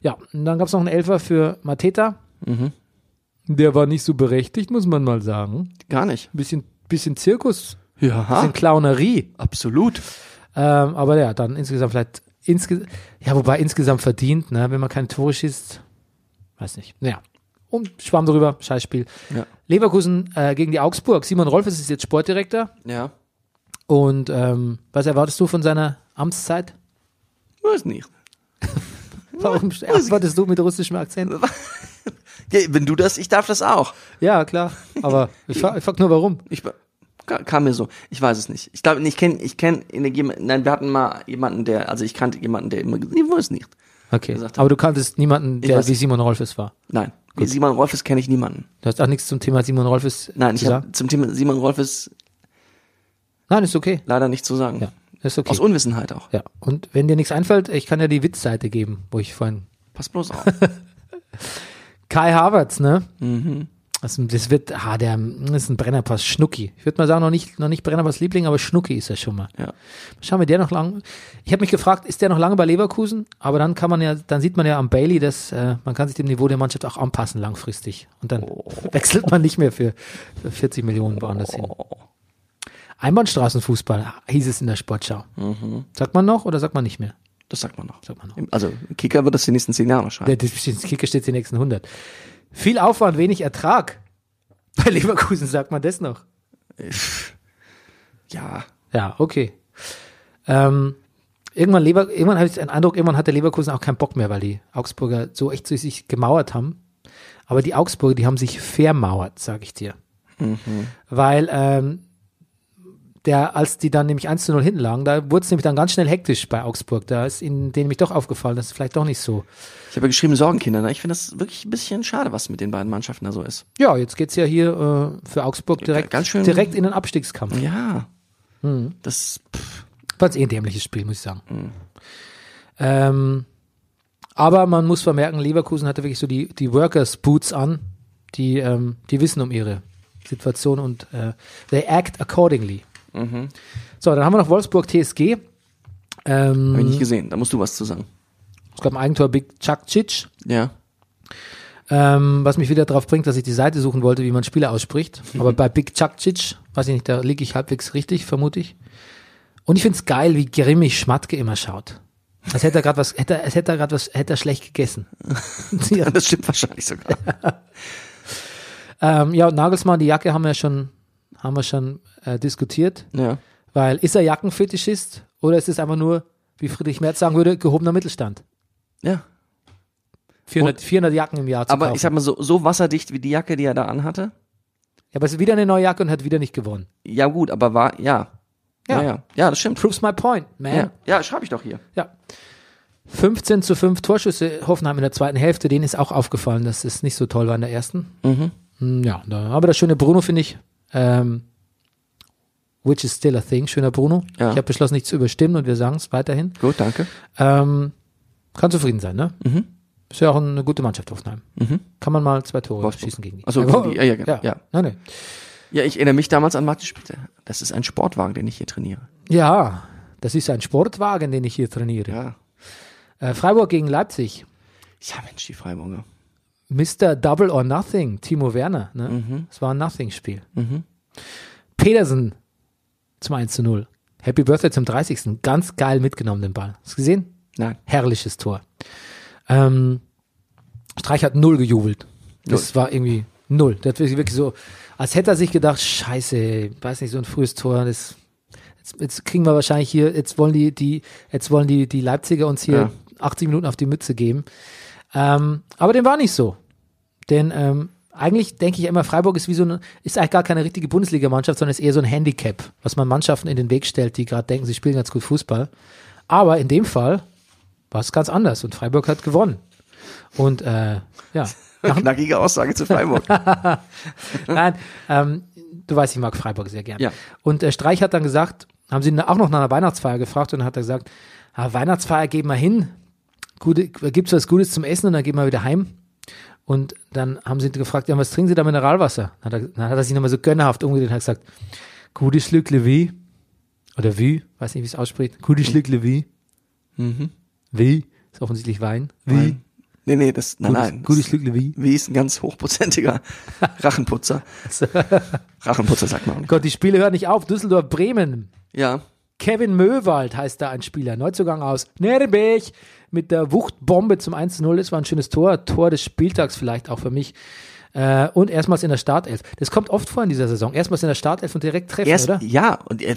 Ja, und dann gab es noch einen Elfer für Mateta. Der war nicht so berechtigt, muss man mal sagen. Gar nicht. Ein bisschen, bisschen Zirkus, ein Ja, bisschen Clownerie. absolut. Ähm, aber ja, dann insgesamt vielleicht, insge ja, wobei insgesamt verdient, ne? wenn man keine Tore schießt. Weiß nicht. Naja. Und schwamm drüber, Scheißspiel. Ja. Leverkusen äh, gegen die Augsburg. Simon Rolfes ist jetzt Sportdirektor. Ja. Und ähm, was erwartest du von seiner Amtszeit? Weiß nicht. Warum antwortest du mit russischem Akzent? Ja, wenn du das, ich darf das auch. Ja, klar. Aber ich frage ich frag nur warum. Ich be- ka- kam mir so. Ich weiß es nicht. Ich glaube, ich kenne, ich kenne jemanden. Nein, wir hatten mal jemanden, der, also ich kannte jemanden, der immer gesagt, ich weiß nicht. Okay. Gesagt Aber du kanntest niemanden, der weiß- wie Simon Rolfes war. Nein. Simon Rolfes kenne ich niemanden. Du hast auch nichts zum Thema Simon Rolfes Nein, zu ich habe sagen. zum Thema Simon Rolfes Nein, ist okay. leider nichts zu sagen. Ja, ist okay. Aus Unwissenheit auch. ja. Und wenn dir nichts einfällt, ich kann dir die Witzseite geben, wo ich vorhin. Pass bloß auf. Kai Havertz, ne? Mhm. Also, das wird, ah, der das ist ein Brennerpass, Schnucki. Ich würde mal sagen, noch nicht, noch nicht Brennerpass Liebling, aber Schnucki ist er schon mal. ja. Schauen wir der noch lang. Ich habe mich gefragt, ist der noch lange bei Leverkusen? Aber dann kann man ja, dann sieht man ja am Bailey, dass äh, man kann sich dem Niveau der Mannschaft auch anpassen langfristig. Und dann wechselt man nicht mehr für, für 40 Millionen woanders hin. Einbahnstraßenfußball ah, hieß es in der Sportschau. Sagt man noch oder sagt man nicht mehr? Das sagt man noch. Sagt man noch. Also Kicker wird das die nächsten zehn Jahre noch schreiben. Der, der Kicker steht die nächsten 100. Viel Aufwand, wenig Ertrag. Bei Leverkusen sagt man das noch. ja. Ja, okay. Ähm, irgendwann Lever irgendwann habe ich den Eindruck, irgendwann hat der Leverkusen auch keinen Bock mehr, weil die Augsburger so echt zu sich gemauert haben. Aber die Augsburger, die haben sich vermauert, sage ich dir. Weil ähm, der, als die dann nämlich 1 zu 0 hinten lagen, da wurde es nämlich dann ganz schnell hektisch bei Augsburg. Da ist ihnen denen nämlich doch aufgefallen, das ist vielleicht doch nicht so. Ich habe ja geschrieben Sorgenkinder. ne? Ich finde das wirklich ein bisschen schade, was mit den beiden Mannschaften da so ist. Ja, jetzt geht's ja hier äh, für Augsburg direkt, ganz schön- Mhm. direkt in den Abstiegskampf. Ja. Hm. Das pff, Fand eh ein dämliches Spiel, muss ich sagen. Mhm. Ähm, aber man muss vermerken, Leverkusen hatte wirklich so die, die Workers Boots an, die, ähm, die wissen um ihre Situation und äh, they act accordingly. Mhm. So, dann haben wir noch Wolfsburg TSG. Ähm, habe ich nicht gesehen. Da musst du was zu sagen. es gab ein Eigentor Big Chuck Chich, Ja. ähm, was mich wieder darauf bringt, dass ich die Seite suchen wollte, wie man Spieler ausspricht. Mhm. Aber bei Big Chuck Chich, weiß ich nicht, da liege ich halbwegs richtig, vermute ich. Und ich find's geil, wie grimmig Schmatke immer schaut. Als hätte er gerade was, hätte, er- als hätte er gerade was, hätte er schlecht gegessen. ja, Das stimmt wahrscheinlich sogar. ähm, ja, und Nagelsmann, die Jacke haben wir schon haben wir schon äh, diskutiert, Ja. weil ist er Jackenfetischist oder ist es einfach nur, wie Friedrich Merz sagen würde, gehobener Mittelstand? Ja. 400, 400 Jacken im Jahr zu Aber kaufen. ich sag mal, so, so wasserdicht wie die Jacke, die er da anhatte. ja, aber es ist wieder eine neue Jacke und hat wieder nicht gewonnen. Ja, gut, aber war, ja. Ja. Ja, ja. Ja, das stimmt. Proves my point, man. Ja, ja schreibe ich doch hier. Ja. 15 zu 5 Torschüsse Hoffenheim in der zweiten Hälfte. Denen ist auch aufgefallen, dass es nicht so toll war in der ersten. Mhm. Mm, Ja, da, aber das schöne Bruno finde ich, ähm, which is still a thing, schöner Bruno. Ja. Ich habe beschlossen, nicht zu überstimmen und wir sagen es weiterhin. Gut, danke. Ähm, kann zufrieden sein, ne? Mhm. Ist ja auch eine gute Mannschaft, Hoffenheim. Kann man mal zwei Tore Wolfsburg. schießen gegen die. Ach so, Äh, gegen die, ja, ja, genau, ja. Nein, nein. Ja, ich erinnere mich damals an Martin Spitzer. Das ist ein Sportwagen, den ich hier trainiere. ja, das ist ein Sportwagen, den ich hier trainiere. Ja. Äh, Freiburg gegen Leipzig. Ja, Mensch, die Freiburger. Mr. Double or Nothing, Timo Werner. Ne? Das war ein Nothing-Spiel. Pedersen zum 1 zu 0. Happy Birthday zum 30. Ganz geil mitgenommen, den Ball. Hast du gesehen? Nein. Herrliches Tor. Ähm, Streich hat null gejubelt. Das war irgendwie null. Der hat wirklich, wirklich so, als hätte er sich gedacht, scheiße, ey, weiß nicht, so ein frühes Tor, das, jetzt, jetzt kriegen wir wahrscheinlich hier, jetzt wollen die, die, jetzt wollen die, die Leipziger uns hier Ja. 80 Minuten auf die Mütze geben. Ähm, aber dem war nicht so. Denn ähm, eigentlich denke ich ja immer, Freiburg ist wie so eine, ist eigentlich gar keine richtige Bundesligamannschaft, sondern ist eher so ein Handicap, was man Mannschaften in den Weg stellt, die gerade denken, sie spielen ganz gut Fußball. Aber in dem Fall war es ganz anders und Freiburg hat gewonnen. Und äh, ja, Knackige Aussage zu Freiburg. nein, ähm, du weißt, ich mag Freiburg sehr gerne. Ja. Und äh, Streich hat dann gesagt, haben sie ihn auch noch nach einer Weihnachtsfeier gefragt und dann hat er gesagt, ah, Weihnachtsfeier gehen wir hin, Gute, gibt's was Gutes zum Essen und dann gehen wir wieder heim. Und dann haben sie ihn gefragt, ja, was trinken Sie da Mineralwasser? Dann hat er, dann hat er sich nochmal so gönnerhaft umgedreht und hat gesagt, gutes Glück, Levi. Oder wie, weiß nicht, wie es ausspricht. Hm. Gutes Glück, Levi. Mhm. Wie, ist offensichtlich Wein. Wie, Nein. Nee, nee, das, nein, gutes, nein. gutes Glück, Levi. Wie ist ein ganz hochprozentiger Rachenputzer. Rachenputzer sagt man auch nicht. Gott, die Spiele hören nicht auf. Düsseldorf, Bremen. Ja. Kevin Möwald heißt da ein Spieler. Neuzugang aus Nerbeck mit der Wuchtbombe zum 1-0. Das war ein schönes Tor. Tor des Spieltags vielleicht auch für mich. Äh, und erstmals in der Startelf. Das kommt oft vor in dieser Saison. Erstmals in der Startelf und direkt treffen, Erst, oder? ja, und, er-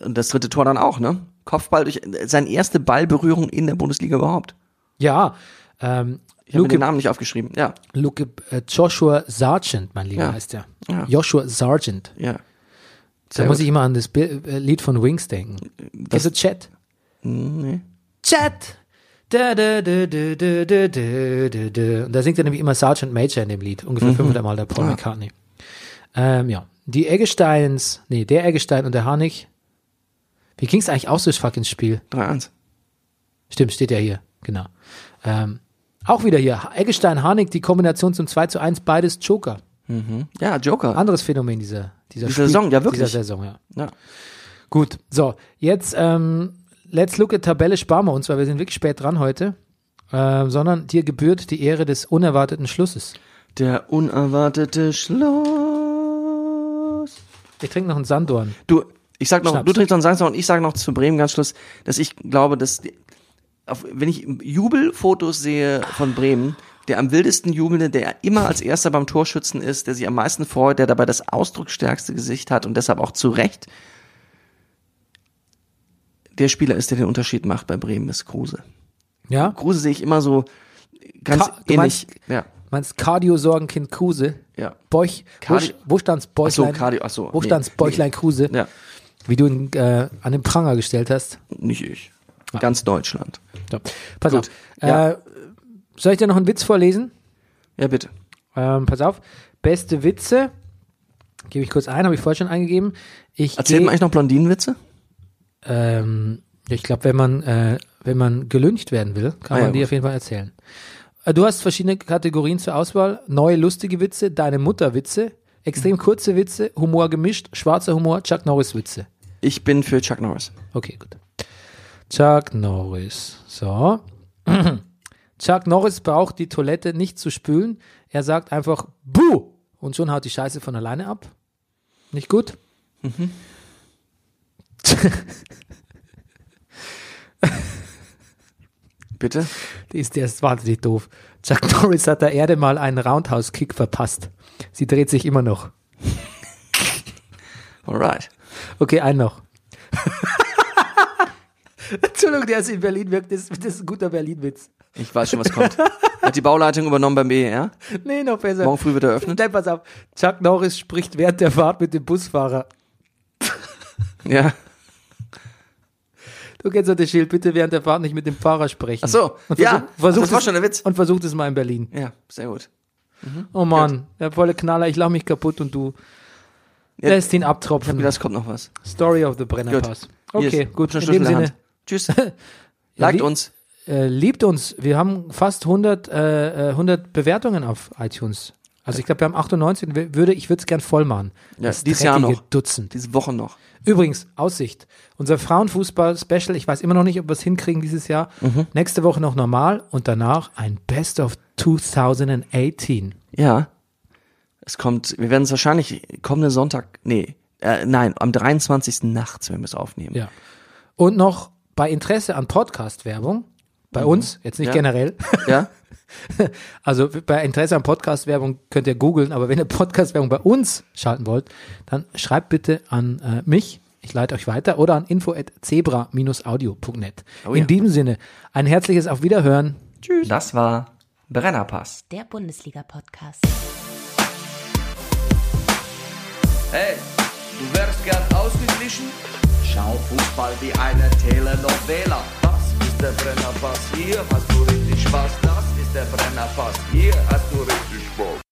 und das dritte Tor dann auch, ne? Kopfball durch, seine erste Ballberührung in der Bundesliga überhaupt. Ja. Ähm, Ich habe mir den Luke, Namen nicht aufgeschrieben. Ja, Luke, äh, Joshua Sargent, mein Lieber, Ja. heißt er. Ja. Joshua Sargent. ja. Da muss ich immer an das Bi- äh, Lied von Wings denken. Das ist Chat. Nee. Chat. Da, da, da, da, da, da, da, da, da. Und da singt er nämlich immer Sergeant Major in dem Lied, Mhm. ungefähr 500 Mal der Paul Ah. McCartney. Ähm, ja. Die Eggesteins, nee, der Eggestein und der Harnik. Wie ging's eigentlich aus, das fucking Spiel? 3-1. Stimmt, steht ja hier, genau. Ähm, auch wieder hier, Eggestein, Harnik, die Kombination zum 2 zu 1, beides Joker. Ja, Joker. Anderes Phänomen dieser, dieser Diese Saison, ja, wirklich. Dieser Saison, ja. Ja. Gut, so, jetzt ähm, let's look at Tabelle sparen wir uns, weil wir sind wirklich spät dran heute, ähm, sondern dir gebührt die Ehre des unerwarteten Schlusses. Der unerwartete Schluss. Ich trinke noch einen Sanddorn. Du, ich sag noch, Schnaps. du trinkst noch einen und ich sag noch zu Bremen ganz Schluss, dass ich glaube, dass die- auf, wenn ich Jubelfotos sehe von Bremen, der am wildesten jubelnde, der immer als erster beim Torschützen ist, der sich am meisten freut, der dabei das ausdrucksstärkste Gesicht hat und deshalb auch zu Recht der Spieler ist, der den Unterschied macht bei Bremen, ist Kruse. Ja? Kruse sehe ich immer so ganz Ka- du ähnlich. Ja, Meinst Cardio-Sorgenkind Kruse? Ja. Bäuch, Cardi- wo, wo stand's Bäuchlein? Ach so, Cardio, ach so, Wo nee, stand's nee. Bäuchlein Kruse? ja, Wie du ihn äh, an den Pranger gestellt hast. nicht ich. Ah. Ganz Deutschland. So. Pass Gut, auf. ja. Äh, soll ich dir noch einen Witz vorlesen? Ja, bitte. Ähm, pass auf. Beste Witze. Gebe ich kurz ein, habe ich vorher schon eingegeben. Ich Erzählt geh- man eigentlich noch Blondinenwitze? Ähm, ich glaube, wenn man, äh, wenn man gelüncht werden will, kann Ah, man ja, die gut. auf jeden Fall erzählen. Äh, Du hast verschiedene Kategorien zur Auswahl. Neue lustige Witze, deine Mutter Witze, extrem kurze Witze, Humor gemischt, schwarzer Humor, Chuck Norris Witze. Ich bin für Chuck Norris. Okay, gut. Chuck Norris. So. Chuck Norris braucht die Toilette nicht zu spülen. Er sagt einfach Buh! Und schon haut die Scheiße von alleine ab. Nicht gut? Bitte? Die ist, der ist wahnsinnig doof. Chuck Norris hat der Erde mal einen Roundhouse-Kick verpasst. Sie dreht sich immer noch. Alright. Okay, einen noch. Entschuldigung, der ist in Berlin wirkt. Das, das ist ein guter Berlin-Witz. Ich weiß schon, was kommt. Hat die Bauleitung übernommen beim BER? Nee, noch besser. Morgen früh wird eröffnet? Nein, pass auf. Chuck Norris spricht während der Fahrt mit dem Busfahrer. Ja. Du kennst ja das Schild, bitte während der Fahrt nicht mit dem Fahrer sprechen. Ach so, Und ja. Ach, versuch- versuch das war es- schon der Witz. Und versucht es mal in Berlin. Ja, sehr gut. Oh Mann, der volle Knaller, ich lach mich kaputt und du Ja, lässt ihn abtropfen. das kommt noch was. Story of the Brennerpass. Okay, Hier ist- gut, schon in Schlüssel dem in der Sinne, Hand. Tschüss. Ja, Liked wie- uns. äh, liebt uns. Wir haben fast 100, äh, äh, 100 Bewertungen auf iTunes. Also ich glaube, wir haben 98 und wir- würde, ich würde es gern voll machen. Ja, dieses Jahr dreckige noch. Dutzend. Diese Woche noch. Übrigens, Aussicht. Unser Frauenfußball-Special, ich weiß immer noch nicht, ob wir es hinkriegen dieses Jahr. Mhm. Nächste Woche noch normal und danach ein Best of 2018. Ja. Es kommt, wir werden es wahrscheinlich kommenden Sonntag, nee, äh, nein, am 23. nachts werden wir es aufnehmen. Ja. Und noch bei Interesse an Podcast-Werbung, bei uns, jetzt nicht Mhm. Ja. generell, Ja? also bei Interesse an Podcast-Werbung könnt ihr googeln, aber wenn ihr Podcast-Werbung bei uns schalten wollt, dann schreibt bitte an äh, mich, ich leite euch weiter, oder an info.zebra-audio.net. ja. In diesem Sinne, ein herzliches Auf Wiederhören. Das war Brennerpass. Der Bundesliga-Podcast. Hey, du wärst gern ausgeglichen? Schau Fußball wie eine Telenovela. Das ist der Brennerpass, hier hast du richtig Spaß. Das ist der Brennerpass, hier hast du richtig Spaß.